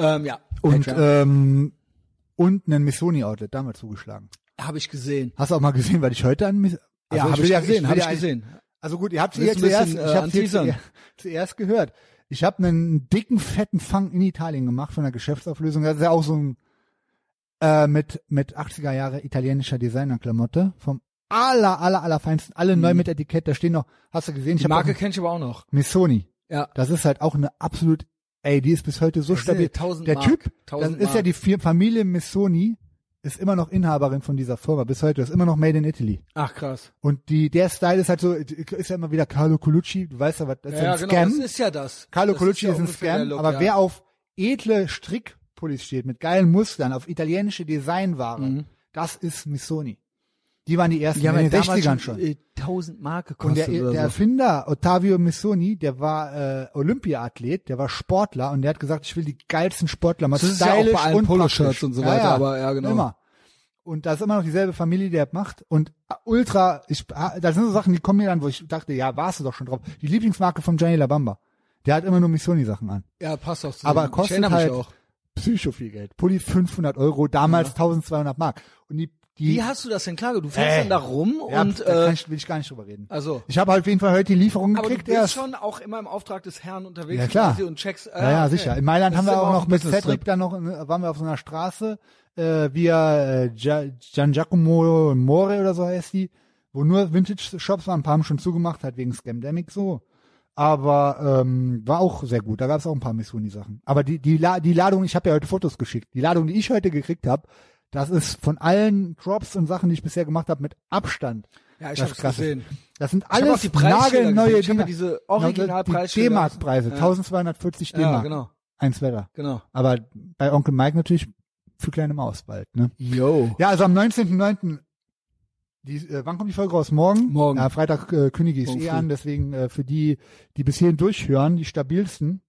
Speaker 2: Ähm, ja.
Speaker 1: Und, ähm, und einen Missoni Outlet, damals zugeschlagen.
Speaker 2: Habe ich gesehen.
Speaker 1: Hast du auch mal gesehen, weil ich heute an Miss also
Speaker 2: Ja,
Speaker 1: ich
Speaker 2: habe
Speaker 1: will
Speaker 2: äh, Also
Speaker 1: ja-
Speaker 2: ich gesehen,
Speaker 1: will
Speaker 2: habe
Speaker 1: ja
Speaker 2: ich
Speaker 1: eigentlich-
Speaker 2: gesehen.
Speaker 1: Also gut, ihr habt sie ja
Speaker 2: Willst du ein
Speaker 1: zuerst,
Speaker 2: bisschen,
Speaker 1: ich
Speaker 2: äh,
Speaker 1: hab's hier
Speaker 2: anteasern?
Speaker 1: zuerst, zuerst gehört. Ich habe einen dicken, fetten Fang in Italien gemacht von einer Geschäftsauflösung. Das ist ja auch so ein äh, mit mit 80er Jahre italienischer Designerklamotte vom aller aller allerfeinsten, alle neu mit Etikett. Da stehen noch, hast du gesehen? Ich
Speaker 2: Die Marke
Speaker 1: habe
Speaker 2: kenne ich aber auch noch.
Speaker 1: Missoni.
Speaker 2: Ja.
Speaker 1: Das ist halt auch eine absolut, ey, die ist bis heute so
Speaker 2: Das sind
Speaker 1: stabil.
Speaker 2: 1000
Speaker 1: Der
Speaker 2: Mark,
Speaker 1: Typ,
Speaker 2: 1000
Speaker 1: dann ist ja
Speaker 2: Mark.
Speaker 1: die Fi- Familie Missoni ist immer noch Inhaberin von dieser Firma bis heute. Das ist immer noch Made in Italy.
Speaker 2: Ach krass.
Speaker 1: Und die, der Style ist halt so, ist ja immer wieder Carlo Colucci, du weißt ja, was, das ist ja, ein Scam.
Speaker 2: das ist ja das.
Speaker 1: Carlo
Speaker 2: das
Speaker 1: Colucci
Speaker 2: ja
Speaker 1: ist, ein
Speaker 2: ungefähr der
Speaker 1: Scam,
Speaker 2: Look,
Speaker 1: aber
Speaker 2: ja.
Speaker 1: wer auf edle Strickpullis steht, mit geilen Mustern, auf italienische Designware, das ist Missoni. Die waren die ersten
Speaker 2: Mhm. Die haben
Speaker 1: in
Speaker 2: ja
Speaker 1: den
Speaker 2: damals
Speaker 1: 60ern
Speaker 2: schon,
Speaker 1: schon.
Speaker 2: äh, 1000 Mark
Speaker 1: Und der,
Speaker 2: gekostet
Speaker 1: der
Speaker 2: oder so.
Speaker 1: Erfinder Ottavio Missoni, der war äh, Olympiaathlet, der war Sportler und der hat gesagt, ich will die geilsten Sportler mal
Speaker 2: Das ist ja auch bei
Speaker 1: stylisch
Speaker 2: allen
Speaker 1: und
Speaker 2: Poloshirts
Speaker 1: praktisch.
Speaker 2: und so weiter, aber ja, genau.
Speaker 1: Immer. Und da ist immer noch dieselbe Familie, die das macht und äh, ultra, ich, ah, das sind so Sachen, die kommen mir dann, wo ich dachte, ja, warst du doch schon drauf. Die Lieblingsmarke von Gianni Labamba. Der hat immer nur Missoni-Sachen an.
Speaker 2: Ja, passt auch zusammen.
Speaker 1: Aber
Speaker 2: ich
Speaker 1: kostet
Speaker 2: erinnere
Speaker 1: halt
Speaker 2: mich auch.
Speaker 1: psycho viel Geld. Pulli 500 Euro, damals 1200 Mark. Und die, die,
Speaker 2: Wie hast du das denn klar? Du fährst
Speaker 1: Äh.
Speaker 2: dann da rum
Speaker 1: ja,
Speaker 2: und
Speaker 1: da kann
Speaker 2: äh,
Speaker 1: ich, will ich gar nicht drüber reden.
Speaker 2: also
Speaker 1: Ich habe auf jeden Fall heute die Lieferung
Speaker 2: aber du
Speaker 1: gekriegt
Speaker 2: bist
Speaker 1: erst.
Speaker 2: schon auch immer im Auftrag des Herrn unterwegs
Speaker 1: Ja, klar.
Speaker 2: quasi und checkst. äh,
Speaker 1: Ja, ja,
Speaker 2: okay.
Speaker 1: sicher. In Mailand
Speaker 2: Das
Speaker 1: haben
Speaker 2: ist
Speaker 1: wir
Speaker 2: immer
Speaker 1: auch noch
Speaker 2: ein
Speaker 1: mit
Speaker 2: Business-Trip.
Speaker 1: Cedric dann noch, äh, waren wir auf so einer Straße, äh, via äh, Gia- Gian Giacomo More oder so heißt die, wo nur Vintage-Shops waren, ein paar haben schon zugemacht, halt wegen Scamdemic so. Aber ähm, war auch sehr gut. Da gab es auch ein paar Missuni-Sachen. Aber die, die, La die Ladung, ich habe ja heute Fotos geschickt, die Ladung, die ich heute gekriegt habe, das ist von allen Drops und Sachen, die ich bisher gemacht habe, mit Abstand.
Speaker 2: Ja, ich
Speaker 1: das
Speaker 2: hab's
Speaker 1: Krasseste.
Speaker 2: gesehen.
Speaker 1: Das sind
Speaker 2: hab auch
Speaker 1: alles
Speaker 2: die Preisschilder
Speaker 1: nagelneue
Speaker 2: gesehen. Ich hab
Speaker 1: Dinger.
Speaker 2: mir
Speaker 1: Genau,
Speaker 2: diese
Speaker 1: Die
Speaker 2: Originalpreisschilder-
Speaker 1: D-Mark-Preise,
Speaker 2: Ja.
Speaker 1: 1240 D-Mark.
Speaker 2: Ja, genau,
Speaker 1: Eins Wetter.
Speaker 2: genau.
Speaker 1: Aber bei Onkel Mike natürlich für kleine Maus bald, ne?
Speaker 2: Yo.
Speaker 1: Ja, also am 19.09. Die, äh, wann kommt die Folge raus? Morgen?
Speaker 2: Morgen.
Speaker 1: Ja, Freitag äh, kündige ich
Speaker 2: Morgen
Speaker 1: eh
Speaker 2: früh.
Speaker 1: an, deswegen äh, für die, die bis hierhin durchhören, die stabilsten.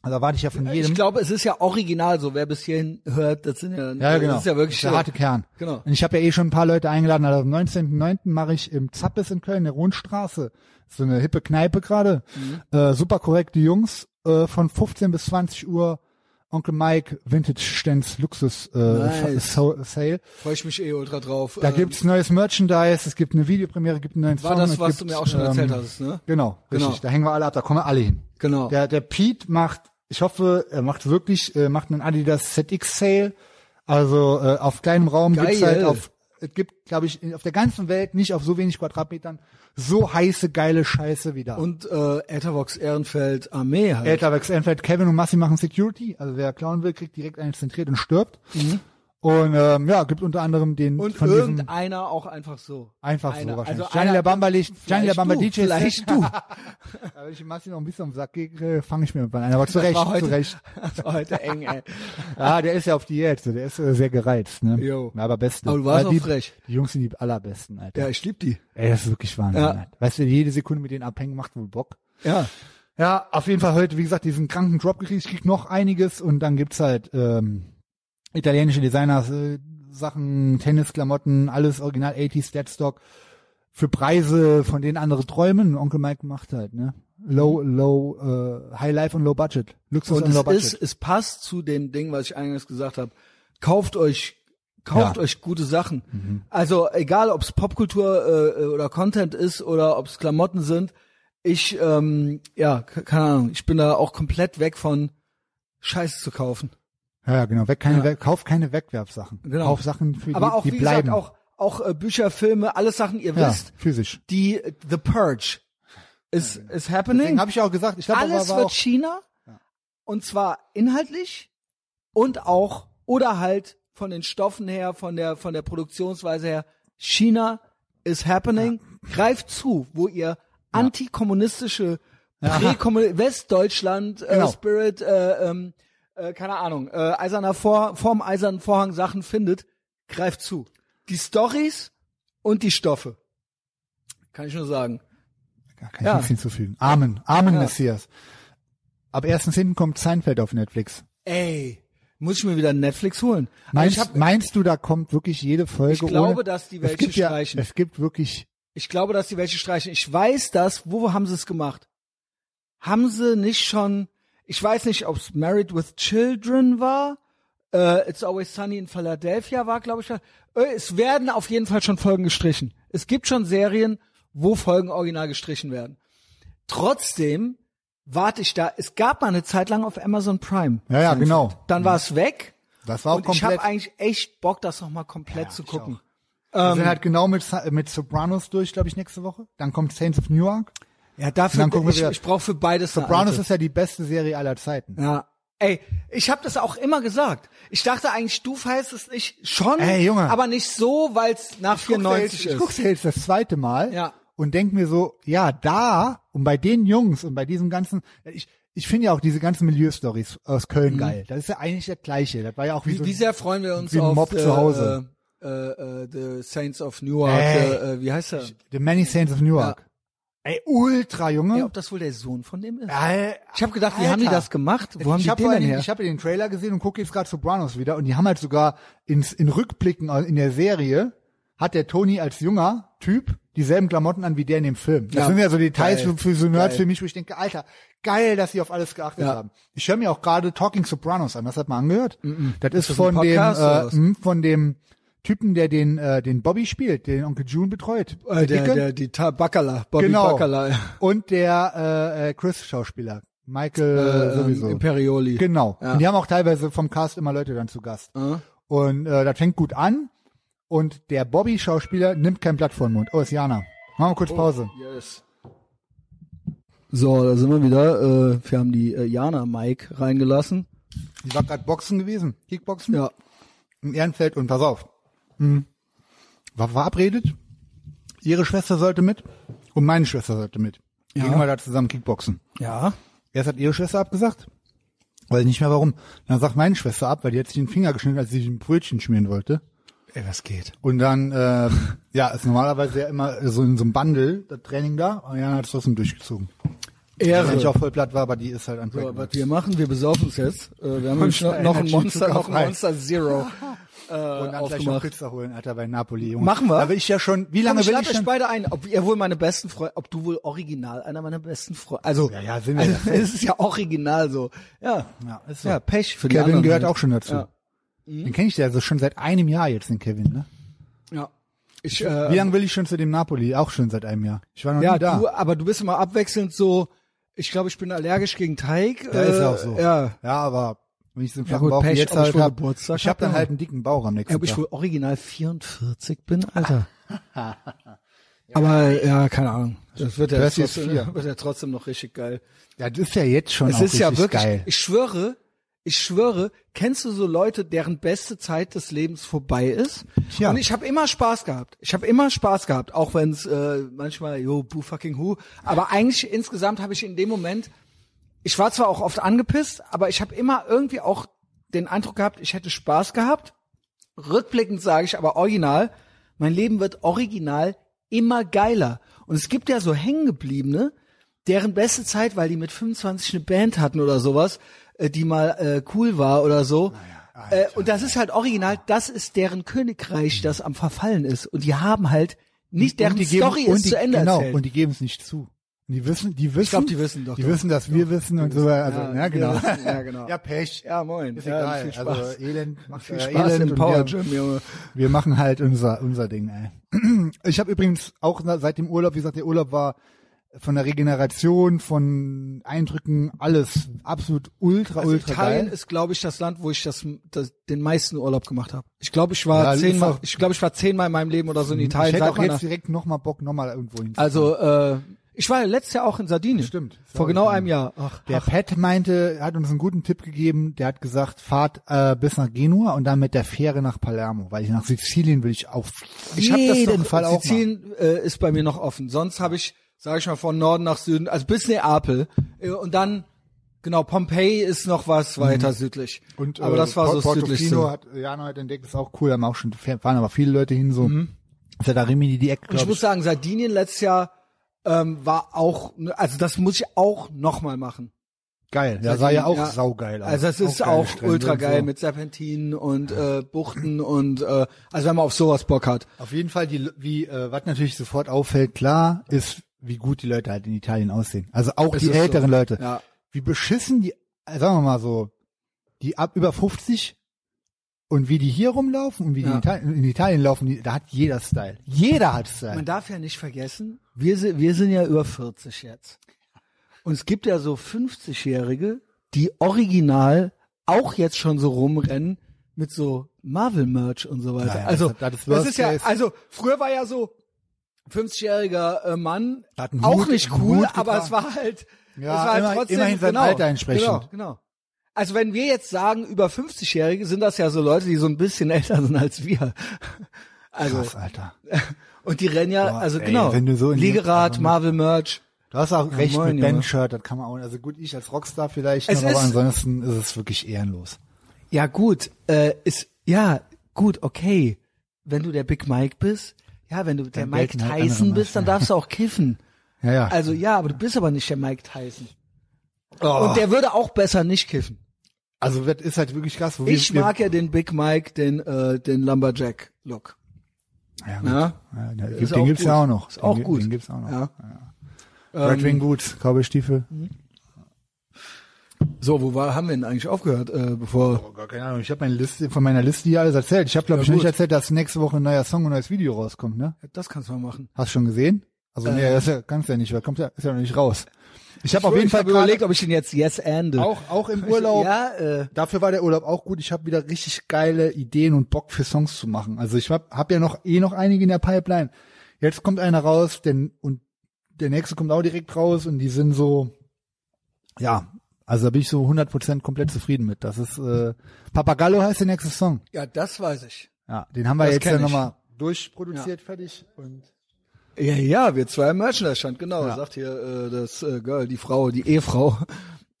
Speaker 1: Also da warte ich ja von jedem.
Speaker 2: Äh, Ich glaube, es ist ja original so. Wer bis hierhin hört, das sind ja,
Speaker 1: ja, genau.
Speaker 2: das ist ja wirklich
Speaker 1: Das der harte Kern.
Speaker 2: Genau.
Speaker 1: Und ich habe ja eh schon ein paar Leute eingeladen. Also am 19.09. mache ich im Zappes in Köln, in der Rundstraße. So eine hippe Kneipe gerade.
Speaker 2: Mhm.
Speaker 1: Äh, super korrekte Jungs. Äh, von 15 bis 20 Uhr Onkel Mike Vintage Stens Luxus äh,
Speaker 2: Nice.
Speaker 1: Fa- So- Sale.
Speaker 2: Freue ich mich eh ultra drauf.
Speaker 1: Da
Speaker 2: Ähm,
Speaker 1: gibt's neues Merchandise, es gibt eine Videopremiere, gibt einen neuen
Speaker 2: war
Speaker 1: Song.
Speaker 2: das,
Speaker 1: es
Speaker 2: was
Speaker 1: gibt,
Speaker 2: du mir auch schon erzählt hast, ne?
Speaker 1: Genau, richtig.
Speaker 2: Genau.
Speaker 1: Da hängen wir alle ab, da kommen wir alle hin.
Speaker 2: Genau.
Speaker 1: Der, der Pete macht, ich hoffe, er macht wirklich, äh, macht einen Adidas ZX Sale. Also äh, auf kleinem Raum
Speaker 2: Geil.
Speaker 1: gibt's halt auf, es gibt, glaube ich, in- auf der ganzen Welt nicht auf so wenig Quadratmetern so heiße, geile Scheiße wie da.
Speaker 2: Und äh, Ethervox Ehrenfeld Armee halt.
Speaker 1: Elterwex Enfeld, Kevin und Massi machen Security. Also wer klauen will, kriegt direkt einen zentriert und stirbt. Und ähm, ja, gibt unter anderem den
Speaker 2: Mhm. und
Speaker 1: von diesem
Speaker 2: irgendeiner auch einfach so.
Speaker 1: Einfach
Speaker 2: Einer.
Speaker 1: so wahrscheinlich.
Speaker 2: Also
Speaker 1: Gianni
Speaker 2: einer-
Speaker 1: Labamba, legt- Gianni
Speaker 2: Vielleicht
Speaker 1: Labamba
Speaker 2: du,
Speaker 1: DJ.
Speaker 2: vielleicht du.
Speaker 1: Aber ich Massi noch ein bisschen am Sack gehe, fange ich mir irgendwann ein. Aber zu Recht,
Speaker 2: war heute-
Speaker 1: zu Recht.
Speaker 2: Das war heute eng, ey.
Speaker 1: Ah, der ist ja auf Diät, so, der ist äh, sehr gereizt, ne?
Speaker 2: Jo.
Speaker 1: Na, aber beste.
Speaker 2: Aber du warst
Speaker 1: Ja,
Speaker 2: auch
Speaker 1: die,
Speaker 2: frech.
Speaker 1: Die Jungs sind die allerbesten, Alter.
Speaker 2: Ja, ich lieb die.
Speaker 1: Ey, das ist wirklich Wahnsinn,
Speaker 2: Ja.
Speaker 1: Alter. Weißt du, jede Sekunde mit denen abhängen macht wohl Bock.
Speaker 2: Ja.
Speaker 1: Ja, auf jeden Fall heute, wie gesagt, diesen kranken Drop gekriegt, ich krieg noch einiges und dann gibt's halt ähm, italienische Designer äh, Sachen, Tennisklamotten, alles original 80s Deadstock für Preise, von denen andere träumen. Onkel Mike macht halt, ne? Low, low, äh, High Life und Low Budget. Luxus
Speaker 2: Und
Speaker 1: und Low
Speaker 2: es
Speaker 1: Budget.
Speaker 2: ist, es passt zu dem Ding, was ich eingangs gesagt habe. Kauft euch, kauft
Speaker 1: Ja. Mhm.
Speaker 2: euch gute Sachen. Also egal, ob es Popkultur äh, oder Content ist oder ob es Klamotten sind. Ich, ähm, ja, ke- keine Ahnung. Ich bin da auch komplett weg von Scheiße zu kaufen.
Speaker 1: ja, ja, genau. Weg, keine, Weg, kauf keine Wegwerfsachen.
Speaker 2: Genau.
Speaker 1: Kauf Sachen, für
Speaker 2: Aber
Speaker 1: die,
Speaker 2: auch
Speaker 1: die
Speaker 2: wie
Speaker 1: bleiben.
Speaker 2: gesagt, auch auch äh, Bücher, Filme, alles Sachen. Ihr
Speaker 1: ja,
Speaker 2: wisst,
Speaker 1: physisch.
Speaker 2: die The Purge is is
Speaker 1: Deswegen
Speaker 2: happening.
Speaker 1: habe ich ja auch gesagt, ich glaube,
Speaker 2: Alles
Speaker 1: war,
Speaker 2: wird
Speaker 1: auch,
Speaker 2: China und zwar inhaltlich und auch oder halt von den Stoffen her, von der von der Produktionsweise her. China is happening. Greift zu, wo ihr antikommunistische Präkommun- Westdeutschland äh,
Speaker 1: Genau.
Speaker 2: Spirit, äh, ähm, äh, keine Ahnung, äh, eiserner Vor vorm eisernen Vorhang Sachen findet, greift zu. Die Stories und die Stoffe. Kann ich nur sagen.
Speaker 1: Da kann ich nichts hinzufügen. Amen. Amen, Messias. Ab 1.10. kommt Seinfeld auf Netflix.
Speaker 2: Ey, muss ich mir wieder Netflix holen? Also
Speaker 1: Meinst,
Speaker 2: ich hab-
Speaker 1: meinst du, da kommt wirklich jede Folge
Speaker 2: Ich glaube,
Speaker 1: ohne,
Speaker 2: dass die
Speaker 1: es
Speaker 2: welche
Speaker 1: gibt ja,
Speaker 2: streichen.
Speaker 1: Es gibt wirklich,
Speaker 2: Ich glaube, dass die welche streichen. Ich weiß das. Wo haben sie es gemacht? Haben sie nicht schon? Ich weiß nicht, ob es Married with Children war. Äh, It's Always Sunny in Philadelphia war, glaube ich. Äh, es werden auf jeden Fall schon Folgen gestrichen. Es gibt schon Serien, wo Folgen original gestrichen werden. Trotzdem warte ich da. Es gab mal eine Zeit lang auf Amazon Prime.
Speaker 1: Ja, ja, genau.
Speaker 2: Dann war es weg.
Speaker 1: Das war auch
Speaker 2: Und ich
Speaker 1: komplett-
Speaker 2: habe eigentlich echt Bock, das nochmal komplett zu
Speaker 1: ich
Speaker 2: gucken. Ähm,
Speaker 1: wir sind halt genau mit, Sa- mit Sopranos durch, glaube ich, nächste Woche. Dann kommt Saints of Newark.
Speaker 2: Ja,
Speaker 1: Und
Speaker 2: dafür,
Speaker 1: dann gucken wir
Speaker 2: ich,
Speaker 1: wieder-
Speaker 2: ich brauche für beides eine
Speaker 1: Sopranos
Speaker 2: alte.
Speaker 1: ist ja die beste Serie aller Zeiten.
Speaker 2: Ja. Ey, ich habe das auch immer gesagt. Ich dachte eigentlich, du heißt es nicht schon,
Speaker 1: Ey, Junge.
Speaker 2: aber nicht so, weil es nach
Speaker 1: guck's ja jetzt-
Speaker 2: 94
Speaker 1: Ich
Speaker 2: ist.
Speaker 1: guck's ja jetzt das zweite Mal
Speaker 2: Ja.
Speaker 1: und denk mir so, ja, da und bei den Jungs und bei diesem ganzen, ich, ich finde ja auch diese ganzen Milieu-Stories aus Köln geil. Das ist ja eigentlich das Gleiche. Das war ja auch wie,
Speaker 2: Mhm. Wie,
Speaker 1: so
Speaker 2: wie sehr freuen wir uns
Speaker 1: wie ein
Speaker 2: auf
Speaker 1: Mob
Speaker 2: äh,
Speaker 1: zu Hause.
Speaker 2: Äh, äh, The Saints of Newark.
Speaker 1: Ey.
Speaker 2: Äh, äh, wie heißt er?
Speaker 1: The Many Saints of Newark. Ey, ultra, Junge.
Speaker 2: Ey, ob das wohl der Sohn von dem ist?
Speaker 1: Al-
Speaker 2: Ich habe gedacht, wie haben die
Speaker 1: Alter.
Speaker 2: das gemacht? Wo haben
Speaker 1: Äh, ich
Speaker 2: die
Speaker 1: hab
Speaker 2: den
Speaker 1: vor allen
Speaker 2: denn
Speaker 1: Dingen-
Speaker 2: her?
Speaker 1: Ich habe den Trailer gesehen und gucke jetzt gerade Sopranos wieder und die haben halt sogar ins, in Rückblicken in der Serie hat der Tony als junger Typ dieselben Klamotten an wie der in dem Film. Das
Speaker 2: Ja.
Speaker 1: sind ja so Details
Speaker 2: Geil.
Speaker 1: für, für so Nerds
Speaker 2: Geil.
Speaker 1: für mich, wo ich denke, Alter, geil, dass sie auf alles geachtet
Speaker 2: Ja. Mm,
Speaker 1: haben. Ich höre mir auch gerade Talking Sopranos an. Das hat man angehört. Das ist,
Speaker 2: das ein
Speaker 1: von dem
Speaker 2: Podcast oder was?
Speaker 1: äh, mh, von dem Typen, der den äh, den Bobby spielt, den Onkel June betreut.
Speaker 2: Äh, der,
Speaker 1: Dicke.
Speaker 2: der, die Ta Bacala, Bobby
Speaker 1: genau.
Speaker 2: Bacala.
Speaker 1: Und der äh, äh, Chris Schauspieler, Michael
Speaker 2: Äh,
Speaker 1: sowieso.
Speaker 2: ähm, Imperioli.
Speaker 1: Genau.
Speaker 2: Ja.
Speaker 1: Und die haben auch teilweise vom Cast immer Leute dann zu Gast.
Speaker 2: Äh?
Speaker 1: Und äh, das fängt gut an. Und der Bobby-Schauspieler nimmt kein Blatt vor den Mund. Oh, ist Jana. Machen wir kurz
Speaker 2: Oh.
Speaker 1: Pause.
Speaker 2: Yes. So, da sind wir wieder. Äh, wir haben die äh, Jana Mike reingelassen.
Speaker 1: Die war gerade Boxen gewesen. Kickboxen.
Speaker 2: Ja.
Speaker 1: Im Ehrenfeld. Und pass auf. Hm. War verabredet. Ihre Schwester sollte mit. Und meine Schwester sollte mit.
Speaker 2: Ja.
Speaker 1: Gehen wir da zusammen Kickboxen.
Speaker 2: Ja.
Speaker 1: Erst hat ihre Schwester abgesagt. Weiß nicht mehr warum. Dann sagt meine Schwester ab, weil die hat sich den Finger geschnitten, als sie sich ein Brötchen schmieren wollte.
Speaker 2: Ey, was geht?
Speaker 1: Und dann, äh, ja, ist normalerweise ja immer so in so einem Bundle, das Training da, und Jana hat es trotzdem durchgezogen. Wenn ich
Speaker 2: Ehre.
Speaker 1: auch voll platt war, aber die ist halt ein
Speaker 2: So, was
Speaker 1: Breakdown.
Speaker 2: wir machen, wir besaufen uns jetzt. Äh, wir haben nämlich noch, noch ein
Speaker 1: Energy
Speaker 2: Monster,
Speaker 1: Zucker
Speaker 2: noch ein
Speaker 1: frei.
Speaker 2: Monster Zero äh,
Speaker 1: Und dann gleich noch
Speaker 2: aufgemacht.
Speaker 1: Pizza holen, Alter, bei Napoli, Junge.
Speaker 2: Machen wir.
Speaker 1: Da will ich ja schon, wie
Speaker 2: Komm,
Speaker 1: lange
Speaker 2: ich
Speaker 1: will
Speaker 2: lade
Speaker 1: ich
Speaker 2: euch
Speaker 1: denn?
Speaker 2: beide ein, ob ihr wohl meine besten Freunde, ob du wohl original einer meiner besten Freunde, also,
Speaker 1: Ja, ja, sind wir
Speaker 2: also, es ist ja original so, ja,
Speaker 1: Ja, ist so.
Speaker 2: ja Pech für die
Speaker 1: Kevin
Speaker 2: anderen
Speaker 1: gehört
Speaker 2: halt.
Speaker 1: auch schon dazu.
Speaker 2: Ja. Mhm.
Speaker 1: Den kenne ich ja also schon seit einem Jahr jetzt, den Kevin, ne?
Speaker 2: ja. Ich,
Speaker 1: Wie
Speaker 2: äh,
Speaker 1: lange will ich schon zu dem Napoli? Auch schon seit einem Jahr. Ich war noch
Speaker 2: ja,
Speaker 1: nie da.
Speaker 2: du, aber du bist immer abwechselnd so, ich glaube, ich bin allergisch gegen Teig.
Speaker 1: Ja,
Speaker 2: äh,
Speaker 1: ist ja auch so.
Speaker 2: Ja,
Speaker 1: Ja, aber wenn ich so einen
Speaker 2: Ja,
Speaker 1: flachen
Speaker 2: gut,
Speaker 1: Bauch wie
Speaker 2: Pech,
Speaker 1: jetzt
Speaker 2: ob ich
Speaker 1: halt
Speaker 2: wohl
Speaker 1: hab,
Speaker 2: Geburtstag
Speaker 1: ich habe
Speaker 2: hab,
Speaker 1: dann
Speaker 2: ja.
Speaker 1: halt einen dicken Bauch am nächsten
Speaker 2: Ja, ob ich
Speaker 1: Tag.
Speaker 2: wohl original 44 bin, Alter. Aber ja, keine Ahnung. Das wird ja,
Speaker 1: Percy ist
Speaker 2: trotzdem,
Speaker 1: vier.
Speaker 2: wird ja trotzdem noch richtig geil.
Speaker 1: Ja, das ist ja jetzt schon
Speaker 2: Es
Speaker 1: auch
Speaker 2: ist ja
Speaker 1: richtig
Speaker 2: wirklich,
Speaker 1: geil.
Speaker 2: ich schwöre, ich schwöre, kennst du so Leute, deren beste Zeit des Lebens vorbei ist?
Speaker 1: Tja.
Speaker 2: Und ich habe immer Spaß gehabt. Ich habe immer Spaß gehabt, auch wenn es äh, manchmal, yo, boo fucking who. Aber eigentlich insgesamt habe ich in dem Moment, ich war zwar auch oft angepisst, aber ich habe immer irgendwie auch den Eindruck gehabt, ich hätte Spaß gehabt. Rückblickend sage ich aber original, mein Leben wird original immer geiler. Und es gibt ja so Hängengebliebene, deren beste Zeit, weil die mit 25 eine Band hatten oder sowas, äh, die mal äh, cool war oder so. äh, und das ist halt original, das ist deren Königreich, das am Verfallen ist. Und die haben halt nicht, deren
Speaker 1: Mhm. Und die geben-
Speaker 2: Story
Speaker 1: und
Speaker 2: ist
Speaker 1: die,
Speaker 2: zu Ende
Speaker 1: genau,
Speaker 2: erzählt.
Speaker 1: Und die geben es nicht zu. Und die wissen, die wissen.
Speaker 2: glaub, die wissen doch,
Speaker 1: Die
Speaker 2: doch.
Speaker 1: wissen, dass wir wissen und so. Also, ja,
Speaker 2: Ja, wir
Speaker 1: genau.
Speaker 2: wissen, ja, genau.
Speaker 1: ja, Pech.
Speaker 2: ja, moin.
Speaker 1: Ist
Speaker 2: ja,
Speaker 1: egal.
Speaker 2: Viel Spaß.
Speaker 1: Also, Elend macht
Speaker 2: viel
Speaker 1: äh,
Speaker 2: Spaß
Speaker 1: Elend
Speaker 2: im
Speaker 1: und
Speaker 2: Power
Speaker 1: wir,
Speaker 2: Gym, Junge.
Speaker 1: wir machen halt unser, unser Ding, ey. Ich habe übrigens auch na- seit dem Urlaub, wie gesagt, der Urlaub war von der Regeneration, von Eindrücken, alles absolut ultra,
Speaker 2: Also
Speaker 1: ultra
Speaker 2: Italien
Speaker 1: geil.
Speaker 2: ist, glaube ich, das Land, wo ich das, das den meisten Urlaub gemacht habe. Ich glaube, ich war
Speaker 1: Ja,
Speaker 2: zehnmal,
Speaker 1: ist auch- Mhm.
Speaker 2: ich glaube, ich war zehnmal in meinem Leben oder so in
Speaker 1: ich
Speaker 2: Italien.
Speaker 1: hätte
Speaker 2: seit
Speaker 1: auch
Speaker 2: meiner-
Speaker 1: jetzt direkt nochmal Bock, nochmal irgendwo hin.
Speaker 2: also äh, ich war letztes Jahr auch in Sardinien.
Speaker 1: Stimmt.
Speaker 2: Vor genau einem Jahr. Ach,
Speaker 1: Der Pat meinte, hat uns einen guten Tipp gegeben. Der hat gesagt, fahrt äh, bis nach Genua und dann mit der Fähre nach Palermo, weil ich nach Sizilien will ich auf
Speaker 2: ich habe das
Speaker 1: jeden
Speaker 2: doch,
Speaker 1: Fall auch mal.
Speaker 2: Sizilien äh, ist bei mir noch offen. Sonst habe ich, sage ich mal, von Norden nach Süden, also bis Neapel äh, und dann genau Pompeji ist noch was weiter südlich.
Speaker 1: Mhm. Und,
Speaker 2: aber
Speaker 1: äh,
Speaker 2: das war so das
Speaker 1: Port- Portofino
Speaker 2: südlichste.
Speaker 1: hat Jana heute entdeckt, ist auch cool, da haben auch schon fahren aber viele Leute hin so. Mhm. Ist ja da Rimini die Ecke,
Speaker 2: Und ich
Speaker 1: glaub
Speaker 2: muss sagen, Sardinien letztes Jahr ähm, war auch, also das muss ich auch nochmal machen.
Speaker 1: Geil, ja, sah ja auch saugeil aus.
Speaker 2: Also es ist
Speaker 1: geile
Speaker 2: auch
Speaker 1: Strände
Speaker 2: ultra
Speaker 1: und
Speaker 2: geil
Speaker 1: so.
Speaker 2: mit Serpentinen und äh, Buchten und äh, also wenn man auf sowas Bock hat.
Speaker 1: Auf jeden Fall, die, wie, äh, was natürlich sofort auffällt, klar, ist, wie gut die Leute halt in Italien aussehen. Also auch
Speaker 2: Es
Speaker 1: die
Speaker 2: ist so.
Speaker 1: älteren Leute.
Speaker 2: Ja.
Speaker 1: Wie beschissen die, äh, sagen wir mal so, die ab über 50 und wie die hier rumlaufen und wie die
Speaker 2: Ja.
Speaker 1: in Italien, in Italien laufen, die, da hat jeder Style. Jeder hat Style.
Speaker 2: Man darf ja nicht vergessen, wir, si- wir sind ja über 40 jetzt. Und es gibt ja so 50-Jährige, die original auch jetzt schon so rumrennen mit so Marvel-Merch und so weiter.
Speaker 1: Naja,
Speaker 2: also,
Speaker 1: das- das
Speaker 2: das,
Speaker 1: ist worst
Speaker 2: ist ja,
Speaker 1: case.
Speaker 2: also, früher war ja so 50-jähriger äh, Mann,
Speaker 1: Hat einen
Speaker 2: auch
Speaker 1: Hut-
Speaker 2: nicht
Speaker 1: einen
Speaker 2: cool,
Speaker 1: Hut
Speaker 2: aber
Speaker 1: getragen.
Speaker 2: es war halt,
Speaker 1: Ja,
Speaker 2: es war halt
Speaker 1: immer-
Speaker 2: trotzdem,
Speaker 1: immerhin seinem
Speaker 2: genau,
Speaker 1: Alter entsprechend.
Speaker 2: Genau, genau. Also wenn wir jetzt sagen, über 50-Jährige, sind das ja so Leute, die so ein bisschen älter sind als wir. Also,
Speaker 1: Krass, Alter.
Speaker 2: und die rennen ja,
Speaker 1: Boah,
Speaker 2: also
Speaker 1: ey,
Speaker 2: genau,
Speaker 1: wenn du so in die-
Speaker 2: Liegerad,
Speaker 1: also-
Speaker 2: Marvel Merch.
Speaker 1: Du hast auch recht
Speaker 2: moin,
Speaker 1: mit
Speaker 2: Junge.
Speaker 1: Ben-Shirt, das kann man auch, also gut, ich als Rockstar vielleicht,
Speaker 2: Es
Speaker 1: noch, aber
Speaker 2: ist-
Speaker 1: ansonsten ist es wirklich ehrenlos.
Speaker 2: Ja gut, äh, ist ja gut, okay. Wenn du der Big Mike bist, ja, wenn du der
Speaker 1: Dann
Speaker 2: Mike
Speaker 1: gelten halt andere
Speaker 2: Tyson bist,
Speaker 1: Merch,
Speaker 2: dann
Speaker 1: ja.
Speaker 2: darfst du auch kiffen.
Speaker 1: Ja, ja.
Speaker 2: Also ja, aber du bist aber nicht der Mike Tyson.
Speaker 1: Oh.
Speaker 2: Und der würde auch besser nicht kiffen.
Speaker 1: also das ist halt wirklich krass. Wo
Speaker 2: Ich
Speaker 1: wir,
Speaker 2: mag ja den Big Mike, den äh, den Lumberjack Look.
Speaker 1: wir, ja, gut.
Speaker 2: Ja,
Speaker 1: Ja, der-
Speaker 2: Ist
Speaker 1: den
Speaker 2: auch
Speaker 1: gibt's
Speaker 2: gut.
Speaker 1: ja auch noch.
Speaker 2: Ist
Speaker 1: Den
Speaker 2: auch
Speaker 1: gi-
Speaker 2: gut. ähm,
Speaker 1: Den gibt's auch noch.
Speaker 2: ja.
Speaker 1: Red Wing Boots, Cowboy-Stiefel.
Speaker 2: So, wo war, haben wir denn eigentlich aufgehört, äh, bevor?
Speaker 1: Oh Gott, keine Ahnung. Ich habe meine Liste von meiner Liste hier alles erzählt. Ich habe glaube
Speaker 2: Ja,
Speaker 1: ich noch nicht
Speaker 2: gut.
Speaker 1: erzählt, dass nächste Woche ein neuer Song und ein neues Video rauskommt. Ne?
Speaker 2: Das kannst du mal machen.
Speaker 1: Hast du schon gesehen? Also
Speaker 2: Äh.
Speaker 1: nee, das ist ja, kannst du ja nicht, weil kommt ja, ist ja noch nicht raus. Ich habe auf
Speaker 2: So,
Speaker 1: jeden
Speaker 2: ich
Speaker 1: Fall
Speaker 2: hab überlegt, ob ich den jetzt yes ende.
Speaker 1: gerade- auch auch im Urlaub.
Speaker 2: Ja, äh,
Speaker 1: Dafür war der Urlaub auch gut. Ich habe wieder richtig geile Ideen und Bock für Songs zu machen. Also ich habe hab ja noch eh noch einige in der Pipeline. Jetzt kommt einer raus, denn und der nächste kommt auch direkt raus und die sind so ja, also da bin ich so 100% komplett zufrieden mit. Das ist äh, Papagallo heißt der nächste Song.
Speaker 2: ja, das weiß ich.
Speaker 1: Ja, den haben wir
Speaker 2: Das
Speaker 1: jetzt
Speaker 2: kenn
Speaker 1: ja
Speaker 2: ich.
Speaker 1: nochmal durchproduziert, fertig und
Speaker 2: Ja, ja, wir zwei im Merchandise-Stand, genau.
Speaker 1: Ja.
Speaker 2: Sagt hier äh, das äh, Girl, die Frau, die Ehefrau.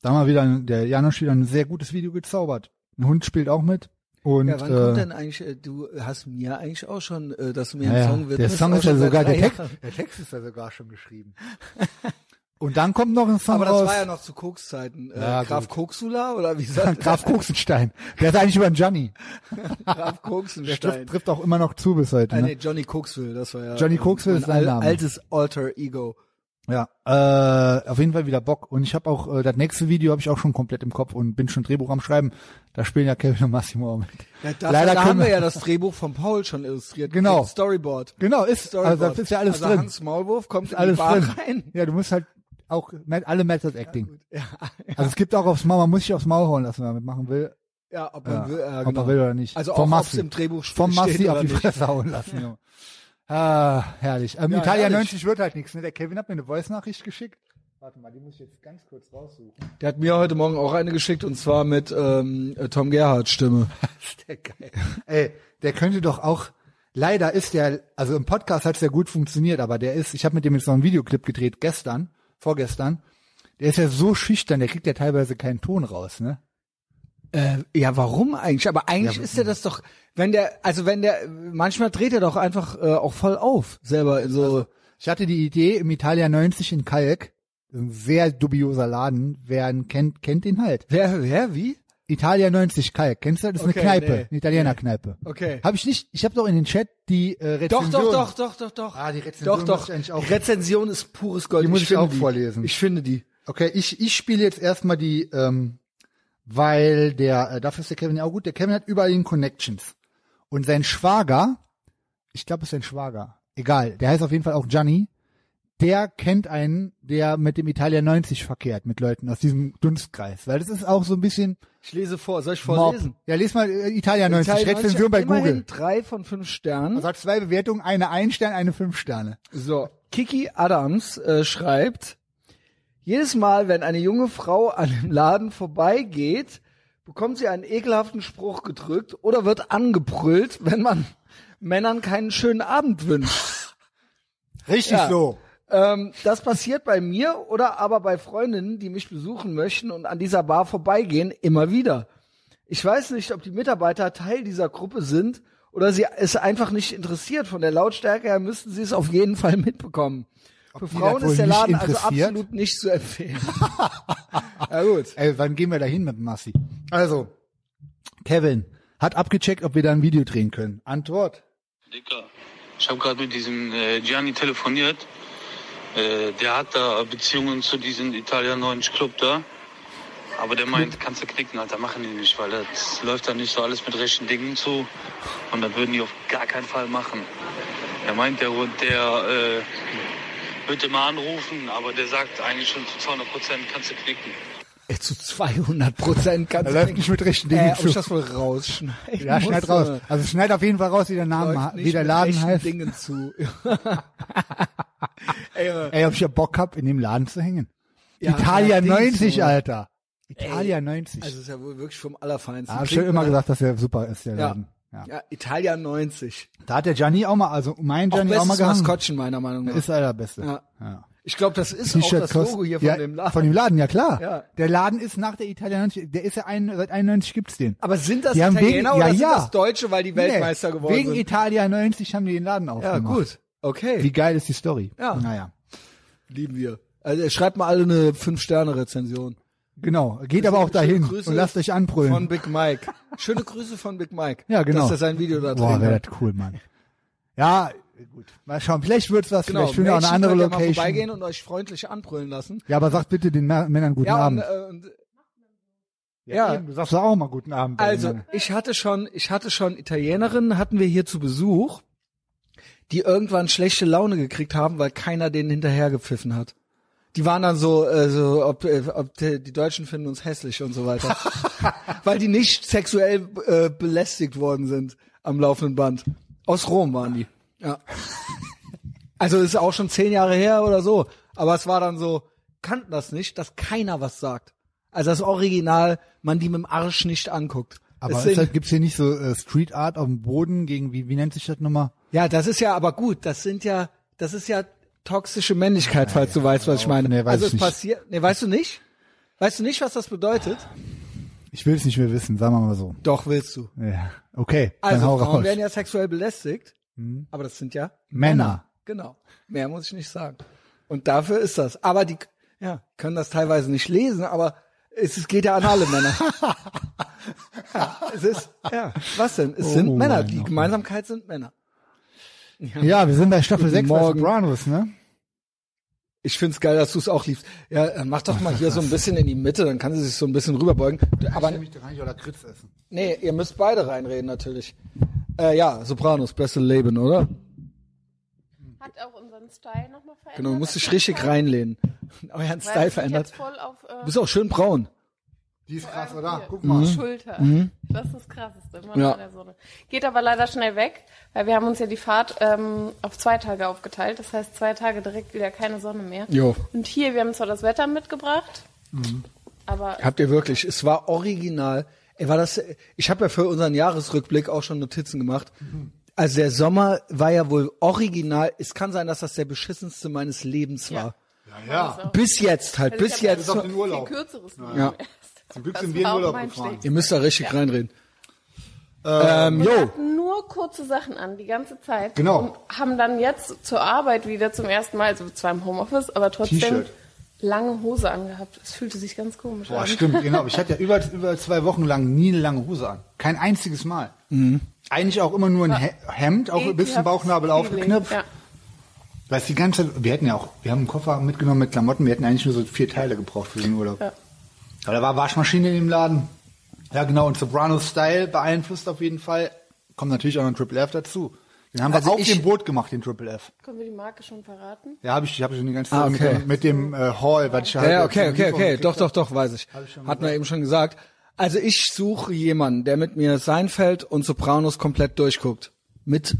Speaker 1: da haben wir wieder ein- der Janosch wieder ein sehr gutes Video gezaubert. Ein Hund spielt auch mit und
Speaker 2: ja, wann
Speaker 1: äh,
Speaker 2: kommt denn eigentlich, äh, du hast mir eigentlich auch schon, äh, dass du mir einen
Speaker 1: Ja,
Speaker 2: Song
Speaker 1: ja.
Speaker 2: widmest.
Speaker 1: Der Song
Speaker 2: auch
Speaker 1: ist ja
Speaker 2: schon seit
Speaker 1: sogar,
Speaker 2: drei
Speaker 1: der Text,
Speaker 2: Jahren.
Speaker 1: der Text ist ja sogar schon geschrieben. Und dann kommt noch ein Song
Speaker 2: Aber das
Speaker 1: raus.
Speaker 2: war ja noch zu Koks-Zeiten. Äh,
Speaker 1: Ja,
Speaker 2: Graf
Speaker 1: gut.
Speaker 2: Koksula oder wie sagt
Speaker 1: Graf Kuxenstein. Der ist eigentlich über den Johnny.
Speaker 2: Graf
Speaker 1: Der
Speaker 2: Koksenstein?
Speaker 1: trifft, trifft auch immer noch zu bis heute.
Speaker 2: Ah, nee,
Speaker 1: Ne?
Speaker 2: Johnny Cooksville, das war ja
Speaker 1: Johnny
Speaker 2: ähm,
Speaker 1: Cooksville
Speaker 2: mein
Speaker 1: ist sein
Speaker 2: al-
Speaker 1: Name.
Speaker 2: altes Alter Ego.
Speaker 1: Ja, äh, auf jeden Fall wieder Bock. Und ich habe auch äh, das nächste Video habe ich auch schon komplett im Kopf und bin schon Drehbuch am Schreiben. Da spielen ja Kevin und Massimo auch mit.
Speaker 2: Ja, das,
Speaker 1: Leider
Speaker 2: da
Speaker 1: können
Speaker 2: haben wir
Speaker 1: wir-
Speaker 2: ja das Drehbuch von Paul schon illustriert.
Speaker 1: Genau.
Speaker 2: Mit Storyboard.
Speaker 1: Genau, ist
Speaker 2: Storyboard.
Speaker 1: also das ist ja alles
Speaker 2: also
Speaker 1: drin.
Speaker 2: Hans Maulwurf kommt in die
Speaker 1: Alles
Speaker 2: Bar
Speaker 1: drin.
Speaker 2: rein.
Speaker 1: Ja, du musst halt auch me- alle Method Acting. Also es gibt auch aufs Maul, man muss sich aufs Maul hauen lassen, wenn man mitmachen will.
Speaker 2: Ja, ob man
Speaker 1: Ja,
Speaker 2: will, äh,
Speaker 1: ob
Speaker 2: genau.
Speaker 1: man will oder nicht.
Speaker 2: Also
Speaker 1: Vom
Speaker 2: auch, ob's
Speaker 1: Massi.
Speaker 2: im Drehbuch
Speaker 1: vom
Speaker 2: steht
Speaker 1: Massi
Speaker 2: oder
Speaker 1: auf die
Speaker 2: nicht.
Speaker 1: Fresse hauen lassen. Junge. Ah, herrlich. Ähm,
Speaker 2: Ja,
Speaker 1: Italia
Speaker 2: herrlich.
Speaker 1: 90 wird halt nichts. Ne? Der Kevin hat mir eine Voice-Nachricht geschickt. Warte mal, die muss ich jetzt ganz kurz raussuchen.
Speaker 2: Der hat mir heute Morgen auch eine geschickt und zwar mit ähm, äh, Tom Gerhardt Stimme.
Speaker 1: Ist der geil. Ey, der könnte doch auch. Leider ist der, also im Podcast hat's ja gut funktioniert, aber der ist, ich habe mit dem jetzt noch einen Videoclip gedreht, gestern, vorgestern. Der ist ja so schüchtern, der kriegt ja teilweise keinen Ton raus, ne?
Speaker 2: Äh, ja, warum eigentlich? Aber eigentlich ist er das doch, wenn der, also wenn der, manchmal dreht er doch einfach äh, auch voll auf selber in so.
Speaker 1: Ich hatte die Idee, im Italia 90 in Kalk, ein sehr dubioser Laden, wer ihn kennt, kennt ihn halt.
Speaker 2: Wer, wer, wie?
Speaker 1: Italia 90 Kalk, kennst du das? Das ist
Speaker 2: Okay,
Speaker 1: eine Kneipe,
Speaker 2: nee.
Speaker 1: eine Italiener-Kneipe.
Speaker 2: Okay.
Speaker 1: Habe ich nicht, ich habe doch in den Chat die äh,
Speaker 2: Doch,
Speaker 1: Rezension.
Speaker 2: doch, doch, doch, doch, doch.
Speaker 1: Ah, die Rezension
Speaker 2: doch, doch.
Speaker 1: muss ich eigentlich auch-
Speaker 2: Die Rezension ist pures Gold.
Speaker 1: Die muss ich
Speaker 2: finde
Speaker 1: auch vorlesen.
Speaker 2: Ich finde die.
Speaker 1: Okay, ich, ich spiele jetzt erstmal die, ähm, weil der, äh, dafür ist der Kevin ja auch gut, der Kevin hat überall den Connections. Und sein Schwager, ich glaube, es ist sein Schwager, egal, der heißt auf jeden Fall auch Gianni, der kennt einen, der mit dem Italia 90 verkehrt, mit Leuten aus diesem Dunstkreis. Weil das ist auch so ein bisschen
Speaker 2: Ich lese vor. Soll ich
Speaker 1: Mob.
Speaker 2: vorlesen?
Speaker 1: Ja, les mal äh, Italia 90,
Speaker 2: Teil
Speaker 1: Rezension bei
Speaker 2: immerhin
Speaker 1: Google.
Speaker 2: drei von fünf Sternen.
Speaker 1: Also hat zwei Bewertungen, eine ein Stern, eine fünf Sterne.
Speaker 2: So, Kiki Adams äh, schreibt, jedes Mal, wenn eine junge Frau an dem Laden vorbeigeht, bekommt sie einen ekelhaften Spruch gedrückt oder wird angebrüllt, wenn man Männern keinen schönen Abend wünscht.
Speaker 1: Richtig
Speaker 2: Ja.
Speaker 1: so.
Speaker 2: Ähm, das passiert bei mir oder aber bei Freundinnen, die mich besuchen möchten und an dieser Bar vorbeigehen, immer wieder. Ich weiß nicht, ob die Mitarbeiter Teil dieser Gruppe sind oder sie es einfach nicht interessiert. Von der Lautstärke her müssten sie es auf jeden Fall mitbekommen. Für Frauen ist der Laden also absolut nicht zu empfehlen.
Speaker 1: ja gut. Ey, Äh, wann gehen wir da hin mit Massi? Also, Kevin hat abgecheckt, ob wir da ein Video drehen können. Antwort.
Speaker 3: Dicker, ich habe gerade mit diesem äh, Gianni telefoniert. Äh, der hat da Beziehungen zu diesem Italia 90 Club da. Aber der meint, kannst du knicken, Alter, machen die nicht, weil das läuft da nicht so alles mit rechten Dingen zu. Und dann würden die auf gar keinen Fall machen. Er meint, der, der äh, wird immer anrufen, aber der sagt eigentlich schon zu 200 Prozent, kannst du knicken.
Speaker 2: Ey, zu 200 Prozent kannst
Speaker 1: Da läuft nicht mit rechten Dingen
Speaker 2: Also, äh, ob
Speaker 1: zu.
Speaker 2: ich das wohl rausschneiden
Speaker 1: Ja,
Speaker 2: muss, äh,
Speaker 1: schneid
Speaker 2: oder?
Speaker 1: raus. Also schneid auf jeden Fall raus, wie der Name,
Speaker 2: Läuft
Speaker 1: ha-
Speaker 2: nicht
Speaker 1: wie der
Speaker 2: mit
Speaker 1: Laden
Speaker 2: echten
Speaker 1: heißt.
Speaker 2: Dingen zu. Ey, äh,
Speaker 1: Ey, ob ich ja Bock hab, in dem Laden zu hängen.
Speaker 2: Ja,
Speaker 1: Italia
Speaker 2: allerdings,
Speaker 1: 90,
Speaker 2: so.
Speaker 1: Alter. Italia 90.
Speaker 2: also es ist ja wohl wirklich vom Allerfeinsten.
Speaker 1: Ah, hab ich schon
Speaker 2: Klingt
Speaker 1: immer
Speaker 2: nach-
Speaker 1: gesagt, dass der super ist, der
Speaker 2: Ja.
Speaker 1: Laden. Ja.
Speaker 2: Ja, Italia 90.
Speaker 1: Da hat der Gianni auch mal, also mein
Speaker 2: Auch
Speaker 1: Gianni auch, mal
Speaker 2: bestes
Speaker 1: gehangen.
Speaker 2: Maskottchen meiner Meinung nach.
Speaker 1: Ist er der Beste.
Speaker 2: Ja.
Speaker 1: Ja.
Speaker 2: Ich glaube, das ist auch
Speaker 1: T-Shirt
Speaker 2: das
Speaker 1: kostet.
Speaker 2: Logo hier von
Speaker 1: ja,
Speaker 2: dem Laden.
Speaker 1: Von dem Laden, ja klar.
Speaker 2: Ja.
Speaker 1: Der Laden ist nach der Italia 90, der ist ja ein, seit 91 gibt's den.
Speaker 2: Aber sind das
Speaker 1: Die haben
Speaker 2: Italiener
Speaker 1: wegen-
Speaker 2: oder
Speaker 1: ja,
Speaker 2: sind
Speaker 1: ja.
Speaker 2: das Deutsche, weil die Weltmeister
Speaker 1: Nee,
Speaker 2: geworden
Speaker 1: Wegen
Speaker 2: sind?
Speaker 1: Italia 90 haben die den Laden
Speaker 2: ja,
Speaker 1: aufgemacht.
Speaker 2: gut. Okay.
Speaker 1: Wie geil ist die Story?
Speaker 2: Ja.
Speaker 1: Naja.
Speaker 2: lieben wir. Also schreibt mal alle eine 5-Sterne-Rezension.
Speaker 1: Genau. Geht aber auch dahin
Speaker 2: Grüße
Speaker 1: und lasst euch
Speaker 2: Von
Speaker 1: anbrüllen.
Speaker 2: Big Mike. Schöne Grüße von Big Mike.
Speaker 1: Ja, genau.
Speaker 2: Dass er sein Video da
Speaker 1: Boah,
Speaker 2: drin
Speaker 1: wäre
Speaker 2: hat.
Speaker 1: das cool, Mann. Ja, gut. Mal schauen. Vielleicht wird's was.
Speaker 2: Genau,
Speaker 1: Vielleicht finden wir auch eine
Speaker 2: Mädchen
Speaker 1: andere
Speaker 2: könnt ihr Mal
Speaker 1: Location.
Speaker 2: vorbeigehen und euch freundlich anbrüllen lassen.
Speaker 1: Ja, aber sagt bitte den Mä- Männern guten
Speaker 2: Ja,
Speaker 1: Abend.
Speaker 2: und, äh, und ja.
Speaker 1: eben, Du sagst doch auch mal guten Abend. bei den
Speaker 2: Also,
Speaker 1: Männern.
Speaker 2: ich hatte schon, ich hatte schon Italienerinnen, hatten wir hier zu Besuch, die irgendwann schlechte Laune gekriegt haben, weil keiner denen hinterhergepfiffen hat. Die waren dann so, äh, so ob, äh, ob die die Deutschen finden uns hässlich und so weiter. weil die nicht sexuell äh, belästigt worden sind am laufenden Band. Aus Rom waren die. Ja. Also ist auch schon zehn Jahre her oder so. Aber es war dann so, kannten das nicht, dass keiner was sagt. Also das Original, man die mit dem Arsch nicht anguckt.
Speaker 1: aber
Speaker 2: Es
Speaker 1: ist
Speaker 2: sind-
Speaker 1: das, gibt's hier nicht so äh, Street Art auf dem Boden gegen, wie, wie nennt sich das nochmal?
Speaker 2: ja, das ist ja aber gut. Das sind ja, das ist ja toxische Männlichkeit, falls du weißt, was ich meine.
Speaker 1: Nee, weiß
Speaker 2: also
Speaker 1: ich
Speaker 2: es
Speaker 1: nicht.
Speaker 2: passiert, nee, weißt du nicht? Weißt du nicht, was das bedeutet?
Speaker 1: Ich will's nicht mehr wissen, sagen wir mal so.
Speaker 2: Doch, willst du.
Speaker 1: Ja. Okay, dann hau
Speaker 2: Also Frauen
Speaker 1: raus. Hm.
Speaker 2: werden ja sexuell belästigt, aber das sind ja
Speaker 1: Männer.
Speaker 2: Genau. Mehr muss ich nicht sagen. Und dafür ist das. Aber die ja, können das teilweise nicht lesen, aber es, es geht ja an alle Männer. ja, es ist, ja, was denn? Es
Speaker 1: Oh
Speaker 2: sind Männer.
Speaker 1: mein
Speaker 2: Die
Speaker 1: Gott.
Speaker 2: Gemeinsamkeit sind Männer.
Speaker 1: Ja, wir sind bei Staffel
Speaker 2: Guten
Speaker 1: 6 bei
Speaker 2: Morgen.
Speaker 1: Sopranos, ne?
Speaker 2: Ich find's geil, dass du es auch liebst. Ja, äh, mach doch mal hier so ein bisschen in die Mitte, dann kann sie sich so ein bisschen rüberbeugen. Aber
Speaker 1: mich doch eigentlich oder Kritz essen.
Speaker 2: nee, ihr müsst beide reinreden natürlich. Äh, ja, Sopranos, beste Leben, oder?
Speaker 4: Hat auch unseren Style nochmal verändert.
Speaker 2: Genau, du musst dich
Speaker 4: Also,
Speaker 2: richtig reinlehnen. Euren
Speaker 4: weil
Speaker 2: Style
Speaker 4: ich bin
Speaker 2: verändert.
Speaker 4: Jetzt voll auf, äh,
Speaker 2: Du bist auch schön braun.
Speaker 1: Die ist
Speaker 4: krass,
Speaker 1: krass,
Speaker 4: oder?
Speaker 1: oder?
Speaker 4: Hier.
Speaker 1: Guck
Speaker 4: Guck
Speaker 1: mal.
Speaker 4: Schulter. Das ist das Krasseste. Immer noch
Speaker 2: Mhm. Ja.
Speaker 4: in der Sonne. Geht aber leider schnell weg, weil wir haben uns ja die Fahrt ähm, auf zwei Tage aufgeteilt. Das heißt, zwei Tage direkt wieder keine Sonne mehr.
Speaker 2: Jo. Mhm.
Speaker 4: Und hier, wir haben zwar das Wetter mitgebracht, aber
Speaker 2: Habt ihr wirklich? Es war original. Ey, war das? Ich habe ja für unseren Jahresrückblick auch schon Notizen gemacht. Also der Sommer war ja wohl original. Es kann sein, dass das der beschissenste meines Lebens war.
Speaker 4: ja. auch-
Speaker 2: Bis jetzt halt,
Speaker 4: Also ich
Speaker 2: bis
Speaker 4: hab ja
Speaker 2: jetzt.
Speaker 1: den Urlaub.
Speaker 4: viel kürzeres Leben
Speaker 2: Ja.
Speaker 4: erst.
Speaker 1: Zum Glück
Speaker 4: Das
Speaker 1: sind wir in
Speaker 4: war auch
Speaker 1: Urlaub
Speaker 4: mein
Speaker 1: gefahren.
Speaker 4: Steg.
Speaker 2: Ihr müsst da richtig reinreden. Ähm,
Speaker 4: Wir
Speaker 2: jo,
Speaker 4: hatten nur kurze Sachen an, die ganze Zeit.
Speaker 1: Genau.
Speaker 4: Und haben dann jetzt zur Arbeit wieder zum ersten Mal, also zwar im Homeoffice, aber trotzdem
Speaker 1: T-Shirt.
Speaker 4: lange Hose angehabt. Es fühlte sich ganz komisch
Speaker 1: Boah,
Speaker 4: an.
Speaker 1: stimmt, genau. Ich hatte ja über, über zwei Wochen lang nie eine lange Hose an. Kein einziges Mal.
Speaker 2: Mhm.
Speaker 1: Eigentlich auch immer nur ein He Hemd, auch ein bisschen
Speaker 4: Ekelhaftes
Speaker 1: Bauchnabel
Speaker 4: Feeling.
Speaker 1: aufgeknöpft.
Speaker 4: Ja.
Speaker 1: Weil es die ganze Zeit, wir hätten ja auch, wir haben einen Koffer mitgenommen mit Klamotten, wir hätten eigentlich nur so vier Teile gebraucht für den Urlaub.
Speaker 4: Ja.
Speaker 1: Aber da war Waschmaschine in dem Laden. Ja, genau, und Sopranos Style beeinflusst auf jeden Fall. Kommt natürlich auch noch ein Triple F dazu. Den haben
Speaker 2: Also
Speaker 1: wir auf
Speaker 2: ich-
Speaker 1: dem Boot gemacht, den Triple F.
Speaker 4: Können wir die Marke schon verraten?
Speaker 1: Ja, habe ich, hab ich schon die ganze Zeit
Speaker 2: Ah, okay.
Speaker 1: mit dem, mit dem äh, Hall, weil ich
Speaker 2: ja,
Speaker 1: halt
Speaker 2: ja,
Speaker 1: äh,
Speaker 2: okay,
Speaker 1: zum
Speaker 2: okay,
Speaker 1: Lieferung
Speaker 2: okay,
Speaker 1: gekriegt
Speaker 2: doch,
Speaker 1: hab.
Speaker 2: doch, doch, weiß ich.
Speaker 1: Hab ich schon
Speaker 2: Hat man eben schon gesagt. Also ich suche jemanden, der mit mir Seinfeld und Sopranos komplett durchguckt. Mit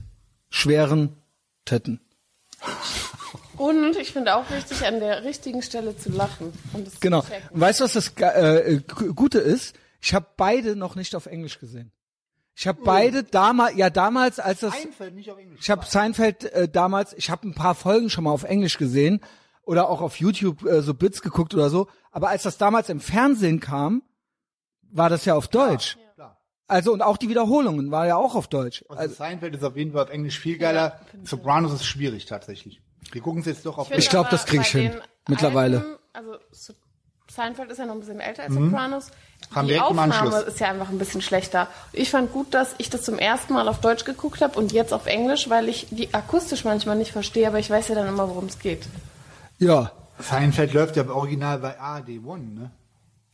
Speaker 2: schweren Titten.
Speaker 4: Und ich finde auch wichtig, an der richtigen Stelle zu lachen. Und das
Speaker 2: Genau.
Speaker 4: Zu checken.
Speaker 2: Und weißt du, was das Ge- äh, G- Gute ist? Ich habe beide noch nicht auf Englisch gesehen. Ich habe beide damals, ja damals, als das,
Speaker 1: Einfällt nicht auf Englisch.
Speaker 2: ich habe Seinfeld äh, damals, ich habe ein paar Folgen schon mal auf Englisch gesehen oder auch auf YouTube äh, so Bits geguckt oder so. Aber als das damals im Fernsehen kam, war das ja auf Deutsch.
Speaker 1: Klar.
Speaker 2: Also und auch die Wiederholungen war ja auch auf Deutsch.
Speaker 1: Also Seinfeld ist auf jeden Fall auf Englisch viel geiler. Sopranos ist schwierig tatsächlich. Wir gucken es jetzt doch auf.
Speaker 4: find
Speaker 2: Ich glaub,
Speaker 4: aber
Speaker 2: das krieg ich
Speaker 4: bei
Speaker 2: hin.
Speaker 4: den
Speaker 2: Mittlerweile.
Speaker 4: Alten, also so- Seinfeld ist ja noch ein bisschen älter als Sopranos.
Speaker 1: Kam
Speaker 4: die
Speaker 1: Mhm. direkt im
Speaker 4: Aufnahme
Speaker 1: Anschluss.
Speaker 4: ist ja einfach ein bisschen schlechter. Ich fand gut, dass ich das zum ersten Mal auf Deutsch geguckt habe und jetzt auf Englisch, weil ich die akustisch manchmal nicht verstehe, aber ich weiß ja dann immer, worum es geht.
Speaker 2: Ja,
Speaker 1: Seinfeld läuft ja original bei ARD1, ne?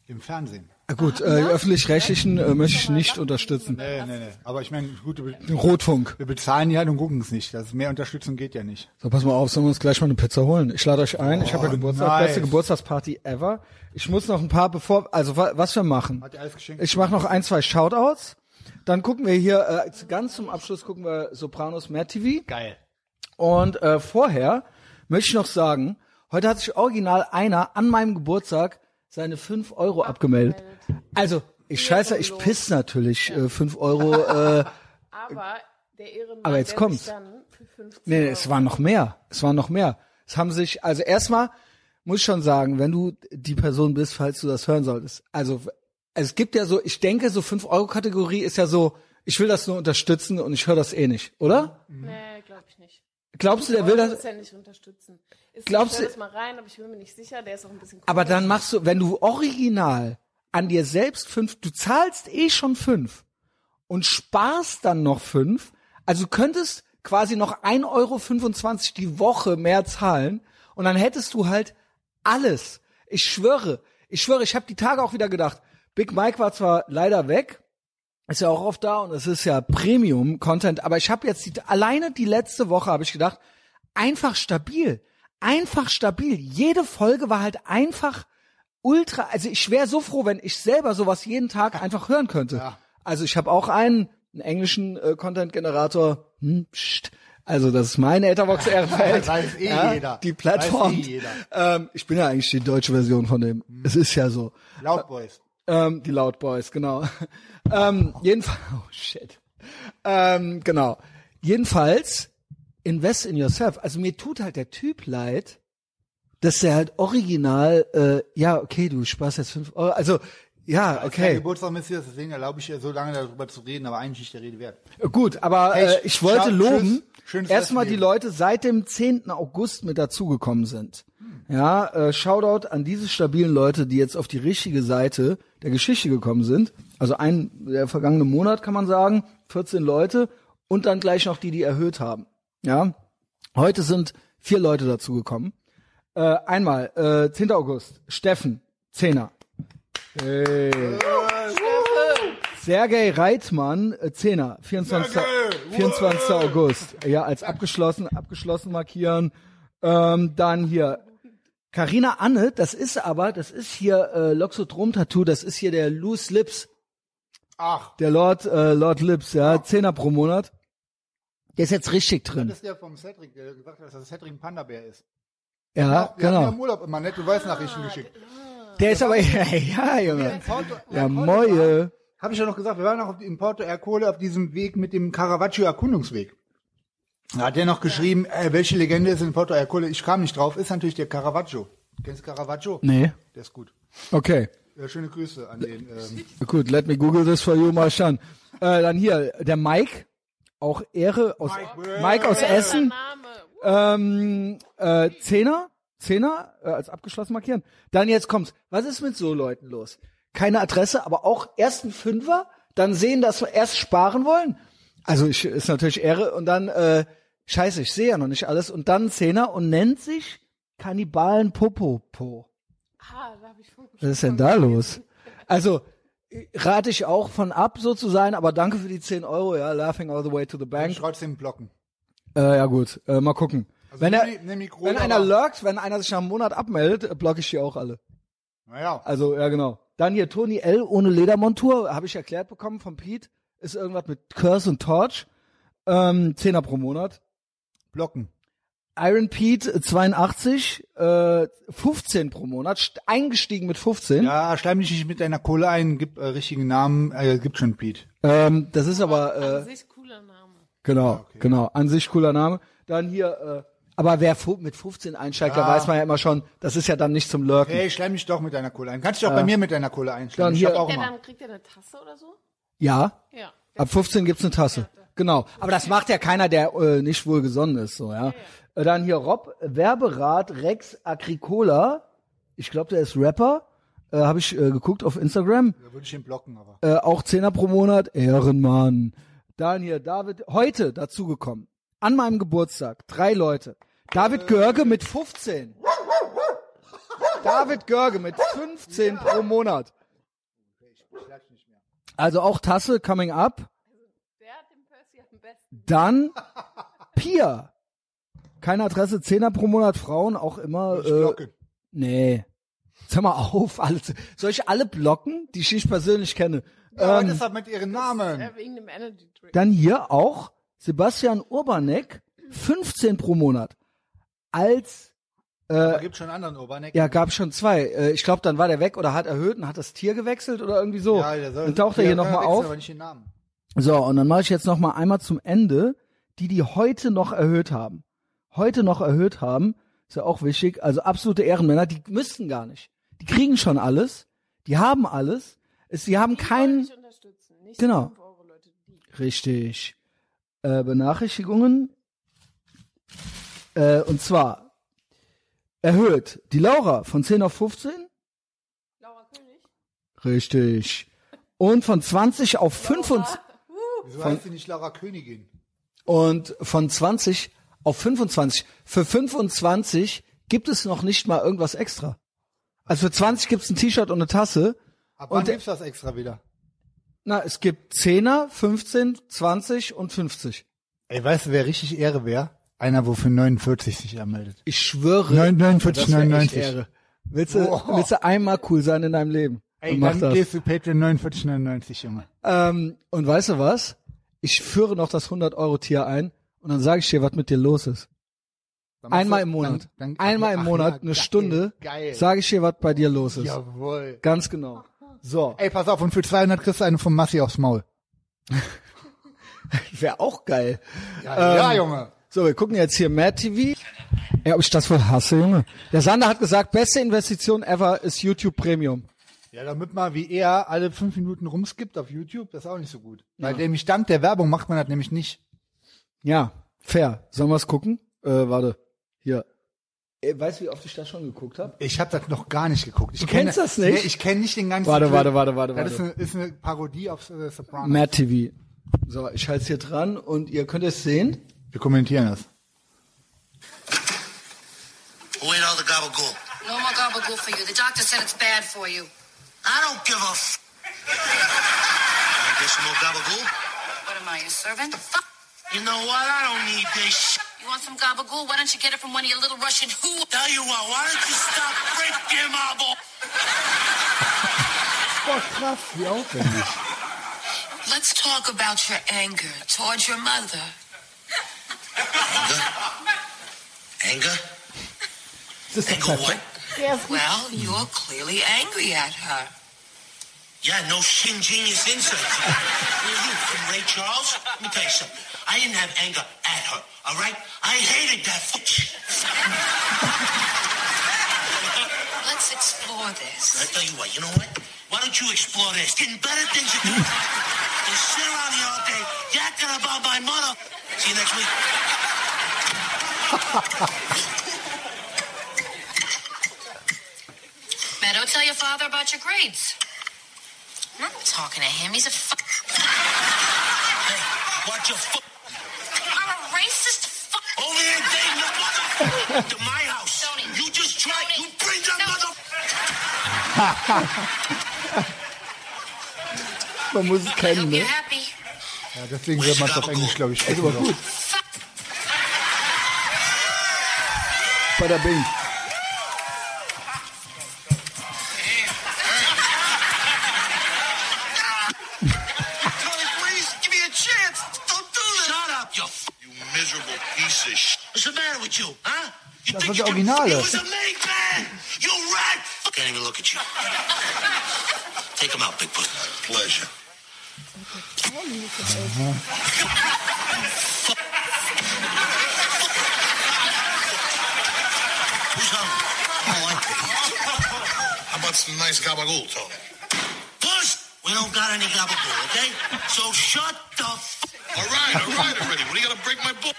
Speaker 1: Im Fernsehen.
Speaker 2: Na gut, äh, die öffentlich-rechtlichen äh, möchte ich nicht unterstützen.
Speaker 1: Nee, Äh, nee, nee. Aber ich meine, gut, wir
Speaker 2: Den Rotfunk.
Speaker 1: wir bezahlen ja und gucken es nicht. Das mehr Unterstützung geht ja nicht.
Speaker 2: So, pass mal auf, sollen wir uns gleich mal eine Pizza holen? Ich lade euch ein, ich habe ja
Speaker 1: Oh,
Speaker 2: Geburtstag,
Speaker 1: nice.
Speaker 2: beste Geburtstagsparty ever. Ich muss noch ein paar, bevor, also wa was wir machen.
Speaker 1: Hat ihr alles geschenkt?
Speaker 2: Ich mache noch ein, zwei Shoutouts. Dann gucken wir hier, äh, ganz zum Abschluss gucken wir Sopranos Mad TV.
Speaker 1: Geil.
Speaker 2: Und äh, vorher möchte ich noch sagen, heute hat sich original einer an meinem Geburtstag seine 5 Euro abgemeldet. Also, ich scheiße, ich piss natürlich äh, 5 Euro. Äh,
Speaker 4: Aber der Ehrenmann,
Speaker 2: Aber jetzt
Speaker 4: der
Speaker 2: kommt's.
Speaker 4: sich dann für 50
Speaker 2: nee,
Speaker 4: Euro-
Speaker 2: es waren noch mehr. Es waren noch mehr. Es haben sich, also erstmal muss ich schon sagen, wenn du die Person bist, falls du das hören solltest. Also, es gibt ja so, ich denke, so 5 Euro Kategorie ist ja so, ich will das nur unterstützen und ich höre das eh nicht, oder?
Speaker 4: Nee, glaube ich nicht.
Speaker 2: Glaubst du, der will
Speaker 4: Aber
Speaker 2: das?
Speaker 4: muss ja nicht unterstützen. Ist,
Speaker 2: Glaubst
Speaker 4: ich hör
Speaker 2: du-
Speaker 4: das mal rein, aber ich bin mir nicht sicher, der ist auch ein bisschen
Speaker 2: Aber
Speaker 4: komisch.
Speaker 2: dann machst du, wenn du original an dir selbst fünf, du zahlst eh schon fünf und sparst dann noch fünf, also du könntest quasi noch 1,25 Euro die Woche mehr zahlen und dann hättest du halt alles. Ich schwöre, ich schwöre, ich habe die Tage auch wieder gedacht, Big Mike war zwar leider weg, ist ja auch oft da und es ist ja Premium-Content, aber ich habe jetzt die, alleine die letzte Woche habe ich gedacht, einfach stabil, einfach stabil. Jede Folge war halt einfach ultra. Also ich wäre so froh, wenn ich selber sowas jeden Tag einfach hören könnte. Also ich habe auch einen, einen englischen äh, Content-Generator. Hm, pst. Also das ist mein Etherbox Ehrenfeld.
Speaker 1: Weiß eh jeder.
Speaker 2: Die Plattform.
Speaker 1: Weiß eh jeder. Hm.
Speaker 2: Ähm, ich bin ja eigentlich die deutsche Version von dem. Es ist ja so.
Speaker 1: Loud Boys.
Speaker 2: Ähm, die Loud Boys, genau. Ähm, jedenfalls, oh shit. Ähm, genau. Jedenfalls, invest in yourself. Also mir tut halt der Typ leid, dass er halt original, äh, ja, okay, du sparst jetzt fünf Euro. Also, ja,
Speaker 1: Mein
Speaker 2: okay.
Speaker 1: Geburtstag ist hier, deswegen erlaube ich ihr so lange darüber zu reden, aber eigentlich nicht der Rede wert.
Speaker 2: Gut, aber
Speaker 1: Hey,
Speaker 2: äh, ich
Speaker 1: schau,
Speaker 2: wollte loben,
Speaker 1: tschüss. Schönes
Speaker 2: erstmal die
Speaker 1: Essen.
Speaker 2: Leute seit dem 10. August mit dazugekommen sind.
Speaker 1: Hm.
Speaker 2: Ja, äh, Shoutout an diese stabilen Leute, die jetzt auf die richtige Seite der Geschichte gekommen sind. Also ein der vergangene Monat kann man sagen, 14 Leute und dann gleich noch die, die erhöht haben. Ja, heute sind vier Leute dazugekommen. Äh, einmal äh, 10. August, Steffen, Zehner. Sergei Reitmann, äh, 10er, 24. 24. August. Ja, als abgeschlossen, abgeschlossen markieren. Ähm, dann hier Karina Anne, das ist aber, das ist hier äh, Loxodrom Tattoo, das ist hier der Loose Lips,
Speaker 1: Ach,
Speaker 2: der Lord äh, Lord Lips, ja, 10er pro Monat. Der ist jetzt richtig
Speaker 1: das
Speaker 2: drin.
Speaker 1: ist der vom Cedric, der gesagt hat, dass das Cedric ein Panda-Bär ist.
Speaker 2: Ja,
Speaker 1: Wir haben ja
Speaker 2: genau.
Speaker 1: im Urlaub immer nette Weißnachrichten geschickt.
Speaker 2: Der ist aber ja, Junge.
Speaker 1: Porto- Porto-
Speaker 2: Ja, moje.
Speaker 1: Habe ich ja noch gesagt, wir waren noch auf- in Porto Ercole auf diesem Weg mit dem Caravaggio-Erkundungsweg. Da hat er noch geschrieben, äh, welche Legende ist in Porto Ercole? Ich kam nicht drauf, ist natürlich der Caravaggio. Kennst du Caravaggio?
Speaker 2: Nee.
Speaker 1: Der ist gut.
Speaker 2: Okay.
Speaker 1: Äh, schöne Grüße an den. Ähm,
Speaker 2: Gut, let me Google this for you, Marschan. Äh, dann hier, der Mike, auch Ehre aus Mike, aus Essen.
Speaker 4: Name.
Speaker 2: Ähm, äh, Zehner, Zehner, äh, als abgeschlossen markieren. Dann jetzt kommt's. Was ist mit so Leuten los? Keine Adresse, aber auch erst ein Fünfer, dann sehen, dass wir erst sparen wollen. Also ich, ist natürlich Ehre und dann, äh, scheiße, ich sehe ja noch nicht alles. Und dann ein Zehner und nennt sich Kannibalen Popopo.
Speaker 4: Ah, da hab ich von
Speaker 2: Was ist denn da los? Also äh, rate ich auch von ab, so zu sein, aber danke für die 10 Euro, ja, laughing all the way to the
Speaker 1: kann
Speaker 2: bank.
Speaker 1: ich trotzdem blocken. Also
Speaker 2: Äh, ja gut, äh, mal gucken. wenn
Speaker 1: nimm
Speaker 2: er,
Speaker 1: die- nimm die Krone,
Speaker 2: wenn einer
Speaker 1: aber-
Speaker 2: lurkt, wenn einer sich nach einem Monat abmeldet, äh, blocke ich die auch alle.
Speaker 1: Naja.
Speaker 2: Also, ja genau. Dann hier Toni L. ohne Ledermontur, habe ich erklärt bekommen von Pete. Ist irgendwas mit Curse und Torch. Ähm, Zehner pro Monat.
Speaker 1: Blocken.
Speaker 2: Iron Pete äh, 82, äh, 15 pro Monat, st- eingestiegen mit 15.
Speaker 1: Ja, schleim dich nicht mit deiner Kohle ein, gib äh, richtigen Namen, äh, gib schon Pete.
Speaker 2: Ähm, das ist aber... Äh,
Speaker 4: An sich cooler Name.
Speaker 2: Genau, genau. An sich cooler Name. Dann hier, äh, aber wer fu- mit 15 einsteigt, da weiß man ja immer schon, das ist ja dann nicht zum Lurken.
Speaker 1: Hey, schleim dich doch mit deiner Kohle ein. Kannst dich doch bei mir mit deiner Kohle einschleimen.
Speaker 2: Äh, Dann
Speaker 1: Ich hab
Speaker 2: hier-
Speaker 1: auch
Speaker 4: Ja,
Speaker 1: mal.
Speaker 4: dann kriegt er eine Tasse oder so?
Speaker 2: Ja,
Speaker 4: Ja.
Speaker 2: ab 15 gibt's eine Tasse. Genau. Aber das macht ja keiner, der äh, nicht wohlgesonnen ist, so, ja. Äh, Dann hier Rob Werberat Rex Agricola. Ich glaube, der ist Rapper. Äh, Habe ich äh, geguckt auf Instagram.
Speaker 1: Da würde ich ihn blocken, aber.
Speaker 2: Äh, auch Zehner pro Monat. Ehrenmann. Dann hier David. Heute dazugekommen. An meinem Geburtstag. Drei Leute. David Görge mit 15. David Görge mit 15 pro Monat. Also auch Tasse coming up.
Speaker 4: Wer hat den Percy am besten?
Speaker 2: Dann Pia. Keine Adresse, Zehner pro Monat Frauen, auch immer.
Speaker 1: Ich
Speaker 2: Äh,
Speaker 1: blocke.
Speaker 2: nee. Sag mal auf, alle, soll ich alle blocken, die ich nicht persönlich kenne?
Speaker 1: Ja,
Speaker 2: Ähm,
Speaker 1: das hat mit ihrem Namen.
Speaker 4: Äh, wegen dem Energy Drink.
Speaker 2: Dann hier auch Sebastian Urbanek, 15 pro Monat. Als,
Speaker 1: Da gibt schon einen anderen Urbanek.
Speaker 2: Äh, ja, gab schon zwei. Äh, Ich glaube, dann war der weg oder hat erhöht und hat das Tier gewechselt oder irgendwie so. dann taucht er hier nochmal auf.
Speaker 1: Aber nicht den Namen.
Speaker 2: So, und dann mache ich jetzt noch mal einmal zum Ende, die die heute noch erhöht haben. Heute noch erhöht haben, ist ja auch wichtig, also absolute Ehrenmänner, die müssten gar nicht. Die kriegen schon alles, die haben alles, es, sie haben
Speaker 4: Kein.
Speaker 2: keinen...
Speaker 4: Nicht unterstützen. Nicht
Speaker 2: Genau.
Speaker 4: die 5 Euro, Leute. Die.
Speaker 2: Richtig. Äh, Benachrichtigungen. Äh, und zwar erhöht die Laura von 10 auf 15.
Speaker 4: Laura König.
Speaker 2: Richtig. Und von 20 auf 25.
Speaker 1: Wieso heißt sie nicht Lara Königin?
Speaker 2: Und von 20 auf 25. Für 25 gibt es noch nicht mal irgendwas extra. Also für 20 gibt es ein T-Shirt und eine Tasse.
Speaker 1: Ab
Speaker 2: Und
Speaker 1: wann
Speaker 2: der-
Speaker 1: gibt's das extra wieder?
Speaker 2: Na, es gibt 10er, 15, 20 und 50.
Speaker 1: Ey, weißt du, wer richtig Ehre wäre? Einer, wo für 49 sich anmeldet.
Speaker 2: Ich schwöre.
Speaker 1: Neun- 49,
Speaker 2: das wär echt
Speaker 1: 99.
Speaker 2: Ehre. Willst du,
Speaker 1: Boah.
Speaker 2: willst du einmal cool sein in deinem Leben?
Speaker 1: Ey,
Speaker 2: und mach
Speaker 1: dann
Speaker 2: das.
Speaker 1: gehst du Patreon 49,99, Junge.
Speaker 2: Ähm, und weißt du was? Ich führe noch das 100-Euro-Tier ein und dann sage ich dir, was mit dir los ist.
Speaker 1: Dann machst
Speaker 2: Einmal
Speaker 1: du-
Speaker 2: im Monat.
Speaker 1: dann- dann-
Speaker 2: einmal im
Speaker 1: ach
Speaker 2: Monat,
Speaker 1: ja,
Speaker 2: eine
Speaker 1: geil,
Speaker 2: Stunde,
Speaker 1: Geil.
Speaker 2: sage ich dir, was bei dir los ist.
Speaker 1: Jawohl.
Speaker 2: Ganz genau. So.
Speaker 1: Ey, pass auf, und für 200 kriegst du eine vom Massi aufs Maul.
Speaker 2: Wäre auch geil.
Speaker 1: Ja, ja Junge.
Speaker 2: So, wir gucken jetzt hier Mad TV. Ey, ob ich das wohl hasse, Junge. Der Sander hat gesagt, beste Investition ever ist YouTube Premium.
Speaker 1: Ja, damit mal wie er alle fünf Minuten rumskippt auf YouTube, das ist auch nicht so gut. Weil nämlich dank der Werbung macht man das nämlich nicht.
Speaker 2: Ja, fair. Sollen wir es gucken? Äh, warte. Hier. Ey, Äh, weißt du, wie oft ich das schon geguckt habe?
Speaker 1: Ich habe das noch gar nicht geguckt. Ich du
Speaker 2: kennst das nicht?
Speaker 1: Nee, ich kenne nicht den ganzen.
Speaker 2: Warte,
Speaker 1: Clip.
Speaker 2: warte, warte, warte,
Speaker 1: Das ist
Speaker 2: warte.
Speaker 1: eine, ist eine Parodie auf äh, Sopranos.
Speaker 2: Mad TV. So, ich halte es hier dran und ihr könnt es sehen.
Speaker 1: Wir kommentieren das.
Speaker 5: Who ate all the gabagool?
Speaker 6: No more gabagool for you. The doctor said it's bad for you.
Speaker 5: I don't give a f. I guess some more gabagool.
Speaker 6: What am I, your servant? Fuck.
Speaker 5: You know what? I don't need this shit.
Speaker 6: You want some gabagool? Why don't you get it from one of your little Russian who?
Speaker 5: Tell you what, why don't you stop breaking my ball?
Speaker 1: Boah, krass, wie aufwendig.
Speaker 6: Let's talk about your anger towards your mother.
Speaker 5: Anger? Anger?
Speaker 2: Das ist
Speaker 5: Anger what?
Speaker 4: Der ist gut.
Speaker 6: Well, Oh, you're clearly angry at her.
Speaker 5: Yeah, no shin genius insight. Who are you, from Ray Charles? Let me tell you something. I didn't have anger at her, all right? I hated that fuck shit.
Speaker 6: Let's explore
Speaker 5: I
Speaker 6: this.
Speaker 5: tell you what, you know what? Why don't you explore this? Getting better things to do than sit around here all day yakking about my mother. See you next week.
Speaker 6: Meadow, tell your father about your grades. I'm not talking to him. He's a fuck.
Speaker 5: Hey, watch your fuck.
Speaker 6: I'm a racist fuck.
Speaker 5: Over here, Dave, your mother to my house.
Speaker 6: Tony.
Speaker 5: You just try.
Speaker 6: Tony.
Speaker 5: You bring that
Speaker 6: No.
Speaker 5: mother.
Speaker 2: Man muss es
Speaker 6: I
Speaker 2: kennen,
Speaker 6: hope
Speaker 2: ne?
Speaker 6: you're happy.
Speaker 1: Ja, deswegen wird man es auf Englisch, glaube ich, sprechen. gut.
Speaker 6: Fuck.
Speaker 2: Bei der Bing.
Speaker 5: Tony, please give me a chance. Don't do this. Shut up, you f- You miserable piece of sh. What's the matter with you, huh? You
Speaker 1: Das
Speaker 5: think
Speaker 1: sind
Speaker 5: you
Speaker 1: die
Speaker 5: can-
Speaker 1: Originale.
Speaker 5: It was a made man. You rat. f- Can't even look at you. Take him out, big pussy. Pleasure. Who's hungry? I don't like that. How about some nice gabagool, Tony? Puss! We don't got any gabagool, okay? So shut the f All right, all right already. What are you gonna break my bull?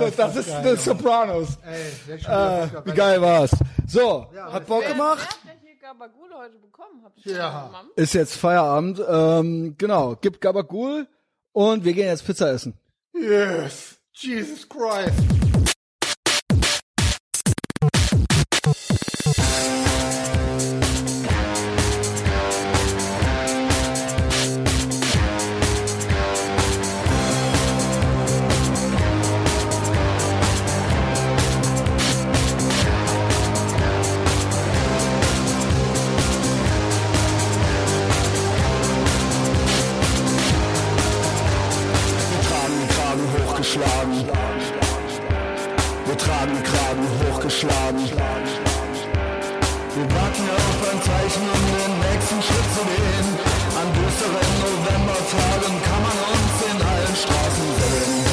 Speaker 2: Das, das ist The Sopranos. Äh, wie geil war's. So, hat Bock gemacht.
Speaker 4: Wer hat denn hier Gabagul heute bekommen? Hab ich ja.
Speaker 2: Ist jetzt Feierabend. Ähm, genau, gibt Gabagool und wir gehen jetzt Pizza essen.
Speaker 1: Yes. Jesus Christ.
Speaker 7: Wir tragen Kragen hochgeschlagen. Wir tragen Kragen hochgeschlagen. Wir warten auf ein Zeichen, um den nächsten Schritt zu gehen. An düsteren Novembertagen kann man uns in allen Straßen sehen.